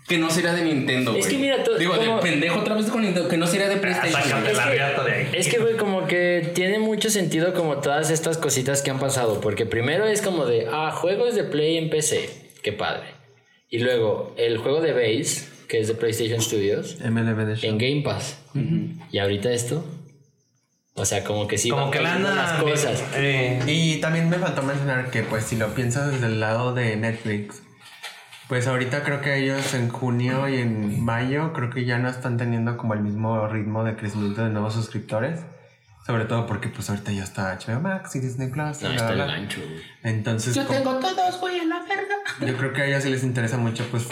A: que no será de Nintendo, güey.
H: Es que mira, tú-
A: Digo,
H: como-
A: de pendejo otra vez con Nintendo, que no será de PlayStation.
D: Ah, Sácame
A: güey.
D: la riata de ahí.
H: Es que, güey, como que tiene mucho sentido como todas estas cositas que han pasado. Porque primero es como de, ah, juegos de Play en PC. Qué padre. Y luego el juego de Base, que es de PlayStation Studios,
B: MLB de
H: en Game Pass. Y ahorita esto. O sea, como que sí.
D: Como
H: van
D: que la
H: cambiando
D: andan...
H: las cosas.
D: Eh,
B: Y también me faltó mencionar que, pues, si lo piensas desde el lado de Netflix, pues ahorita creo que ellos en junio y en mayo creo que ya no están teniendo como el mismo ritmo de crecimiento de nuevos suscriptores. Sobre todo porque, pues, ahorita ya está HBO Max y Disney Plus.
H: No,
B: bla,
H: está el
B: bla, bla.
H: gancho, güey.
B: Entonces,
A: Yo
B: como-
A: tengo todos, güey, en la verga.
B: yo creo que a ellos sí les interesa mucho, pues,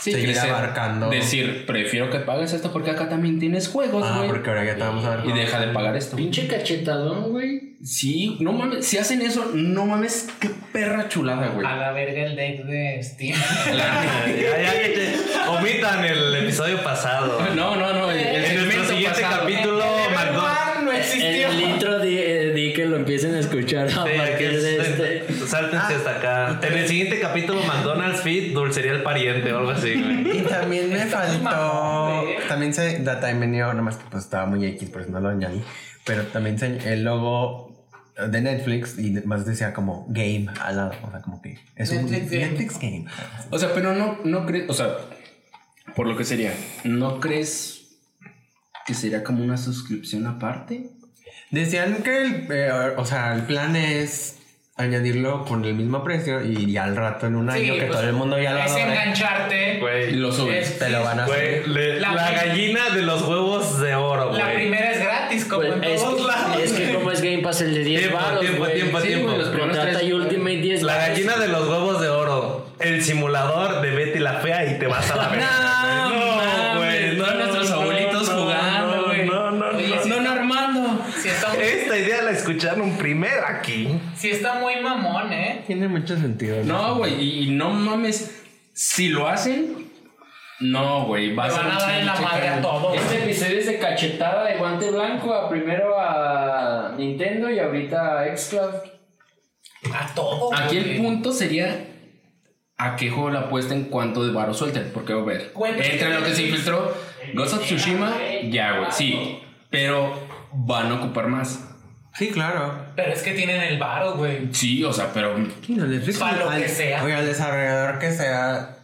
A: Sí,
B: seguir
A: crecer.
B: abarcando.
A: Decir, prefiero que pagues esto porque acá también tienes juegos,
B: Ah,
A: güey.
B: porque ahora ya te vamos a ver.
A: Y deja de pagar esto.
H: Pinche cachetadón, güey.
A: Sí, no mames, si hacen eso, no mames, qué perra chulada, güey.
E: A la verga el deck de Steam.
D: ya, ya, ya. Omitan el episodio pasado.
A: No, no, no, el, el
D: En nuestro
A: segmento
D: siguiente
A: pasado.
D: capítulo, McDonald's.
E: Ah, no existió.
H: El intro di, eh, di que lo empiecen a escuchar a
D: Sí, aquí
H: partir
D: es-
H: de este.
D: Sáltense hasta acá. En el siguiente capítulo, McDonald's Fit, dulcería el pariente o algo así, güey.
B: Y también me faltó.
E: mamón, ¿eh? güey.
B: También se. Da Time venía, nomás que pues estaba muy X, por eso no lo añadí. Pero también se- el logo de Netflix y más decía como game al lado. O sea, como que es un
E: Netflix Game.
B: Netflix game.
A: O sea, pero no, no crees, o sea, por lo que sería, ¿no crees que sería como una suscripción aparte?
B: Decían que el. eh, o sea, el plan es añadirlo con el mismo precio y ya al rato en un año que
E: pues,
B: todo el mundo ya lo
E: Es
B: adore.
E: engancharte.
D: Güey, güey.
B: Lo subes,
E: Es-
B: te lo van a subir.
D: Güey, le- la,
E: La prim-
D: gallina de los huevos de oro,
E: La
D: güey.
E: primera es gratis, como
C: Pues,
E: en
C: es,
E: todos lados.
C: que, es que
E: güey.
C: como es Game Pass el de 10
D: Tiempo,
C: baros,
D: tiempo, tiempo,
A: Sí,
D: tiempo.
A: güey, los primeros
C: Contrata
A: tres-
C: y Ultimate 10
D: La
C: varos.
D: gallina de los huevos de oro. El simulador de Betty la Fea y te vas a la verga.
A: mames,
D: güey.
A: todos nuestros abuelitos jugando, güey.
D: No, no, no.
E: Oye, sí
A: No, no, Armando.
E: Sí está,
D: Esta idea la escucharon primero aquí.
E: sí está muy mamón, ¿eh?
G: Tiene mucho sentido.
A: No, güey, y- y no mames. Si lo hacen, no, güey. Va
E: Te van a
A: un
E: dar en la
A: pinche
E: madre a
A: cagadero.
E: todos.
C: Este episodio es de cachetada de guante blanco a primero a Nintendo y ahorita a Xcloud.
E: A todos.
A: Aquí el
E: güey.
A: punto sería a qué juego la apuesta en cuanto de varo suelten, porque a ver,
E: Bueno,
A: entre lo que se filtró, Ghost of Tsushima, ya, güey, sí, pero van a ocupar más.
B: Sí, claro.
E: Pero es que tienen el varo, güey.
A: Sí, o sea, pero
B: Sí, no, Netflix,
E: Pa' lo
B: al-
E: que sea.
B: Oye, al desarrollador que sea,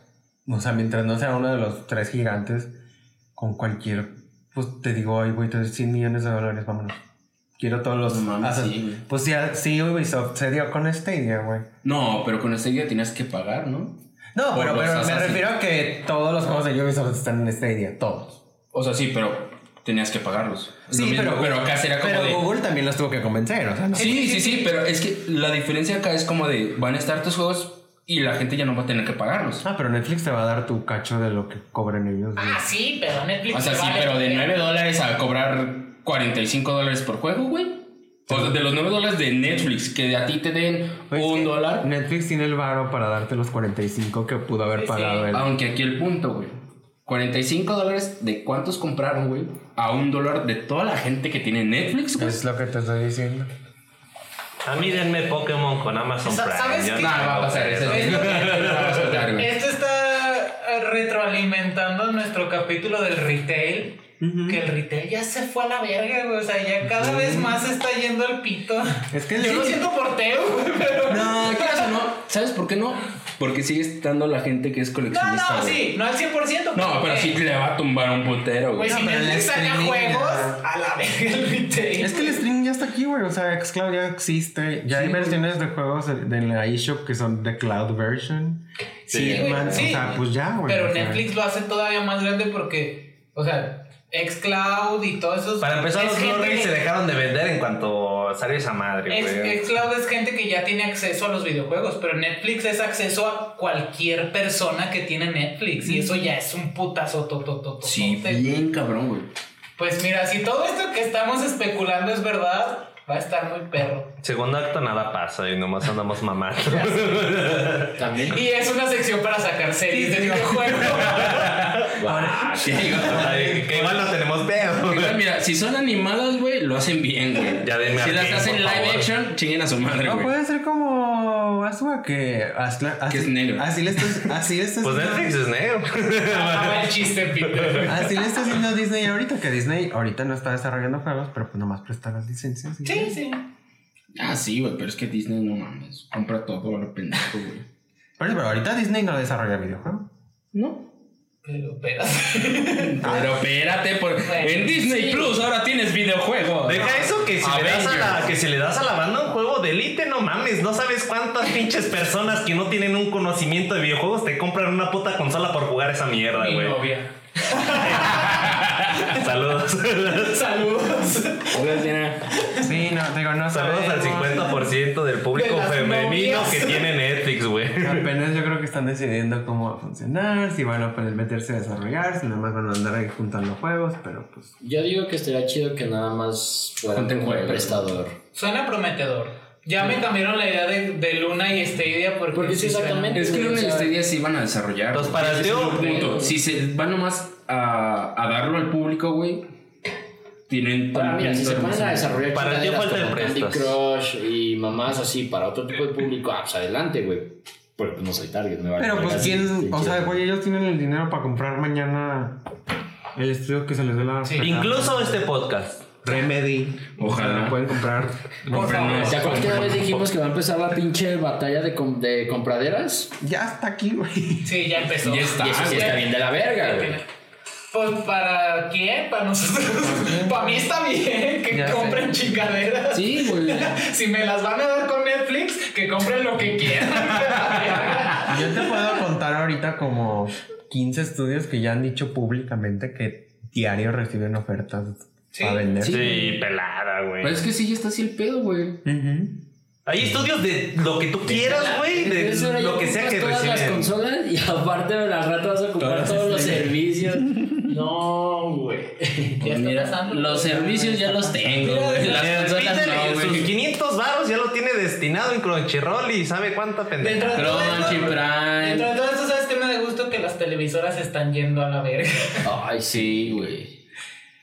B: o sea, mientras no sea uno de los tres gigantes, con cualquier, pues te digo, ay, güey, te doy 100 millones de dólares, vámonos. Quiero todos los.
A: No mames,
B: haces-
A: sí, güey.
B: pues ya, sí, Ubisoft se dio con este idea, güey.
A: no, pero con esta idea tienes que pagar, ¿no?
B: No,
A: Por Pues
B: pero,
A: los
B: pero me
A: Assassin.
B: refiero a que todos los juegos de Ubisoft están en Stadia, todos.
A: O sea, sí, pero tenías que pagarlos. Es lo mismo, pero acá será como
B: pero
A: de
B: Google también los tuvo que convencer, o sea, no.
A: Sí, sí, sí, pero es que la diferencia acá es como de van a estar tus juegos y la gente ya no va a tener que pagarlos.
B: Ah, pero Netflix te va a dar tu cacho de lo que cobren ellos. güey.
E: Ah, sí, pero Netflix.
A: O sea,
E: te
A: sí,
E: vale
A: pero de
E: verga.
A: 9 dólares a cobrar 45 dólares por juego, güey. O sea, de los 9 dólares de Netflix, que a ti te den
B: Pues
A: un
B: que
A: dólar.
B: Netflix tiene el varo para darte los 45 que pudo haber
E: Sí,
B: pagado
E: sí.
B: él.
A: Aunque aquí el punto, güey. 45 dólares de cuántos compraron, güey. A un dólar de toda la gente que tiene Netflix, güey.
B: Es lo que te estoy diciendo.
D: A mí denme Pokémon con Amazon
E: Sa-
D: Prime.
E: ¿sabes
D: yo
E: qué?
A: No,
D: no
A: Ah, va a
D: tengo
A: pasar eso.
D: pedo.
E: Es lo
A: güey.
E: Esto Este está eh, retroalimentando nuestro capítulo del retail. Que el retail ya se fue a la verga, güey. O sea, ya cada vez más se está yendo al pito.
B: Es que
E: Yo
B: yo-
E: lo siento porteo, güey, pero.
A: No, quieras o Ah, no, ¿sabes por qué no? Porque sigue estando la gente que es
E: No,
A: coleccionista.
E: no,
A: güey.
E: sí, no al 100%.
A: No, pero
E: eh,
A: sí le va a tumbar un puntero, güey.
E: Güey, si
B: No, pero el
E: Netflix saca
B: streaming,
E: juegos,
B: ajá.
E: a la verga el retail.
B: Es que el streaming ya está aquí, güey. O sea, xCloud ya existe. Ya hay versiones de juegos de la eShop que son de cloud version.
E: Sí, güey,
B: man,
E: sí.
B: O sea, pues ya, güey.
E: Pero
B: o sea.
E: Netflix lo hace todavía más grande porque, o sea, Xcloud y todos esos.
D: Para empezar,
E: es
D: los
E: gente
D: Blu-rays
E: que-
D: se dejaron de vender en cuanto salió esa madre, güey.
E: Ex- Xcloud es gente que ya tiene acceso a los videojuegos, pero Netflix es acceso a cualquier persona que tiene Netflix y eso ya es un putazo tototototote.
A: Sí, bien cabrón, güey.
E: Pues mira, si todo esto que estamos especulando es verdad, va a estar muy perro.
D: Segundo acto nada pasa y nomás andamos mamando.
C: También.
E: Y es una sección para sacar series de videojuegos.
A: Ah, sí,
D: Ay, que igual no tenemos pedo.
A: güey. Mira, si son animadas, güey, lo hacen bien, güey.
D: Ya denme
A: si
D: al
A: las
D: game,
A: hacen
D: por
A: live
D: favor.
A: action, chinguen a su madre,
B: No
A: güey.
C: pues.
B: puede ser como Asua que. Asla- así,
A: Que es negro.
B: Así le estás. Así le estás.
D: Pues Netflix es negro.
E: Acaba el chiste, Peter.
B: Así le está haciendo a Disney ahorita, que Disney ahorita no está desarrollando juegos, pero pues nomás presta las licencias. y-
E: Sí, sí.
A: Ah, sí, güey, pero es que Disney no mames. Compra todo a lo pendejo, güey.
B: Pero, pero ahorita Disney no desarrolla videojuegos.
A: No.
E: Pero, pero.
A: Pero espérate, por... en Disney Plus ahora tienes videojuegos.
D: Deja eso que si, le das a la,
A: Avengers.
D: que si le das a la banda un juego de elite, no mames, no sabes cuántas pinches personas que no tienen un conocimiento de videojuegos te compran una puta consola por jugar esa mierda,
E: Mi
D: güey.
E: novia.
D: Saludos.
E: Saludos.
A: Oiga, tiene-
B: Sí, no, digo, no
D: Saludos al
B: sabemos.
D: 50% del
E: De
D: público
E: las
D: femenino
E: novias.
D: que tiene Netflix, güey.
B: Apenas yo creo que están decidiendo cómo va a funcionar, si van a poder meterse a desarrollar, si nada más van a andar ahí juntando juegos, pero pues.
C: Yo digo que estaría chido que nada más fuera
A: Ponte en
C: como
A: juego.
C: prestador.
E: Suena prometedor. Ya me cambiaron la idea de, de Luna y Stadia porque.
C: Porque sí,
E: suena-
C: exactamente.
A: Es que en este día se iban a desarrollar.
D: Los
A: güey.
D: Pues para el
A: Ese es
D: tío,
A: un punto.
C: güey.
A: Si se van nomás a, a darlo al público, güey, tienen
C: Para mí, si
A: tanto
C: se ponen a
A: hermoso.
C: desarrollar
D: Para ti
C: chingaderas
D: falta el
C: como Candy Crush y mamás así para otro tipo de público, ah, pues adelante, güey. Porque pues, no soy target, me vale
B: Pero
C: verga
B: pues
C: si- si
B: quién. O sea,
C: quieren.
B: güey, ellos tienen el dinero para comprar mañana el estudio que se les dé la.
E: Sí.
D: Incluso este podcast.
B: Remedy.
A: Ojalá.
B: O sea, pueden comprar.
E: Por favor.
C: ¿Te acuerdas que una vez dijimos que va a empezar la pinche batalla de, com- de compraderas?
B: Ya está aquí, güey.
E: Sí, ya empezó.
A: Ya está,
C: y eso sí
A: güey.
C: está bien de la verga, güey.
E: Pues para quién, para nosotros. para mí está bien que
B: Ya sé.
E: compren chingaderas.
C: Sí, güey.
E: Si me las van a dar con Netflix, que compren lo que quieran.
B: Yo te puedo contar ahorita como 15 estudios que ya han dicho públicamente que diario reciben ofertas
E: Sí,
B: para vender.
D: Sí, Pues pelada, güey.
A: Pero es que sí, ya está así el pedo, güey.
B: Ujú.
D: Hay estudios de lo que tú quieras, güey. De
C: Entonces, ahora ya
D: lo que sea
C: ocupas
D: que
C: todas las
D: reciben.
C: consolas y aparte de la rata vas a ocupar
B: Todas
C: todos los
B: las-
C: servicios. No, güey.
E: Ya está
C: Mira,
E: pasando.
C: los servicios ya los tengo,
E: Mira,
C: güey.
E: mira,
C: Las
D: El
C: consolas
D: Peter,
C: no,
D: sus
C: güey.
D: 500 baros ya lo tiene destinado en Crunchyroll y sabe cuánta
E: Dentro
D: pendeja.
E: de todo
A: Crunchy
E: esto- dentro
A: Prime.
E: de todo esto, ¿sabes qué me da gusto? Que las televisoras están yendo a la verga.
C: Ay, sí, güey.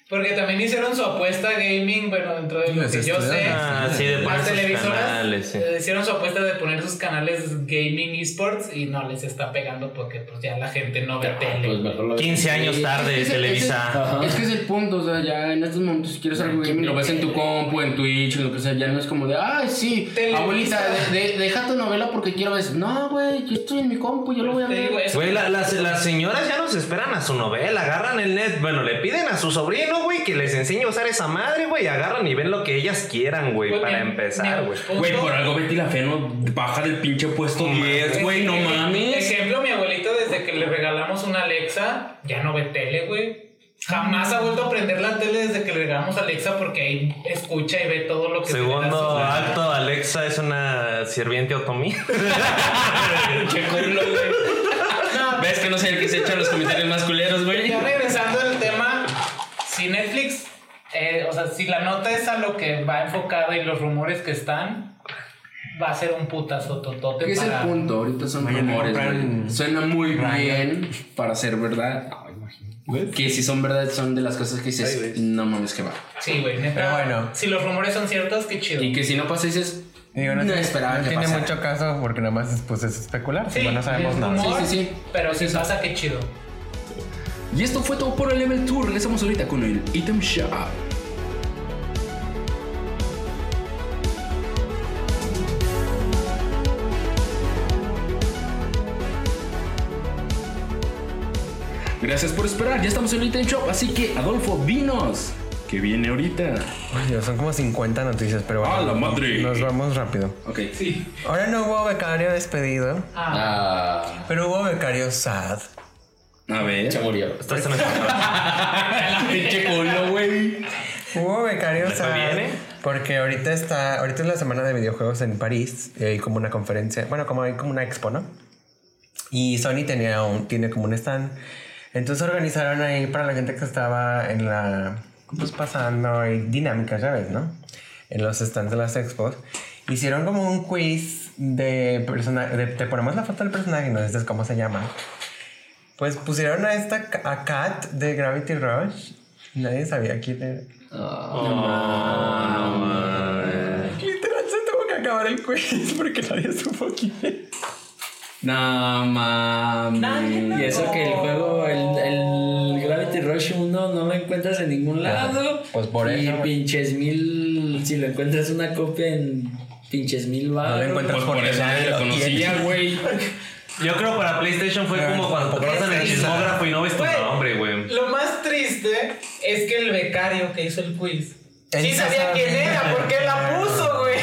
E: Porque también hicieron su apuesta gaming, bueno, dentro de lo
B: Los
E: que yo
B: estudios,
E: sé.
D: Ah, sí, de poner
E: Las
D: sus
E: televisoras
D: canales, sí.
E: eh, hicieron su apuesta de poner sus canales gaming esports y no les está pegando porque pues ya la gente no ve tele.
C: Pues mejor lo
D: 15 años tarde,
A: Ese-
D: Televisa.
A: ese- Es que es el punto, o sea, ya en estos momentos si quieres algo Eh, gaming, lo ves en tu compu, en Twitch, en lo que sea, ya no es como de, ay, sí,
E: Televisa.
A: abuelita, de- de- deja tu novela porque quiero ver. No, güey, yo estoy en mi compu, yo lo voy a
E: Te digo,
A: ver.
E: es-
D: Güey, la- las, las señoras ya nos esperan a su novela, agarran el net, bueno, le piden a su sobrino, güey, que les enseñe a usar esa madre, güey, agarran y ven lo que ellas quieran, güey,
E: Güey,
D: para
E: Pues, mi-
D: empezar,
E: mi
D: güey.
E: punto-
A: Güey, por algo Betty la Fea no baja del pinche puesto
D: No
A: 10,
D: mames.
A: güey, no mames.
E: Ejemplo, mi abuelito desde que le regalamos una Alexa ya no ve tele, güey. Jamás ha vuelto a prender la tele desde que le regalamos Alexa porque ahí escucha y ve todo lo que se le da a su
D: Segundo
E: gana.
D: acto, Alexa es una sirviente otomí.
A: Che culo, güey. ¿Ves que no sé el que se echa los comentarios más culeros, güey?
E: Ya regresando al tema, si Netflix, eh, o sea, si la nota es a lo que va enfocada y los rumores que están, va a ser un putazo totote.
A: ¿Qué es el
E: para-
A: punto? Ahorita son
B: Mañana
A: rumores,
B: compran-
A: güey. Suena muy bien para ser verdad. Ay, imagínate. Que si son verdad, son de las cosas que
D: Ay,
A: dices,
D: güey.
A: no mames, que va.
E: Sí, güey, neta.
B: Pero bueno.
E: Si los rumores son ciertos, qué chido.
A: Y que si no pasa, dices,
B: Digo, no,
A: no
B: tiene-
A: esperaba
B: no
A: que
B: tiene
A: pasara.
B: mucho caso porque nada más es, pues, es especular,
E: Sí,
B: pues, no sabemos
E: es
B: nada.
E: rumor,
A: Sí, sí, sí.
E: Pero si pasa, qué chido.
A: Y esto fue todo por el Level Tour. Regresamos ahorita con el Item Shop. Gracias por esperar, ya estamos en el Item Shop, así que Adolfo, vinos, que viene ahorita.
B: Ay, Dios, son como 50 noticias, pero bueno.
A: ¡A la madre!
B: Nos vamos rápido.
A: Ok.
B: Ahora no hubo becario despedido,
E: Ah,
C: Ah,
B: pero hubo becario
A: A
B: sad.
C: se
A: ver.
C: murió.
D: Estás en el-
A: Pinche culo, güey.
B: Hubo becario
D: ¿Le fue
B: sad.
D: bien, eh?
B: Porque ahorita está, ahorita es la semana de videojuegos en París y hay como una conferencia, bueno, como hay como una expo, ¿no? Y Sony tenía un, tiene como un stand. Entonces organizaron ahí para la gente que estaba en la, pues pasando y dinámicas, ya ves, ¿no? En los stands de las expos. Hicieron como un quiz de personaje, de- te ponemos la foto del personaje, no dices cómo se llama. Pues pusieron a esta, a Kat de Gravity Rush. Nadie sabía quién era. Literal se tuvo que acabar el quiz porque nadie supo quién es.
A: No mames.
C: Y eso que el juego, el, el Gravity Rush 1 no lo encuentras en ningún lado.
B: pues por
C: Y
B: eso, güey.
C: pinches mil, si lo encuentras una copia en pinches mil
B: No lo
C: baros.
B: encuentras
A: Pues por eso nadie lo conocía, güey.
D: Yo creo para PlayStation fue
B: Pero
D: como cuando te
B: tampoco
D: pasan el
B: es esa.
D: chismógrafo y no ves tu
E: Güey.
D: nombre, güey.
E: lo más triste es que el becario que hizo el quiz.
B: Él
E: Sí
B: sí
E: sabía
B: sabe.
E: quién era, porque la puso, güey.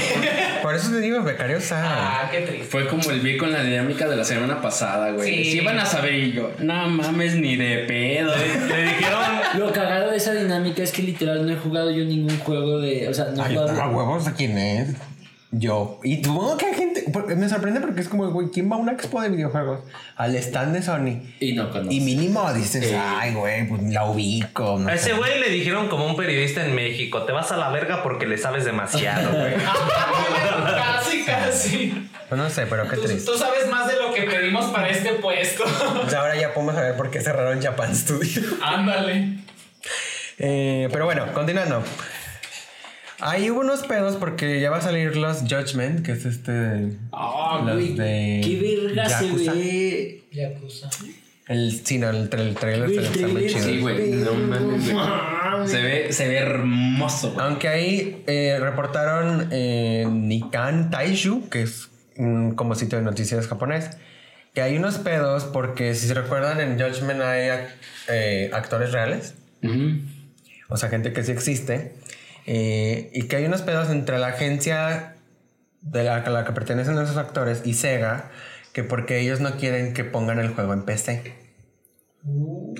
B: Por eso te digo, becario sabe.
E: Ah, qué triste.
A: Fue como el vi con la dinámica de la semana pasada, güey.
E: Sí.
A: Sí. iban a saber y yo, no mames, ni de pedo.
D: Le dijeron,
C: Lo cagado de esa dinámica es que literal no he jugado yo ningún juego de. O sea, no he
B: Ay,
C: jugado.
B: a huevos, ¿a quién es? Yo. Y supongo que hay gente. por- Me sorprende porque es como, güey, ¿quién va a una expo de videojuegos? Al stand de Sony.
C: Y no conozco.
B: Y mínimo dices, ay, güey, pues la ubico. no
D: a ese
B: sé.
D: güey le dijeron como un periodista en México, te vas a la verga porque le sabes demasiado, güey.
E: Ah, casi, casi.
B: Pues no sé, pero qué
E: Tú,
B: triste.
E: tú sabes más de lo que pedimos para este puesto.
B: Pues ahora ya podemos saber por qué cerraron Japan Studio.
E: Ándale.
B: Eh, pero bueno, continuando. Ahí hubo unos pedos porque ya va a salir los Judgment, que es este.
C: Ah,
B: los
C: güey,
B: de
C: Qué verga
B: Yakuza.
C: se ve.
E: Yakuza.
B: El, sí, no, el, tra- el trailer
C: Güey,
B: está- está muy
C: el
B: chido.
C: trailer
A: Sí, güey, no mames, güey. Se ve, se ve hermoso, güey.
B: Aunque ahí eh, reportaron eh, Nikan Taishu, que es un como sitio de noticias japonés, que hay unos pedos porque si se recuerdan en Judgment hay ac- eh, actores reales. O sea, gente que sí existe. eh, y que hay unos pedos entre la agencia de la, a la que pertenecen esos actores y Sega, que porque ellos no quieren que pongan el juego en PC.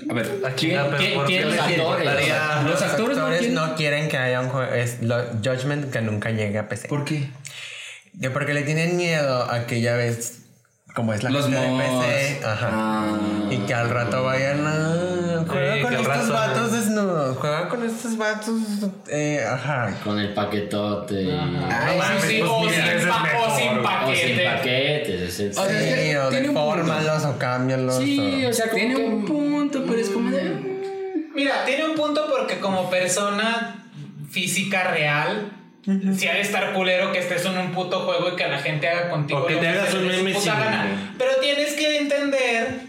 A: A ver,
D: Ah, chinga,
A: ¿quién-
D: pero
A: quién-
D: ¿por qué
A: quién
D: los
A: les
C: actores?
A: importaría? Los actores no quieren-
B: no quieren que haya un juego. Es lo- Judgment que nunca llegue a PC.
A: ¿Por qué?
B: Que porque le tienen miedo a que ya ves cómo es la
A: Los
B: gente de
A: mods.
B: PC. Ajá.
A: Ah.
B: Y que al rato vayan a. Juega
D: Sí,
B: con
D: que al
B: estos
D: rato-
B: vatos desnudos. Juega con estos vatos. Eh, ajá.
H: Con el paquetote. y-
E: Ay,
D: mames,
E: sí, sí,
D: pues
E: o,
D: mil
E: sin
D: veces
E: pa-
D: mejor,
E: o sin
D: güey.
H: O sin
E: paquete.
H: paquetes. es-
A: O sea, es que
B: Sí, o
A: tiene un punto.
B: defórmalos o cámbialos.
H: Sí,
B: o-
H: o sea, como
A: Tiene
H: que-
A: un punto, pero es como de.
E: Mira, tiene un punto porque como persona física real, si ha de estar culero que estés en un puto juego y que la gente haga contigo.
D: O que
E: lo
D: te
E: se
D: hagas
E: le
D: un
E: dé su
D: meme
E: puta
D: sin-
E: gana. Pero tienes que entender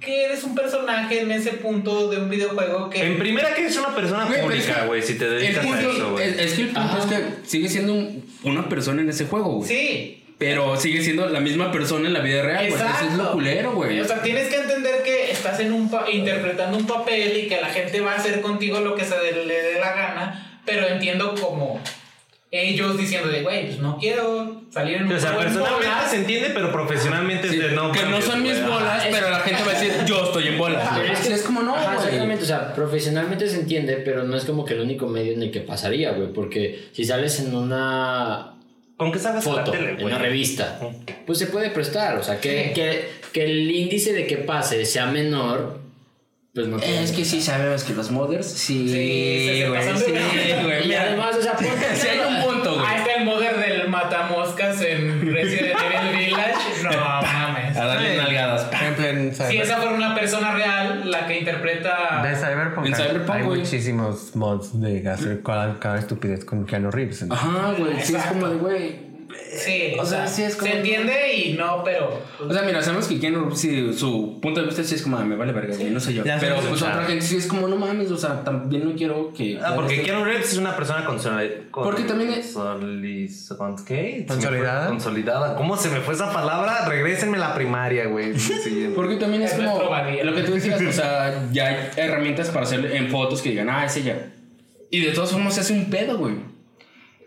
E: que eres un personaje en ese punto de un videojuego que.
D: En primera que es una persona
A: Güey, pero es
D: pública,
A: que
D: güey, si te
A: El
D: dedicas a eso,
A: punto,
D: güey.
A: es, es que el punto es que sigue siendo un- una persona en ese juego, güey.
E: sí.
A: Pero sigue siendo la misma persona en la vida real, güey. Eso es lo culero, güey.
E: O sea, tienes que entender que estás en un pa- interpretando un papel y que la gente va a hacer contigo lo que se le, le dé la gana, pero entiendo como ellos diciendo de, güey, pues no quiero salir en un
D: O sea,
E: juego en
D: personalmente
E: bolas".
D: se entiende, pero profesionalmente
A: Sí,
D: es de no.
A: que no
D: mames,
A: son mis
D: güey.
A: bolas, pero la gente va a decir, yo estoy en bolas.
C: Pero
A: Así es como no,
C: Ajá,
A: güey.
C: exactamente, o sea, profesionalmente se entiende, pero no es como que el único medio en el que pasaría, güey, porque si sales en una
D: ¿Con qué salgas a la
C: foto,
D: tele,
C: en
D: güey? Ah,
C: una revista, pues se puede prestar, o sea, que, que, que el índice de que pase sea menor, pues no tiene-
H: Es que sí sabemos que los modders sí.
E: Sí, se- se pasan de verga.
A: güey,
C: Y
A: mira.
C: además, o sea, ponte
A: Si hay
C: claro,
A: un punto, güey.
E: Ahí está el modder del matamoscas en Resident Evil Village. No mames.
A: A darle nalgadas.
B: Por ejemplo, en
E: Si
B: Cyber-
E: esa fuera una persona real, la que
B: de
E: interpreta.
B: Cyberpunk,
A: En
B: hay-
A: Cyberpunk,
B: hay
A: güey.
B: muchísimos mods de hacer cada, cada estupidez con Keanu Reeves. entonces-
A: Ajá, güey. Sí, es como de, güey.
E: Sí,
A: O sea, sí es como-
E: Se entiende y no, pero.
A: O sea, mira, sabemos que Keanu, si su punto de vista sí es como, "Ah, me vale verga, güey, no soy yo.
B: Ya
A: Pero
B: sabemos,
A: pues
B: o sea.
A: otra gente sí es como, no mames, o sea, también no quiero que.
D: Ah, porque Keanu Reeves es una persona consolidada.
A: Porque también es-
D: ¿Qué?
B: ¿Consolidada?
D: Se me fue- Consolidada. ¿Cómo se me fue esa palabra? Regrésenme la primaria, güey. Sí,
A: Porque también es
E: Es
A: como.
E: nuestro Badía.
A: Lo que tú decías, o sea, ya hay herramientas para hacer en fotos que digan, ah, es ella. Y de todas formas se hace un pedo, güey.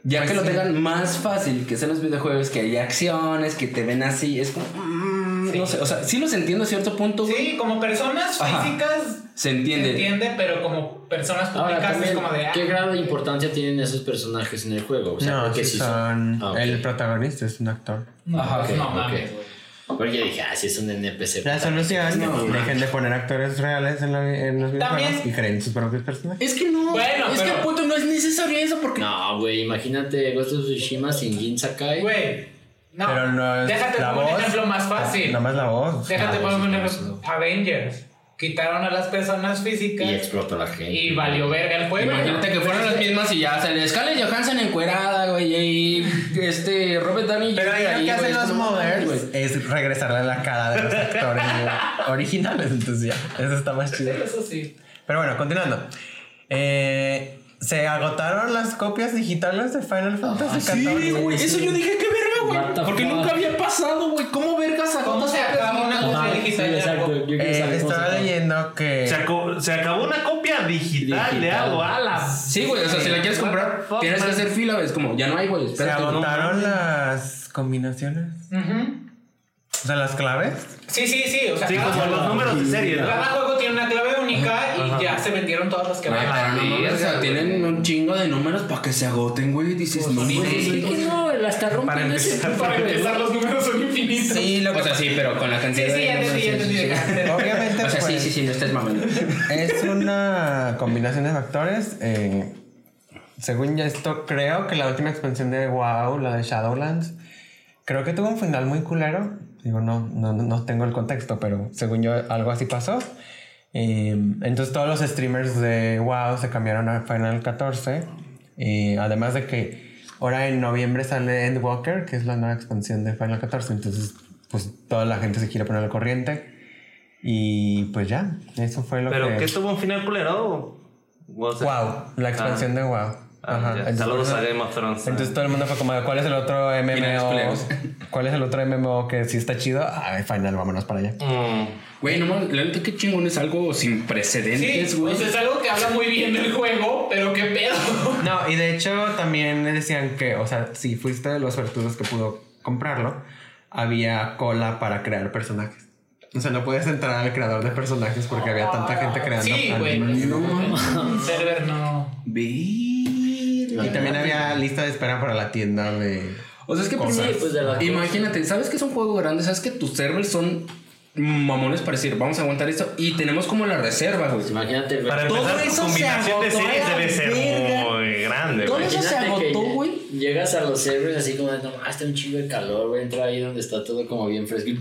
A: Ya que lo tengan más fácil, que sean los videojuegos, que hay acciones, que te ven así, es como. mm, No sé, o sea, sí los entiendo a cierto punto, güey.
E: pues, Sí, como personas
A: Ajá.
E: físicas.
A: Se entiende.
E: Se entiende, pero como personas
C: Ahora,
E: públicas es
C: también,
E: como de. ah,
C: ¿qué grado de importancia tienen esos personajes en el juego? O sea,
B: no,
C: porque
B: sí
C: si
B: son.
C: Ah, ok.
B: El protagonista es un actor.
E: No,
A: Ajá,
E: pues
A: ok,
E: no
C: ok.
E: mames, güey.
C: Porque yo dije, ah, si es un NPC.
B: La solución
A: No,
B: dejen de poner actores reales en, la- en los
E: También-
B: videojuegos y creen sus propios personajes.
A: Es que no.
E: Bueno,
A: es
E: pero-
A: que puto no es necesario eso porque.
C: No, güey, imagínate Ghost of Tsushima sin Jin Sakai.
E: Güey, no.
B: Pero no es
E: Déjate
B: la
E: pongo un
B: voz. Ah,
E: ejemplo más fácil.
B: Nada más la voz.
E: Déjate
C: Ah,
E: pongo
C: sí,
E: un
C: claro,
E: ejemplo. Avengers. Quitaron a las personas
C: Y
E: físicas
C: explotó la gente.
E: y, valió verga el juego.
A: Imagínate que fueron las mismas y ya sale Scarlett Johansson encuerada, güey, y este Robert Downey
B: Pero ahí
A: Jr.
B: lo que
A: güey,
B: hacen los
A: no mames, güey.
B: modders es regresarle la cara de los actores güey, originales. Entonces ya, eso está más
E: Sí,
B: chido.
E: Eso sí.
B: Pero bueno, continuando. Eh, se agotaron las copias digitales de Final Fantasy XIV.
A: Sí, güey, eso yo dije, qué verga,
C: What the
A: güey. Porque
C: fuck?
A: nunca había pasado, güey. ¿Cómo vergas a
E: ¿Cómo se acaba una
C: Ah,
E: cosa
C: sí,
E: digital? de
C: exacto.
E: algo?
C: Yo quiero
B: Eh,
C: saber cómo se
B: estaba
C: acaba.
B: leyendo que.
D: Se, aco- se acabó una copia digital, de
C: Digital.
D: algo. A la.
A: Sí, güey, o sea, si la quieres comprar,
D: Fuck,
A: tienes que
D: man.
A: hacer fila, güey. Es como, ya no hay, güey.
B: Se
A: Espérate, no.
B: agotaron las combinaciones.
E: Ujú.
B: O sea, las claves.
E: Sí, sí, sí. O sea,
D: Sí,
E: cada,
D: como los números de serie, ¿no?
E: cada juego tiene una clave única y ya se vendieron todas las que
A: Ah,
E: había.
A: no, no, o sea, tienen un chingo de números para que se agoten, güey. y Dices,
B: Pues
A: no,
C: Güey, Pues, es que
A: güey.
C: no, la está rompiendo
D: Para
C: ese
D: empezar,
C: puto
D: para
C: juego.
D: empezar.
E: los números son infinitos.
B: Sí, lo que.
A: O sea, sí, pero con la
E: Sí,
A: cantidad
E: sí, ya
A: de.
E: entendí, ya entendí. ya entendí.
B: obviamente.
A: O sea, sí,
B: pues,
A: sí, sí, no estés mamando.
B: Es una combinación de factores. eh, según ya esto, creo que la última expansión de WoW, la de Shadowlands, creo que tuvo un final muy culero. Digo, no, no, no tengo el contexto, pero según yo, algo así pasó. Eh, entonces todos los streamers de WoW se cambiaron a Final 14. Y además de que ahora en noviembre sale Endwalker, que es la nueva expansión de Final 14. Entonces, pues toda la gente se quiere poner al corriente. Y pues ya, eso fue lo que...
D: ¿Pero qué tuvo un final culero? O sea,
B: Wow, la expansión de Wow.
D: ah,
B: Ajá.
D: ya.
B: Entonces,
D: Saludos a
B: entonces,
D: Game of Thrones.
B: entonces todo el mundo fue como, ¿cuál es el otro
A: Finales
B: MMO?
A: culeros.
B: ¿Cuál es el otro MMO que sí está chido? Ah, final, vámonos para allá.
D: Mm.
A: Güey, no mames, la neta, qué chingón es algo sin precedentes,
E: Sí,
A: güey.
E: o sea, es algo que habla muy bien del juego, pero qué pedo.
B: No, y de hecho también decían que, o sea, si fuiste de los suertudos que pudo comprarlo, había cola para crear personajes. O sea, no puedes entrar al creador de personajes porque había tanta gente creando.
E: Sí,
B: anime.
E: güey. El server no.
B: Y también había lista de espera para la tienda de.
A: O sea, es que primero,
B: Sí,
C: pues, de la-
A: imagínate, sabes que es un juego grande, sabes que tus servers son mamones para decir, vamos a aguantar esto y tenemos como la reserva, güey.
H: Imagínate, güey.
D: Para
A: Todo eso
D: empezar, tu
A: se
D: combinación
A: agotó
D: de
A: a
D: series
A: la
D: debe ser
A: verga.
D: muy grande,
A: Todo
D: güey.
A: eso se
H: Imagínate que
A: agotó,
H: lle-
A: güey.
H: Llegas a los servers así como, de, no, ah, está un chingo de calor, güey, entra ahí donde está todo como bien fresco. y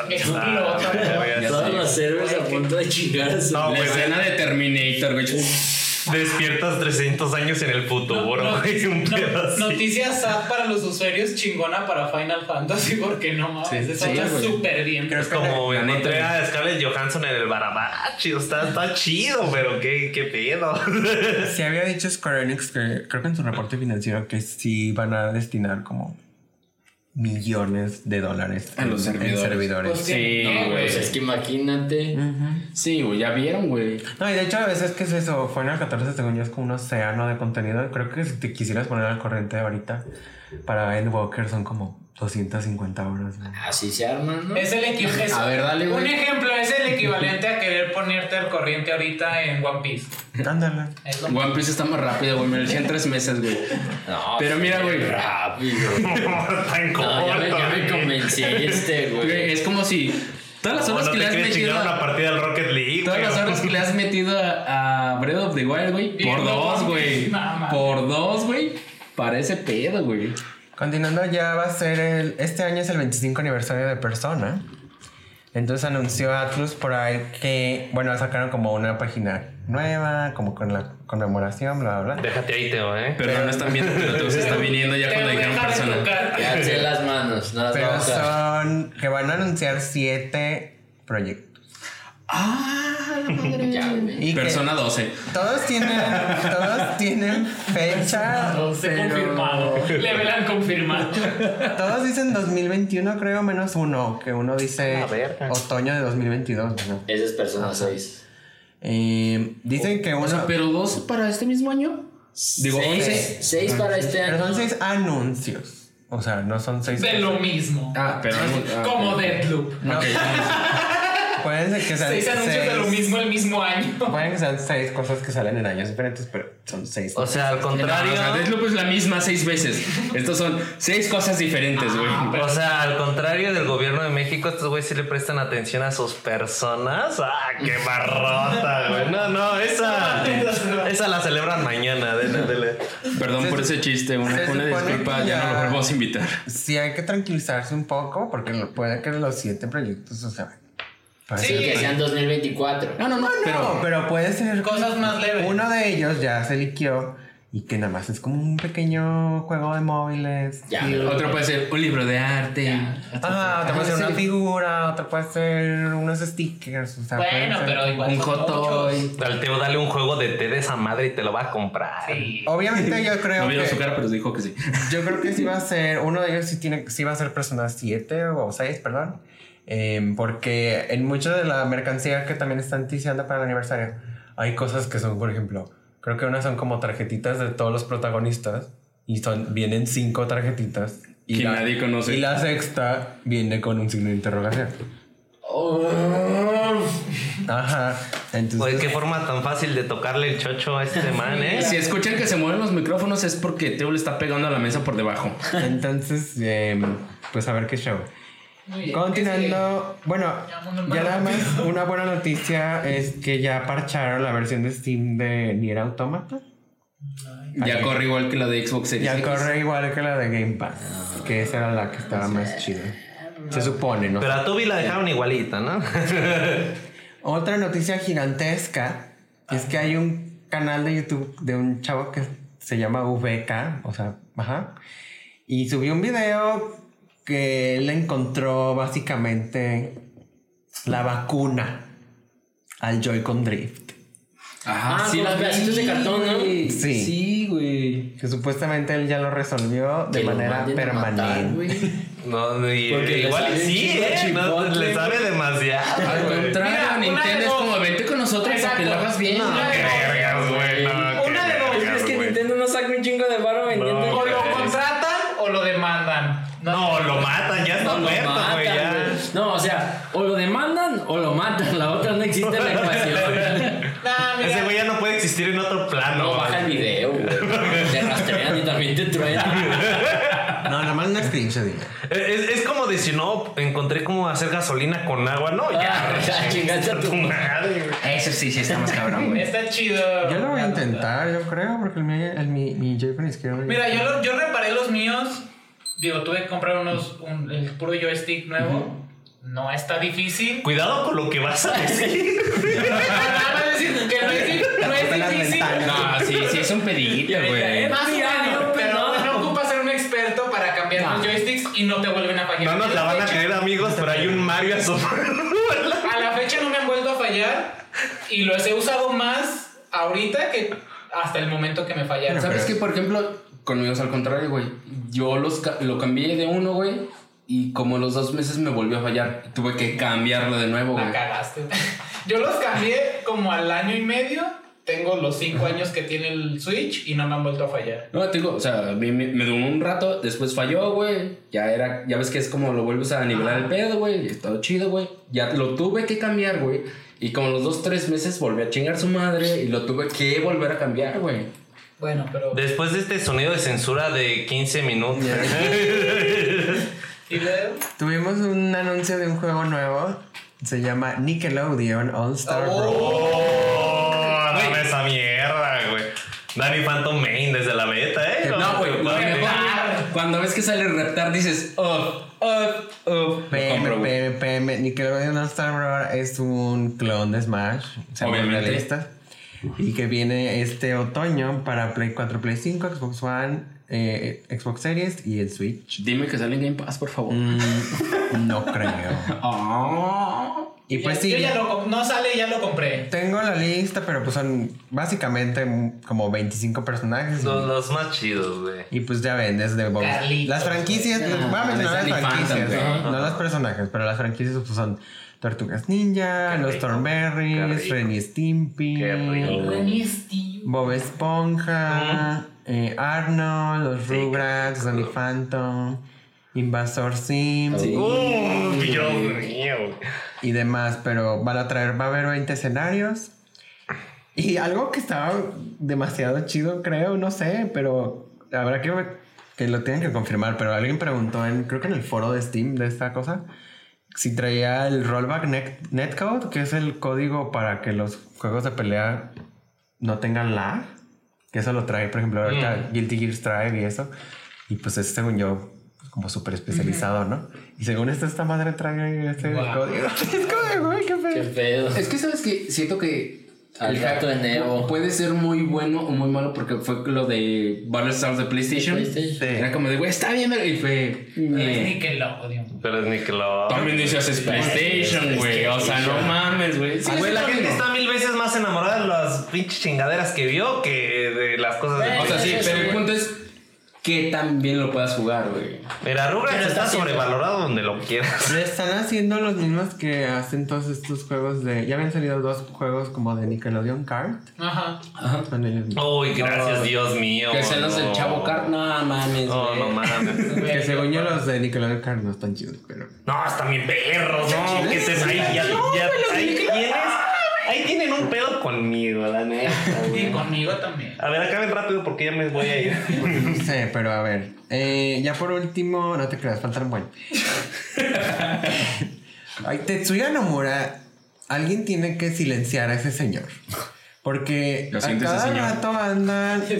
D: Ah,
E: Explota.
D: verga, sí.
H: Todos los servers a punto de chingarse.
D: No,
A: La
D: güey,
A: escena de Terminator, güey.
D: Despiertas 300 años en el futuro, güey. un
E: No-
D: pedo así.
E: noticia sad para los usuarios, chingona para Final Fantasy, porque no mames, eso
A: sí,
E: está
A: güey.
E: súper bien.
D: Es como
A: La
D: encontré
A: neta,
D: a Scarlett Johansson en el Barabachi. Está, está chido, pero qué, qué pedo.
B: Se había dicho Square Enix que creo que en su reporte financiero que sí van a destinar como millones de dólares
A: A los
B: en- en
A: servidores.
E: Pues sí,
A: Sí,
E: no,
A: güey.
H: Pues es que imagínate.
A: Sí, güey, ya vieron, güey.
B: No, y de hecho a veces que es eso, Final 14 según yo es como un océano de contenido. Creo que si te quisieras poner al corriente ahorita para Endwalker son como 250 horas. güey.
H: Así se arman, ¿no?
E: Es el equivalente.
A: A ver, dale, güey.
E: Un ejemplo es el equivalente a querer ponerte al corriente ahorita en One Piece.
B: Ándale.
E: Es lo-
A: One Piece está más rápido, güey. Me lo eché en tres meses, güey.
H: No,
A: Pero mira, güey.
H: Rápido.
D: Tan
H: No, ya me,
D: corto,
H: ya me
D: güey.
H: convenciste,
A: Güey,
H: güey.
A: Es como si todas las
D: ¿Cómo
A: horas
D: no
A: que
D: te
A: le has
D: quieres
A: metido.
D: chingar una
A: a-
D: partida al Rocket League,
A: Todas las
D: güey?
A: horas que le has metido a, a Breath of the Wild, güey. Por
E: Viendo
A: dos,
E: One
A: güey.
E: Piece, nada más.
A: Por dos, güey. Para ese pedo, güey.
B: Continuando, ya va a ser el. Este año es el 25 aniversario de Persona. Entonces anunció Atlus por ahí que. Bueno, sacaron como una página nueva, como con la conmemoración, bla, bla, bla.
D: Déjate ahí, Teo, eh.
A: Pero no lo están viendo, pero todos están viniendo ya
E: Te
A: cuando
E: deja
A: dijeron
E: de
A: persona.
E: tocar.
H: Ya alcé las manos. No las
B: Pero
H: vamos a-
B: son. que van a anunciar siete proyectos.
A: Ah,
H: Ya, güey.
B: Y que
A: Persona 12.
B: todos tienen. todos tienen fecha.
E: Se confirmado. Le velan confirmado.
B: Todos dicen 2021, creo, menos uno. Que uno dice
D: A ver.
B: otoño de 2022. ¿no?
H: Esa es persona 6.
B: Eh, dicen que uno.
A: O sea, Ah, pero 12 para este mismo año. Digo, 11.
H: 6 para este
B: Pero son
H: año.
B: seis anuncios. O sea, no son seis.
E: De lo mismo.
A: Ah, pero. ah,
E: Como
A: ok.
E: Deadloop.
B: No. Pueden ser que sean
E: Seis anuncios de lo mismo el mismo año.
B: Pueden que sean seis cosas que salen en años diferentes, pero son seis.
D: O sea, al
A: No,
D: contrario.
A: o sea, Deathloop es la misma seis veces. Estos son seis cosas diferentes, güey.
D: O sea, al contrario del gobierno de México, estos güeyes sí le prestan atención a sus personas. ¡Ah, qué barrota, güey! No, no, esa, esa la celebran mañana. Dele, dele.
A: Perdón
B: se
A: por
B: su-
A: ese chiste, una,
B: se
A: una
B: supone
A: disculpa,
B: que
A: ya no
B: ya-
A: lo vuelvo a invitar.
B: Sí, hay que tranquilizarse un poco porque lo- puede que los siete proyectos, o sea. puede
E: Sí,
B: ser- Ah,
H: Que sean 2024.
A: No, no, no,
B: No,
A: pero.
B: pero puede ser.
E: Cosas más leves.
B: Uno de ellos ya se liqueó y que nada más es como un pequeño juego de móviles.
H: Ya,
B: Y-
H: pero-
A: Otro pues- puede ser un libro de arte. Ah,
B: Ajá, otra Ah, puede ser una
A: sí.
B: figura, otra puede ser unos stickers. O sea, pueden
E: Bueno,
B: ser-
E: pero igual.
A: Un
E: son
A: hot toy.
E: muchos.
D: Al Teo dale un juego de té de esa madre y te lo va a comprar.
E: Sí.
B: Obviamente yo creo
A: No vieron
B: que
A: su cara, pero dijo que sí.
B: yo creo que sí va a ser uno de ellos sí tiene sí va a ser Persona 7 o 6, perdón. Em, porque en mucha de la mercancía que también están ticiando para el aniversario hay cosas que son, por ejemplo, creo que unas son como tarjetitas de todos los protagonistas y son vienen cinco tarjetitas y
A: Que nadie conoce.
B: Y la sexta viene con un signo de interrogación.
A: Oh.
B: Ajá. Entonces
D: Oye, qué forma tan fácil de tocarle el chocho a este man, ¿eh?
A: Si escuchan que se mueven los micrófonos es porque Teo le está pegando a la mesa por debajo.
B: Entonces, em, pues a ver qué show.
E: Muy bien.
B: Continuando, bueno,
E: Llamándolo
B: ya
E: más
B: nada más una buena noticia es que ya parcharon la versión de Steam de Nier Automata.
A: Ya
B: Ay.
A: corre igual que la de Xbox Series.
B: Ya
A: X.
B: corre igual que la de Game Pass, que esa era la que estaba más chida. Se supone, ¿no?
D: Pero a Toby la dejaron igualita, ¿no?
B: Otra noticia gigantesca es que hay un canal de YouTube de un chavo que se llama VK, o sea, ajá, y subió un video que él encontró básicamente la vacuna al Joy-Con Drift.
A: Ajá,
H: Ah, con los
A: la
H: pedacitos de
A: vi,
H: cartón, ¿no?
A: güey.
B: Sí.
A: Sí, güey.
B: Que supuestamente él ya lo resolvió de
H: Que lo
B: manera
H: manden a matar,
B: permanente.
H: güey.
D: No, y-
H: Porque le
D: igual
H: sabe
D: sí,
H: chido
D: ¿eh? No,
H: chipotle,
D: le sabe demasiado.
A: Al
D: güey.
E: Mira,
A: contrario,
E: una
A: Nintendo
E: de
A: es
E: dos.
A: como vente con nosotros para que lo
E: Exacto.
A: hagas bien.
E: No,
A: güey".
D: Qué vergas, güey. No, qué
E: Una de dos,
D: vergas,
E: es que
D: güey.
H: no saca un chingo de varo
D: vendiendo-
E: O lo contratan o lo demandan.
D: No, lo matan, ya está
H: lo
D: muerto,
H: matan,
D: güey.
H: güey.
D: Ya.
H: No, o sea, o existe la ecuación.
E: Nah,
D: Ese
E: mira,
D: güey ya no puede existir en otro plano.
H: No
D: güey.
H: baja el video, güey. Te rastrean y también te truenan.
B: No, nada más una experiencia, dime.
D: Es, es como de si no encontré cómo hacer gasolina con agua. No, ya.
H: Ah, ya, chingaste a tu
D: madre. güey.
A: Eso sí, sí, está más cabrón, güey.
E: Está chido.
B: Yo lo voy a intentar, yo creo, porque el mío- el mi, mi Joy-Con izquierdo.
E: Mira, yo, lo- yo reparé los míos. Digo, tuve que comprar unos, un, el puro joystick nuevo. No está difícil.
D: Cuidado con lo que vas a decir.
E: Nada más decir que no es, no es
B: las
E: difícil.
B: ventanas.
A: No, sí, sí, es un pedillito, güey.
E: Es
H: Más
E: tirano,
H: tirano,
E: pero
H: pero-
E: no ocupas ser un experto para cambiar
H: No.
E: los joysticks y no te vuelven a fallar.
D: No nos la van a creer, amigos, pero hay un Mario asomado.
E: A la fecha no me han vuelto a fallar y los he usado más ahorita que hasta el momento que me fallaron.
A: ¿Sabes qué? Por ejemplo, conmigo es al contrario, güey. Yo los ca- lo cambié de uno, güey. Y como a los dos meses me volvió a fallar. Y Tuve que cambiarlo de nuevo, güey.
E: La cagaste. Yo los cambié como al año y medio. Tengo los cinco años que tiene el Switch y no me han vuelto a fallar.
A: No, te digo, o sea, a mí me, me duró un rato, después falló, güey. Ya era, ya ves que es como lo vuelves a nivelar el pedo, güey. y Todo chido, güey. Ya lo tuve que cambiar, güey. Y como los dos, tres meses volví a chingar su madre y lo tuve que volver a cambiar, güey.
E: Bueno, pero.
D: Después de este sonido de censura de 15 minutos.
E: ¿Y luego?
B: Tuvimos un anuncio de un juego nuevo. Se llama Nickelodeon All
H: Ah,
B: Star Brawl.
D: ¡Oh! Dame esa mierda, güey. Danny Phantom Main desde la beta, ¿eh?
A: No, güey, lo
D: Vale.
A: mejor,
B: Ah,
E: Ah,
A: Cuando ves que sale reptar, dices, oh, oh, oh. Lo
B: PM,
A: compro, güey.
B: PM, PM. Nickelodeon All Star Brawl es un clon de Smash. seamos
A: Obviamente.
B: realistas. Y que viene este otoño para Play 4, Play 5, Xbox One, eh, Xbox Series y el Switch.
A: Dime que sale en Game Pass, por favor.
B: Mm, no creo.
A: Ah.
B: Y pues
E: Ya-
B: sí.
E: Yo ya lo comp- no sale, ya lo compré.
B: Tengo la lista, pero pues son básicamente mm, como 25 personajes.
D: Los, los más chidos, güey.
B: Y pues ya ven, desde Bob-
E: Carlitos.
B: Las franquicias,
A: Ah,
B: voy a mencionar
A: Disney
B: las franquicias,
A: Phantom,
B: ¿no? No los personajes, pero las franquicias pues, son Tortugas Ninja,
D: Qué
B: Los
D: rico, qué
B: Thornberries,
D: rico.
B: Ren y
D: Qué
B: Stimpy,
D: rico.
B: Bob Esponja, eh, Arnold, Los Rugrats, Danny Phantom, Invasor Sim
D: ¡Uh! Dios mío, güey.
B: y demás, pero van a traer, va a haber 20 escenarios. Y algo que estaba demasiado chido, creo, no sé, pero habrá que, que lo tienen que confirmar, pero alguien preguntó en, creo que en el foro de Steam de esta cosa, si traía el rollback net- netcode, que es el código para que los juegos de pelea no tengan lag, que eso lo trae, por ejemplo, ahorita Guilty Gear trae y eso, y pues es según yo como súper especializado, ¿no? Y según esto, esta madre trae este
E: Guau.
B: código. Es como, güey, qué
H: Qué
B: pedo.
H: pedo.
A: Es que sabes que siento que
H: Al gato de Nemo.
A: puede ser muy bueno o muy malo porque fue lo de Battlestars de PlayStation.
H: PlayStation.
A: Era como de, güey, está bien, pero- y fue.
E: Es
A: "Meh".
E: Nickelodeon.
D: Pero es Nickelodeon.
A: También dices "Es PlayStation, güey. O sea, no mames, güey. Sí, sí,
D: Güey, la
A: lo
D: gente
A: mismo.
D: está mil veces más enamorada de las pinches chingaderas que vio que de las cosas de
A: O sea, Eh, sí, pero el punto es que tan bien lo puedas jugar, güey.
D: Mira, Rugrats está sobrevalorado donde lo quieras.
B: Le están haciendo los mismos que hacen todos estos juegos de. Ya habían salido dos juegos como de Nickelodeon Kart.
E: Ajá.
B: Son ellos mismos.
D: Uy, gracias, Dios mío.
A: que se los del
D: no.
A: Chavo Cart. No mames,
D: No,
A: güey.
D: no mames.
B: Que según yo, los de Nickelodeon Kart no están chidos, pero.
D: No, hasta mi perro, no, que se ahí, ya, ya, ahí tienes, ahí tienen un pedo conmigo, la neta.
E: Y
D: güey.
E: conmigo también.
D: A ver, acaben rápido porque ya me voy a ir.
B: No sé, pero a ver. Eh, ya por último, no te creas, faltan buen. Ay, Tetsuya Nomura, alguien tiene que silenciar a ese señor. Porque
A: Lo
B: a
A: siento, ese
B: cada
A: señor.
B: rato anda. Sí,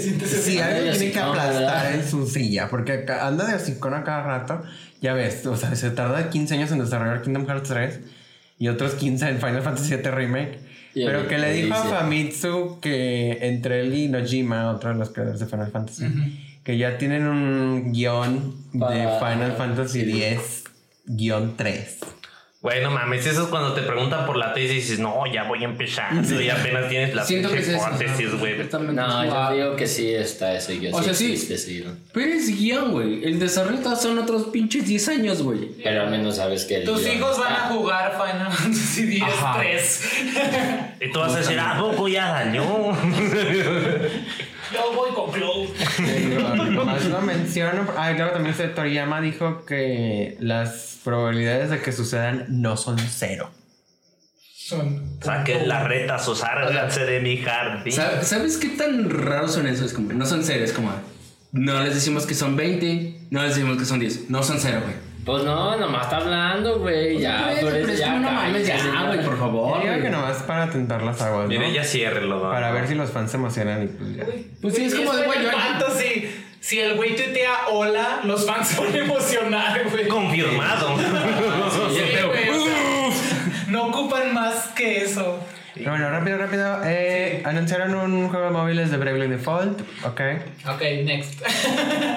B: alguien
H: señor.
B: tiene que
H: Lo siento,
B: aplastar
H: ¿verdad?
B: en su silla. Porque acá- anda de hocicón a cada rato. Ya ves, o sea, se tarda 15 años en desarrollar Kingdom Hearts 3 y otros 15 en Final Fantasy VII Remake.
H: Y
B: Pero
H: el-
B: que le
H: el
B: dijo a
H: dice.
B: Famitsu que entre él y Nojima, otro de los creadores de Final Fantasy, que ya tienen un guión de
H: Para-
B: Final Fantasy X, guión 3.
D: Güey, no mames, eso es cuando te preguntan por la tesis y dices, no, ya voy empezando y apenas tienes la
A: Siento que es
D: pinche
A: eso.
D: hipótesis, güey.
A: Exactamente.
H: No,
A: Ah,
H: yo digo que sí está ese guión.
A: O sea, sí.
H: existe ese guión.
A: Pero es guión, güey. El desarrollo todavía son otros pinches 10 años, güey.
H: Pero al menos sabes que el
E: Tus
H: guión
E: hijos van
H: está.
E: a jugar Final Fantasy X
A: Ajá.
E: 3.
D: Y tú vas a decir, ¿a poco ya dañó?
E: Yo voy con Cloud.
B: Más lo menciono. Ah, y luego también este Toriyama dijo que las probabilidades de que sucedan no son cero.
E: Son.
D: Saquen las retas o sárganse de mi jardín.
A: ¿Sab- ¿Sabes qué tan raros son esos? Como, no son ceros, como. No les decimos que son 20, no les decimos que son 10. No son cero, güey.
H: Pues no, nomás está hablando, güey. Ya,
A: Pero
H: por eso
A: es
H: ya.
A: como, Pues no mames,
H: cállate,
A: ya, güey, por favor.
B: Digo
A: güey.
B: que nomás para tentar las aguas, ¿no?
D: Mire, ya ciérrelo. va.
B: Para ver si los fans se emocionan y pues ya.
A: Pues sí, es como de, güey, yo-
E: ¿Cuánto si, si el güey tuitea hola, los fans son emocionados, güey?
D: Confirmado.
E: Sí, güey, o sea, no ocupan más que eso.
B: Pero bueno, rápido, rápido. Eh, Anunciaron un juego de móviles de Bravely Default. Ok.
E: Ok, next.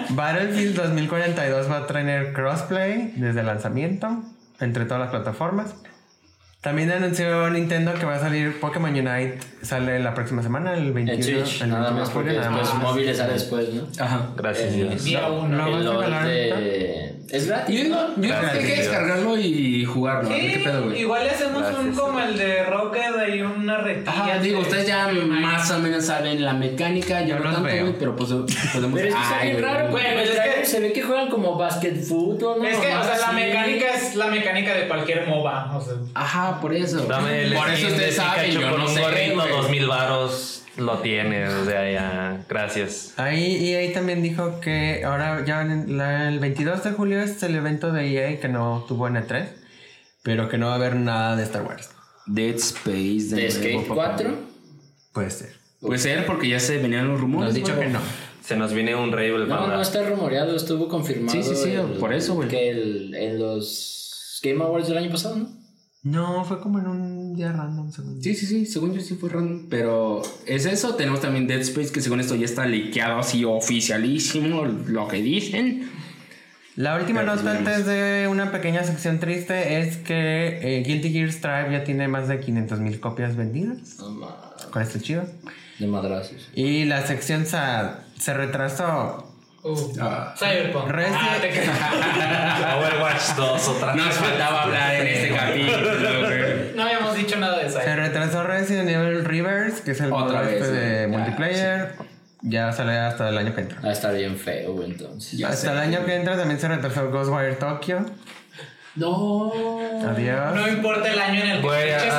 B: Battlefield 2042 va a tener crossplay desde el lanzamiento entre todas las plataformas. También anunció Nintendo que va a salir Pokémon Unite. Sale la próxima semana, el 21
H: En Switch,
B: el
H: nada
B: 21 de
H: más porque
B: julio, nada
H: después
B: más.
H: móviles sale después, ¿no?
A: Ajá.
D: Gracias,
H: Eh,
A: Pues
D: Dios.
E: Día uno.
B: no,
H: El
B: no,
H: LOL
B: no,
H: de... Es
A: Yo
H: gratis,
A: digo,
H: ¿no?
A: yo creo que hay que descargarlo y jugarlo. a ver
E: Sí,
A: ¿Qué pedo, güey?
E: igual le hacemos un
D: Gracias.
E: como el de Rocket, hay una retilla.
A: Ajá,
E: de-
A: digo, ustedes ya más o menos saben la mecánica, yo
B: Yo
A: no
B: los
A: tanto,
B: veo.
A: güey, pero pues podemos...
H: Pero es que está
A: Ay,
H: bien
A: güey,
H: raro, güey.
E: güey,
H: pues
E: es
H: es que
E: que-
H: Se ve que juegan como basket fútbol, ¿no?
E: Es que, o sea, la
H: Sí.
E: mecánica es la mecánica de cualquier MOBA. O sea,
A: Ajá, por eso.
D: Dame el
A: por eso
D: skin
A: ustedes
D: de
A: saben,
D: Pikachu
A: yo
D: con
A: no
D: un
A: sé,
D: gorrito,
A: güey.
D: dos mil varos, lo tienes, o sea, ya, gracias.
B: Ahí EA también dijo que ahora ya en la- el 22 de julio es el evento de EA que no tuvo en E3, pero que no va a haber nada de Star Wars.
A: Dead Space
H: de
A: nuevo,
H: Skate
A: papá.
H: 4.
B: Puede ser. Pues,
A: Puede ser porque ya se venían los rumores.
B: Nos has dicho
A: güey.
B: que no.
D: Se nos viene un Ravel
H: No,
D: para
H: no está rumoreado, estuvo confirmado.
A: Sí, sí, sí,
H: el-
A: por eso, güey.
H: Que el- en los Game Awards del año pasado, ¿no?
B: No, fue como en un día random, según
A: Sí, sí, sí, según yo sí fue random, pero es eso, tenemos también Dead Space que según esto ya está liqueado así oficialísimo, lo que dicen.
B: La última
A: Pero,
B: nota
A: pues,
B: antes de una pequeña sección triste es que eh, Guilty Gear Strive ya tiene más de 500.000 copias vendidas.
H: No mames.
B: Con este chido.
H: De madrazos.
B: Y la sección sad se retrasó.
E: uh,
D: Ah.
E: Cyberpunk.
B: Resident-
E: Ah, te creas.
D: Overwatch 2 otra vez.
A: Nos faltaba hablar en este capítulo, güey.
E: no habíamos dicho nada de
B: Se
E: Cyberpunk.
B: retrasó Resident Evil Rivers, que es el
A: Otra
B: modo
A: vez,
B: este de
A: eh. Ya,
B: multiplayer. Ya sale hasta el año que entra.
H: Ah, está bien feo, güey, entonces.
A: Ya
B: hasta
A: sé.
B: el año que entra también se retrasó Ghostwire Tokyo.
H: No.
B: Adiós.
E: No importa el año en el que
D: Güey,
E: escuches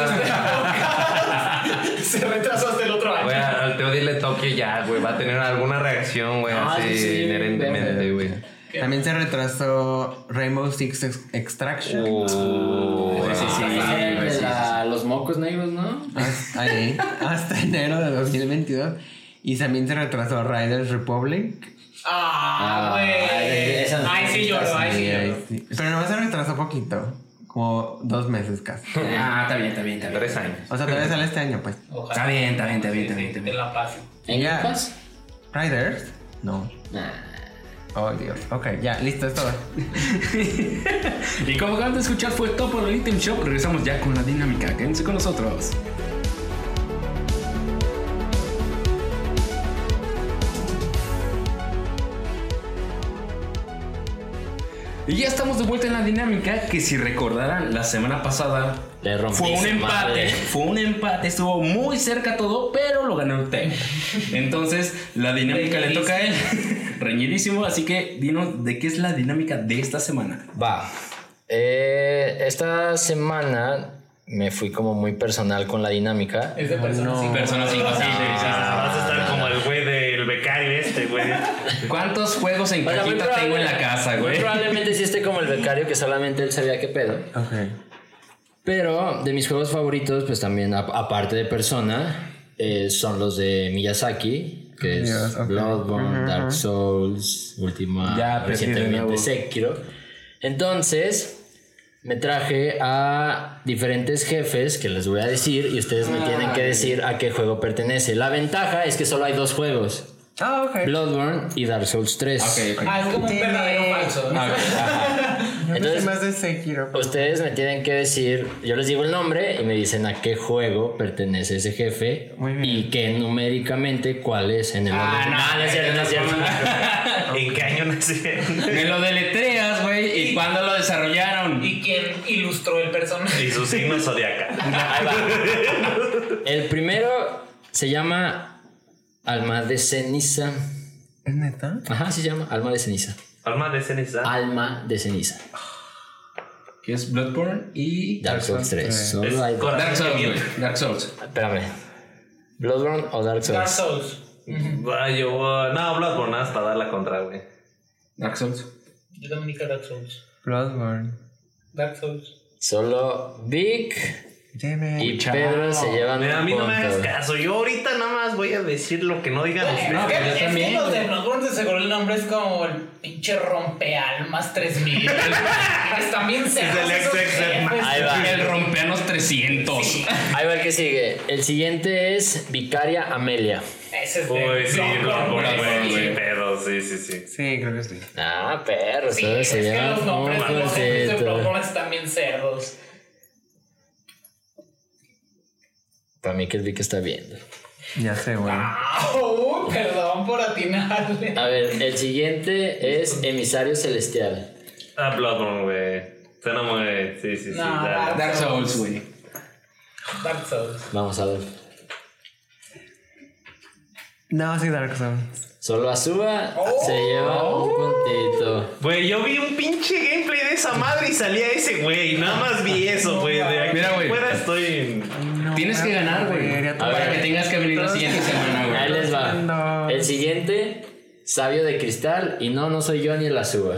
D: ah.
E: este podcast. Se retrasó hasta el otro año.
D: Güey, al Teo dile Tokio ya, güey, va a tener alguna reacción, güey,
H: Ah,
D: así
H: sí, sí,
D: inherentemente, güey.
B: También se retrasó Rainbow Six Ex- Extraction.
D: Oh,
A: Sí, sí, sí, sí,
H: Ah,
A: güey, sí,
H: de
A: sí.
H: la- Los mocos negros, ¿no?
B: Hasta, ahí, hasta enero de 2022. Y también se retrasó Riders Republic.
E: Ah,
H: Ah,
E: güey.
H: esa no
E: Ahí sí lloro, ahí sí
B: Y
E: lloro.
B: ahí sí. Pero nomás se retrasó poquito. Como dos meses casi.
A: Ah, está bien, está bien, está bien.
D: tres años.
B: O sea, todavía sale este año, pues.
E: Ojalá.
A: Está bien, está bien, está bien, está bien.
E: Sí,
A: Está
E: Te
A: bien.
E: la paso.
H: ¿En
B: Ya.
H: Compass?
B: Riders. No.
H: Nah.
B: Oh, Dios. Ok, ya, listo, es todo.
A: Y como acaban de escuchar fue todo por el Item Shop, regresamos ya con la dinámica, quédense con nosotros. Y ya estamos de vuelta en la dinámica que si recordarán la semana pasada
H: Le rompí
A: fue un
H: su
A: empate,
H: madre.
A: fue un empate, estuvo muy cerca todo, pero lo ganó el Teo. Entonces la dinámica le toca a él, reñidísimo, así que dinos de qué es la dinámica de esta semana.
H: Va. Eh, esta semana me fui como muy personal con la dinámica.
E: Es de personas sin
A: Persona 5 sí, sí,
D: vas a estar como el güey del becario este, güey.
A: sí. ¿Cuántos juegos en
H: O sea, muy
A: cajita
H: probable-
A: tengo en la casa,
H: muy
A: güey?
H: Probablemente sí esté como el becario que solamente él sabía qué pedo.
B: Ok.
H: Pero de mis juegos favoritos, pues también, a- aparte de Persona, eh, son los de Miyazaki, que es
B: Dios, ok.
H: Bloodborne,
B: Ujú,
H: Dark Souls, Última,
A: Ya, pero sí, de
H: recientemente
A: nuevo.
H: Sekiro. Entonces, me traje a diferentes jefes que les voy a decir y ustedes me tienen que decir a qué juego pertenece. La ventaja es que solo hay dos juegos,
B: Ah, ok.
H: Bloodborne y Dark Souls 3.
A: Ok, ok.
E: Ah, es como un verdadero falso.
A: A ver, ajá.
B: Yo no sé
H: Entonces-
B: más de Sekiro. pero-
H: Ustedes me tienen que decir, yo les digo el nombre y me dicen a qué juego pertenece ese jefe
B: Muy bien.
H: y que numéricamente cuál es en el orden. Ah, no es cierto, no es cierto.
D: ¿En qué año nacieron?
A: Me lo deletreas, güey, y cuándo lo desarrollaron.
E: ¿Y quién ilustró el personaje?
D: Y su signo es zodiacal.
H: Ahí va. El primero se llama Alma de Ceniza.
B: ¿Es neta?
H: Ajá, se llama Alma de Ceniza.
D: ¿ah? Alma de ceniza.
H: Alma de Ceniza.
A: que es Bloodborne y
H: Dark Souls 3. Solo
D: Es
H: hay-
D: corazón
A: Dark Souls,
D: que
A: güey.
D: miente.
A: Dark Souls.
H: Espérame. ¿Bloodborne o Dark Souls?
E: Dark Souls.
D: Va, yo voy- No, Bloodborne, nada más para dar la contra, güey.
A: Dark Souls.
E: Yo también dije Dark Souls.
B: Bloodborne.
E: Dark Souls.
H: Solo Vic
B: Deme.
H: y Pedro se
E: Ah,
H: llevan
D: Mira, a
H: un
D: mí no
H: punto.
D: me hagas caso. Yo ahorita nada más voy a decir lo que no digan ustedes.
E: es
A: yo
E: que, es
A: también,
E: que los
A: güey.
E: de Bloodborne de seguro el nombre es como el pinche rompealmas 3000. Están bien cerrados
D: el
E: esos
D: ex- ex-
E: jefes.
H: Ahí va.
A: El rompeanos 300.
H: Ahí va el que sigue. El siguiente es Vicaria Amelia.
E: Ese es de
D: Uy, sí, Bloodborne,
A: Bloodborne,
D: güey.
A: güey.
D: sin pedo, sí, sí, sí.
B: Sí, creo que sí.
H: Ah, perro,
E: Sí,
H: solo
E: es
H: se
E: que
H: llevan
E: los
H: un
E: nombres de los jefes de
H: puntito.
E: Bloodborne están bien cerdos.
H: Para mí que el Vic está viendo.
B: Ya sé, güey.
E: Au, perdón por atinarle.
H: A ver, el siguiente es Emisario Celestial.
D: Ah, Bloodborne, güey. Suena muy. Sí, sí, sí.
E: No,
D: dale.
A: Dark Souls, güey.
E: Dark Souls.
H: Vamos a ver.
B: No, sí, Dark Souls.
H: Solo Azuba se
E: Oh.
H: lleva un puntito.
D: Güey, yo vi un pinche gameplay de esa madre y salía ese güey. Nada más vi eso, güey. De aquí
A: Mira, güey.
D: fuera estoy en.
A: Tienes que ganar, güey.
H: A
A: Para que
H: ver,
A: tengas que venir la siguiente semana,
H: ahí
A: güey.
H: les va. El siguiente, Sabio de Cristal. Y no, no soy yo ni el Azuba.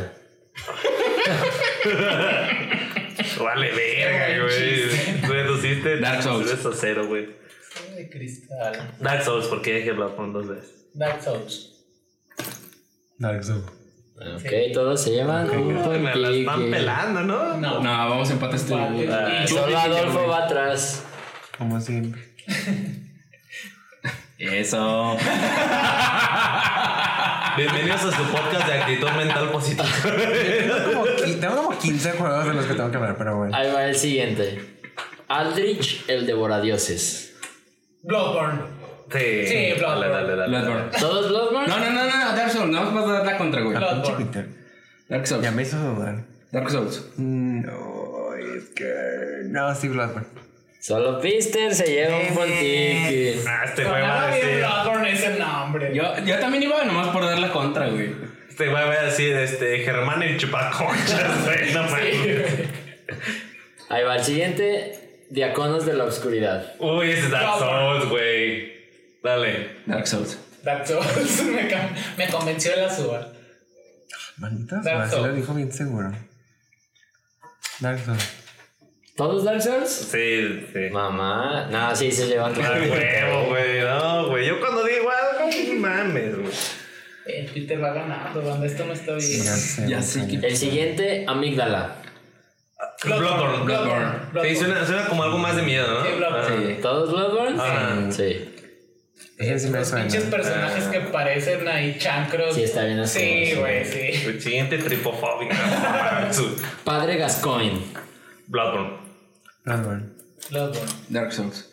D: Vale, verga, güey. Reduciste.
A: Dark Souls.
D: tres a cero, güey.
E: De cristal.
D: Dark Souls, porque dije Bloodborne dos veces.
E: Dark Souls.
B: Dark Souls.
H: Ok, todos se llevan un
D: Me la están
H: puntito.
D: pelando, ¿no?
E: No.
A: No, vamos a empatar este. güey.
E: Vale.
H: Solo Adolfo va atrás.
B: Como siempre.
D: Eso. Bienvenidos a su podcast de actitud mental positiva.
B: Tengo como, qui- tengo como 15 juegos de los que tengo que hablar, pero bueno.
H: Ahí va el siguiente. Aldrich, el devoradioses.
E: Bloodborne.
D: Sí,
E: Sí, Bloodborne.
D: Dale, dale, dale.
A: Bloodborne.
H: ¿Todos Bloodborne?
A: No, no, no, no, no, Dark Souls. Nada más vas a dar la contra, güey.
E: Bloodborne.
B: Pinche Peter.
A: Dark Souls.
B: Ya me hizo dudar.
A: Dark Souls.
B: No, es que. No, sí, Bloodborne.
H: Solo Pister se lleva un puntito.
D: Ah, este güey va a
E: Sonaba bien
D: decir.
E: Bloodborne ese nombre.
A: Yo, yo también iba nomás por dar la contra, güey.
D: Este güey va a decir, este, Germán el chupaconchas, güey. No mames.
H: Ahí va el siguiente. Diaconos de la Oscuridad.
D: Uy, ese es Dark Souls, güey. Dale.
A: Dark Souls.
E: Dark Souls. Me, ca- me convenció el azúcar.
B: Maldita sea,
E: Dark
B: sí lo
E: Souls.
B: dijo bien seguro. Dark Souls.
H: ¿Todos Dark Souls?
D: Sí, sí.
H: Mamá. No, sí, se llevan
D: Ah, huevo, güey. No, güey. Yo cuando digo algo, no mames, güey.
E: El Peter va ganando, banda. Esto no está bien.
B: Ya sé.
A: Ya sé que.
H: El siguiente, Amígdala.
D: Bloodborne,
A: Bloodborne.
D: Sí, suena, suena como algo más de miedo, ¿no?
E: Sí, Bloodborne.
A: Sí.
H: ¿Todos Bloodborne?
D: Ah.
H: Sí.
B: Ese sí me
E: Los
B: suena.
E: pinches personajes que parecen ahí chancros.
H: Sí, está bien así.
E: Sí, güey, sí.
D: El siguiente tripofóbico.
H: Padre Gascoigne.
D: Bloodborne.
B: Bloodborne.
E: Bloodborne.
A: Dark Souls.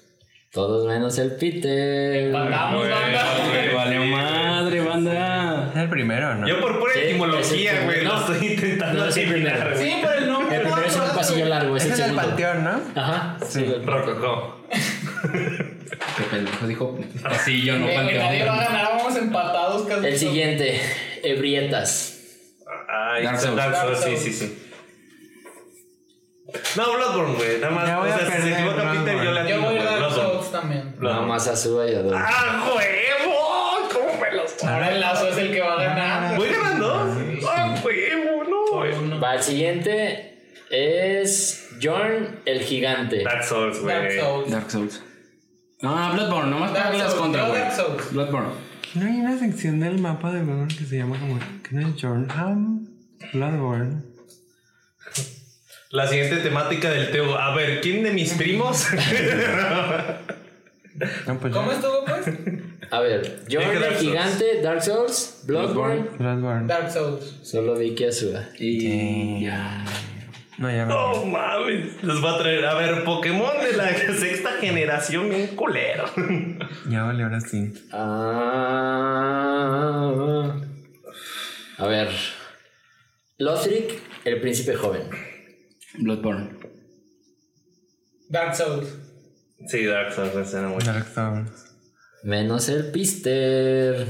H: Todos menos el Peter.
E: Vamos, banda.
D: güey,
A: Vale, madre, banda.
B: Es el primero, ¿no?
D: Yo por pura
H: Sí, es
D: etimología,
H: el
D: güey,
H: primero.
D: lo estoy intentando
H: No, es el
D: asimilar,
H: primero.
D: güey.
E: Sí, por el nombre.
H: El primero es un pasillo largo, es
B: Ese
H: el
B: es el
H: segundo.
B: panteón, ¿no?
H: Ajá. Sí.
D: Rococó.
A: Qué pendejo dijo. Así yo no
E: Güey, güey, nadie va a
A: panteón.
E: ganar, vamos empatados casi.
H: El siguiente, Ebrietas.
D: Ay,
A: Dark Souls.
D: Dark Souls, sí,
E: Dark Souls.
D: sí, sí. No, Bloodborne, güey. Nada más.
B: Ya voy
D: o
B: a
D: sea, si se
B: perder,
D: equivoca Peter, yo
B: Bloodborne.
D: la
E: Yo
D: digo,
E: voy
D: güey.
E: a Dark
D: Bloodborne.
E: Souls también.
H: Nada más a Suba y a Adolfo.
D: ¡Ah, huevo! ¿Cómo me los
E: Ahora el lazo es el que va a ganar.
D: ¿Voy ganando? ¡Ah, huevo! No, güey.
H: Va, el siguiente es Jorn el Gigante.
D: Dark Souls,
E: Dark
D: güey.
E: Souls.
A: Dark Souls. No, Bloodborne, nomás para que
E: Dark
A: las
E: Souls,
A: contra,
E: yo
A: güey.
E: Dark Souls.
A: Bloodborne.
B: No hay una sección del mapa de Bloodborne que se llama como. ¿Qué no es Jornham? Bloodborne.
D: La siguiente temática del Teo. A ver, ¿quién de mis primos?
B: No, pues
E: ¿Cómo
B: ya.
E: estuvo, pues?
H: A ver, Jorn
D: Dije Dark
H: el
D: Souls.
H: Gigante, Dark Souls, Bloodborne.
B: Bloodborne.
E: Dark Souls.
H: Solo Vicky a Suba.
A: Y. Ya.
B: No, ya me
D: No mames. Les va a traer. A ver, Pokémon de la sexta generación, bien culero.
B: Ya vale, ahora sí.
H: Ah, a ver. Lothric, el príncipe joven.
A: Bloodborne.
E: Dark Souls.
D: Sí, Dark Souls me suena mucho.
B: Dark Souls.
H: Menos el Pister.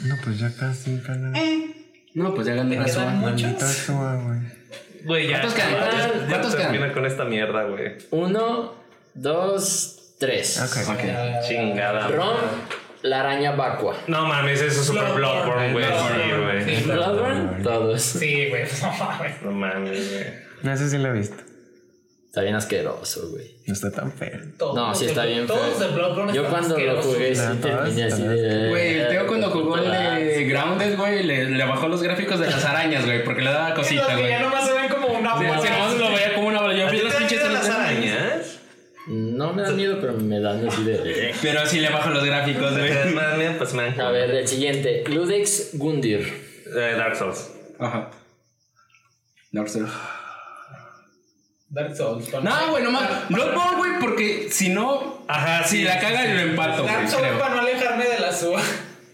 B: No, pues ya casi, canal.
A: No, pues ya gané
E: ¿Te
A: la
E: quedan
A: suba.
E: muchos?
B: Maldita sua, güey.
D: Güey, ya.
H: ¿Cuántos quedan?
D: ya-
H: ¿Cuántos-
D: ya
H: cuántos
D: termina con esta mierda, güey.
H: Uno, dos, tres.
D: Chingada.
H: Ron, la araña vacua.
D: No mames, eso es super Bloodborne, güey. Sí,
E: Bloodborne,
D: güey.
E: sí.
H: Bloodborne, todos.
E: Sí, güey, no mames.
D: No mames, güey.
G: No sé si lo he visto.
H: Está bien asqueroso, güey.
G: No está tan feo.
E: Todos
H: No, sí
E: de-
H: está bien.
E: Todos
H: feo.
E: de Bloodborne
H: Yo
E: están
H: cuando lo
E: asquerosos.
H: jugué, sí
G: asquerosos.
H: terminé así de.
A: Güey, el Teo cuando jugó el de Grounded, güey, le, le bajó los gráficos de las arañas, güey, porque le daba
E: Sí,
A: cosita,
E: los que
A: güey.
E: ya nomás se ven como una
A: Sí,
E: bola.
A: sí, no, lo veía como una bola. Yo vi las pinches
D: de las
A: arañas.
D: arañas?
H: No me dan miedo, pero me dan así de.
A: Pero sí le bajo los gráficos, güey.
D: Ustedes, mami, Pues man.
H: A ver, el siguiente. Ludex Gundir.
D: Eh, Dark Souls.
A: Ajá. Dark Souls.
E: Dark Souls. para-
A: No, güey, nomás. Bloodborne, güey, porque si no.
D: Ajá,
A: Si
D: sí.
A: la caga, yo lo empato, güey,
E: Dark Souls
A: creo.
E: para no alejarme de la suba.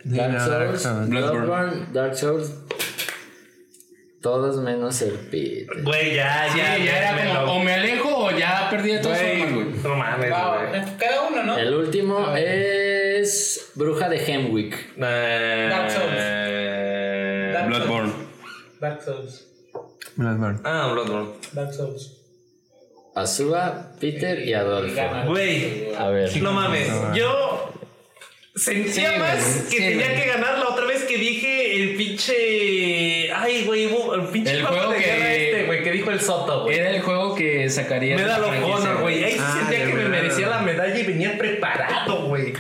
H: Dark
G: no, Dark
H: Souls,
G: Souls.
A: Bloodborne.
H: Bloodborne, Dark Souls. Todos menos el Pete.
D: Güey, ya,
A: Sí,
D: ya.
A: ya
D: me
A: era
D: lo-
A: como, o me alejo o ya perdí de todas
D: Güey,
A: formas, güey.
D: No mames,
E: Va,
D: güey.
E: Cada uno, ¿no?
H: El último es Bruja de Hemwick.
D: Eh,
E: Dark Souls.
D: eh,
E: Dark Bloodborne. Dark Souls.
G: Bloodborne.
D: Ah, Bloodborne.
E: Dark Souls.
H: Azuba, Peter y Adolfo.
E: Gana.
D: Güey,
H: A ver.
D: no mames. Yo sentía
A: Sí,
D: más
A: güey,
D: que
A: sí,
D: tenía
A: güey.
D: que ganar la otra vez que dije el pinche. Ay, güey, hubo- el pinche
A: El
D: juego
A: juego
D: de
A: que-
D: guerra este, güey, que dijo el Soto, güey.
A: Era el juego que sacaría. de
D: Medal
A: la
D: of
A: franquicia,
D: Honor, güey. Ahí sí
G: Ah,
D: sentía
G: de
D: que me
G: verdad.
D: merecía la medalla y venía preparado, güey.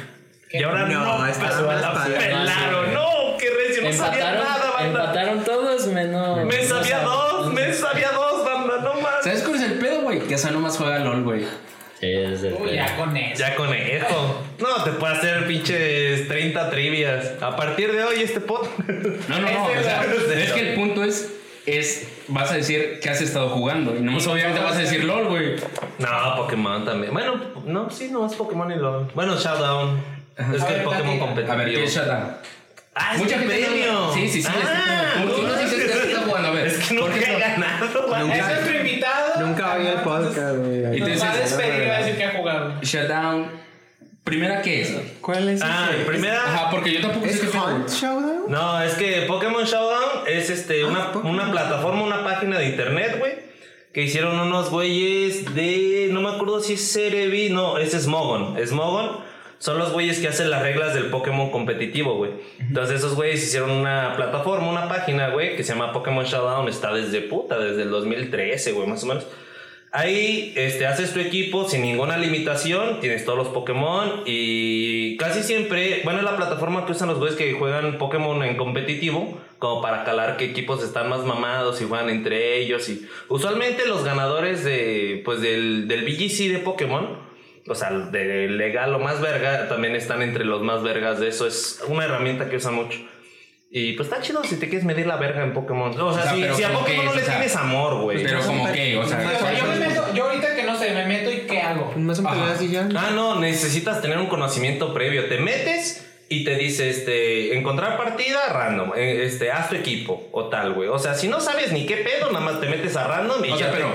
D: Y ahora no,
B: No, está
D: pero me la
B: mal,
D: pelaron. No, qué recio, no sabía
H: Empataron,
D: nada, banda.
H: empataron todos menos.
D: Me sabía dos, me sabía dos, banda, no mames.
A: ¿Sabes cuál es el pedo, güey? Que esa nomás juega LOL, güey.
H: Sí, es el
E: Uy, ya con eso.
D: Ya conejo. No, te puede hacer pinches 30 trivias. A partir de hoy, este pod.
A: No, no, no.
D: Ese
A: o sea,
D: es el-
A: es que el punto es, es, vas a decir que has estado jugando. Y nomás obviamente vas a decir LOL, güey.
D: No, Pokémon también. Bueno, no, sí, no es Pokémon y LOL. Bueno, Showdown. Es
E: A
D: que
E: ver,
D: el Pokémon
E: platica.
D: competitivo.
A: A ver, ¿qué es Shutdown?
D: Ah, es
A: Mucha
D: que
A: gente no-
D: premio.
A: Sí, sí, sí, les-
D: Ah,
A: ¿por qué no dices que estás jugando? A ver,
D: Es que
A: ¿por
D: nunca
A: qué
D: he
A: no?
D: ganado, güey.
E: Es nuestro invitado.
B: Nunca oí el podcast,
A: Y
B: güey.
A: tú
E: Nos va a
A: dices,
E: despedir y va a decir que ha jugado.
A: Shutdown. Primera, ¿qué es?
G: ¿Cuál es?
D: Ah,
G: ese?
D: primera.
A: Ajá, porque yo tampoco sé
B: ¿Es
A: qué pedo, güey.
B: Hunt Showdown?
D: No, es que Pokémon Showdown es este una, una plataforma, una página de internet, güey. Que hicieron unos güeyes de. No me acuerdo si es Cerebi. No, es Smogon. Smogon son los güeyes que hacen las reglas del Pokémon competitivo, güey. Entonces, esos güeyes hicieron una plataforma, una página, güey, que se llama Pokémon Showdown. Está desde puta, desde el 2013, güey, más o menos. Ahí este, haces tu equipo sin ninguna limitación, tienes todos los Pokémon y casi siempre, bueno, es la plataforma que usan los güeyes que juegan Pokémon en competitivo, como para calar qué equipos están más mamados y juegan entre ellos. Y usualmente los ganadores de, pues, del, del BGC de Pokémon, o sea, de legal o más verga, también están entre los más vergas de eso. Es una herramienta que usan mucho. Y pues está chido si te quieres medir la verga en Pokémon. O sea,
A: O sea,
D: si,
A: pero
D: si a
A: ¿cómo
D: Pokémon
A: que
D: no
A: es?
D: le
A: O sea,
D: tienes amor, güey.
A: Pero como qué, o sea,
E: O sea,
A: ¿cuál-
E: yo me meto, yo ahorita que no sé, me meto y ¿qué hago?
B: Más un pedazo y ya.
D: Ah, no, necesitas tener un conocimiento previo. Te metes y te dice, este, encontrar partida random, eh, este, haz tu equipo o tal, güey. O sea, si no sabes ni qué pedo, nada más te metes a random y
A: o sea,
D: ya. te-
A: pero,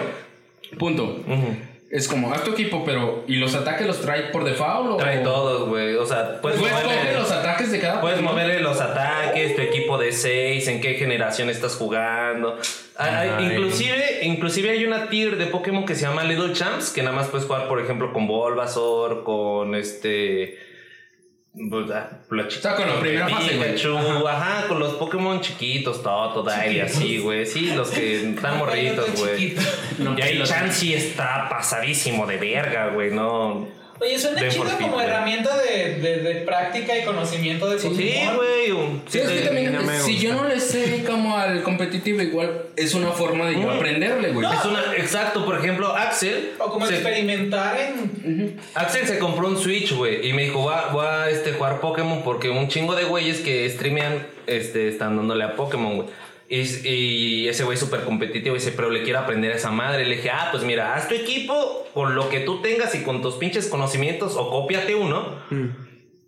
A: punto.
D: Ujú.
A: Es como, haz tu equipo, pero, ¿y los ataques los trae por default o...?
D: Trae todos, güey. O sea, puedes,
A: Oh. Pues coge
D: moverle,
A: los ataques de cada
D: puedes
A: Pokémon.
D: moverle los ataques, tu equipo de 6, en qué generación estás jugando. Ah, hay- inclusive, inclusive hay una tier de Pokémon que se llama Little Champs, que nada más puedes jugar, por ejemplo, con Bulbasaur, con este... pues, ah, la
A: O sea, con la primera fase, güey.
D: Pikachu, ajá. con los Pokémon chiquitos, todo, y así, güey. Sí, los que están morritos,
E: Yo soy
D: güey.
E: chiquito.
D: y ahí Chansey está pasadísimo de verga, güey, no.
E: Oye, suena
D: Ven
E: chido
D: por ti,
E: como
D: güey.
E: herramienta de, de, de práctica y conocimiento de Pokémon.
D: Sí, güey. un-
A: Sí, es que
D: sí,
A: también,
B: no me
A: si
B: gusta.
A: yo no le sé como al competitivo, igual es una forma de yo
D: Mm.
A: aprenderle, güey.
D: Es una, exacto, por ejemplo, Axel.
E: O como
D: se-
E: experimentar en.
D: Axel se compró un Switch, güey, y me dijo, va, voy a este, jugar Pokémon porque un chingo de güeyes que streamean este, están dándole a Pokémon, güey. Y, y ese güey es súper competitivo y dice, pero le quiero aprender a esa madre. Le dije, ah, pues mira, haz tu
A: Mm.
D: equipo con lo que tú tengas y con tus pinches conocimientos o cópiate uno.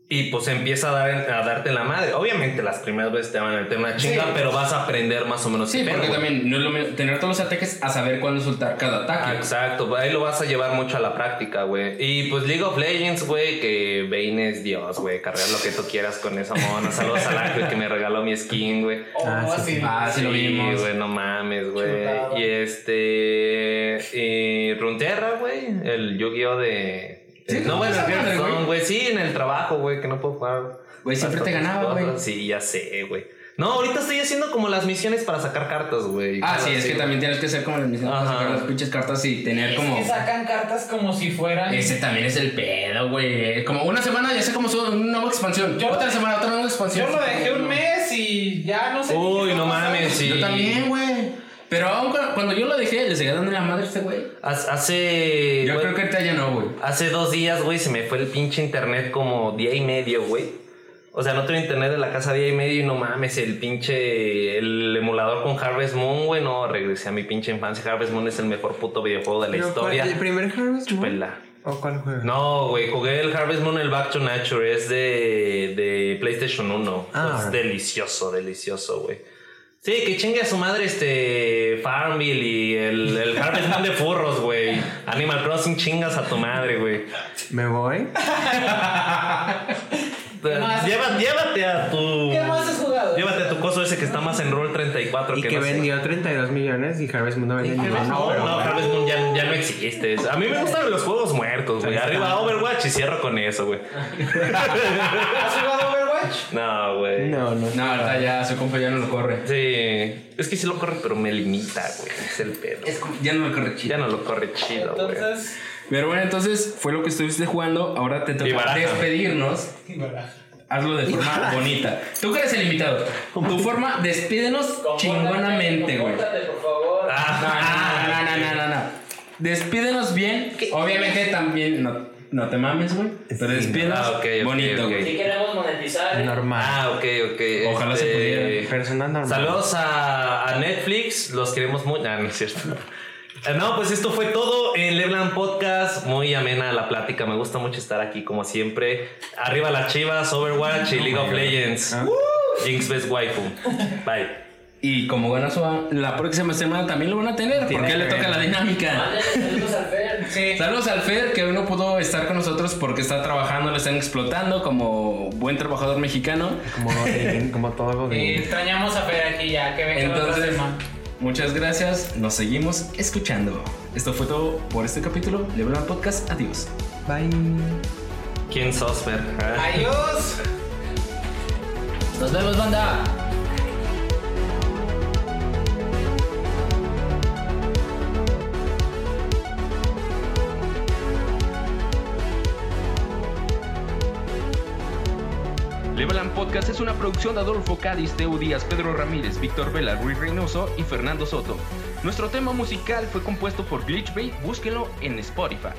D: Y pues empieza a, dar, a darte la madre. Obviamente las primeras veces te van a meter una chinga,
A: Sí.
D: pero vas a aprender más o menos.
A: Sí,
D: qué pedo,
A: porque
D: güey.
A: también no es lo mismo tener todos los ataques a saber cuándo soltar cada
D: Ah,
A: ataque.
D: Exacto, ahí lo vas a llevar mucho a la práctica, güey. Y pues League of Legends, güey, que Bane es Dios, güey. Cargar lo que tú quieras con esa mona. Saludos a Lack, güey, que me regaló mi skin, güey.
E: Oh, sí.
A: Ah, sí, lo vimos.
D: güey, no mames, güey.
E: Chulada.
D: Y este. Y Runterra, güey. El Yu-Gi-Oh! de.
A: Sí,
D: no,
A: no,
D: bueno,
A: esa
D: el
A: madre,
D: Hearthstone,
A: güey.
D: güey. Sí, en el trabajo, güey, que no puedo jugar.
A: Güey, siempre
D: Hasta
A: te
D: otras
A: ganaba, güey.
D: cosas. Sí, ya sé, güey. No, ahorita estoy haciendo como las misiones para sacar cartas, güey.
A: Ah, sí,
D: Cosas
A: es
D: así,
A: que también tienes que ser como las misiones para
D: Ajá.
A: sacar las pinches cartas y tener
E: Es
A: como.
E: que sacan cartas como si fueran.
A: Ese también es el pedo, güey. Como una semana ya sé cómo son una nueva expansión.
E: Yo-
A: otra semana, otra nueva
E: Yo
A: expansión.
E: lo dejé un mes y ya no sé. ni qué
D: Uy,
E: está
D: no
E: pasando.
D: mames, sí.
A: Yo también, güey. Pero aún cu- cuando yo lo dejé, le seguía dando la madre a este güey.
D: Haz- Hace.
A: Yo
D: güey,
A: creo que ahorita ya no, güey.
D: Hace dos días, güey, se me fue el pinche internet como día y medio, güey. O sea, no tuve internet en la casa día y medio y no mames, el pinche. El emulador con Harvest Moon, güey, no, regresé a mi pinche infancia. Harvest Moon es el mejor puto videojuego de la historia.
B: ¿El primer Harvest Moon?
D: Pela.
B: ¿O cuál juego?
D: No, güey, jugué el Harvest Moon, el Back to Nature, es de, de PlayStation 1.
B: Ah.
D: es delicioso, delicioso, güey. Sí, que chingue a su madre este Farmville y el, el Harvest Moon de furros, güey. Animal Crossing chingas a tu madre, güey.
B: ¿Me voy?
E: más?
D: Lleva- llévate a tu.
E: ¿Qué más has jugado?
D: Llévate a tu coso ese que está más en Roll 34
B: Y que
D: no sé.
B: vendió 32 millones y Harvest Moon no vendió ni uno,
D: No,
B: pero
D: no, Harvest Moon ya, ya no existe. A mí me gustan los juegos muertos, güey. Arriba Overwatch y cierro con eso, güey.
E: ¿Has jugado Overwatch?
D: No, güey.
B: No, no.
A: No, ahorita ya su compa ya no lo corre.
D: Sí. Es que sí lo corre, pero me limita, güey. Es el pedo.
A: Es como- ya no lo corre chido.
D: Ya no lo corre chido, güey.
E: Entonces.
A: Pero bueno, entonces fue lo que estuviste jugando. Ahora te
D: Y
A: toca
D: baraja.
A: despedirnos. Hazlo de forma bonita. Tú que eres el invitado. Tu forma, despídenos chingonamente, güey.
C: Compórtate, por favor.
A: No,
D: Ah,
A: no, no, no, no, no, no. Despídenos bien. Obviamente también. No, no te mames, güey. Pero
B: Sí,
A: despídenos
D: ah, ok, ok,
A: bonito,
D: ok.
A: güey.
C: Si queremos monetizar.
B: Normal.
D: ah, ok, ok. Este,
A: Ojalá se pudiera.
B: Persona normal.
D: Saludos a, a Netflix, los queremos mucho. Ah, no es cierto. Eh, No, pues esto fue todo en Leblanc Podcast. Muy amena la plática. Me gusta mucho estar aquí, como siempre. Arriba las chivas, Overwatch y League of Legends.
A: Ah.
D: Jinx Best Waifu. Bye.
A: Y como ganas la próxima semana también lo van a tener.
B: Tiene
A: Porque
B: que
A: le
B: ver.
A: toca la dinámica.
C: Mándale saludos al Fer.
E: Sí.
A: Saludos al Fer, que hoy no pudo estar con nosotros porque está trabajando, lo están explotando como buen trabajador mexicano.
B: Como Godín, como todo
E: Y
B: Godín.
E: Eh, extrañamos a Fer aquí ya, que venga otra
A: Entonces,
E: semana.
A: muchas gracias. Nos seguimos escuchando. Esto fue todo por este capítulo de Blan Podcast. Adiós.
B: Bye.
D: ¿Quién sos, Fer? Ah.
E: Adiós.
C: Nos vemos, banda.
A: Leveland Podcast es una producción de Adolfo Cádiz, Teo Díaz, Pedro Ramírez, Víctor Vela, Ruiz Reynoso y Fernando Soto. Nuestro tema musical fue compuesto por Glitch Bay, búsquenlo en Spotify.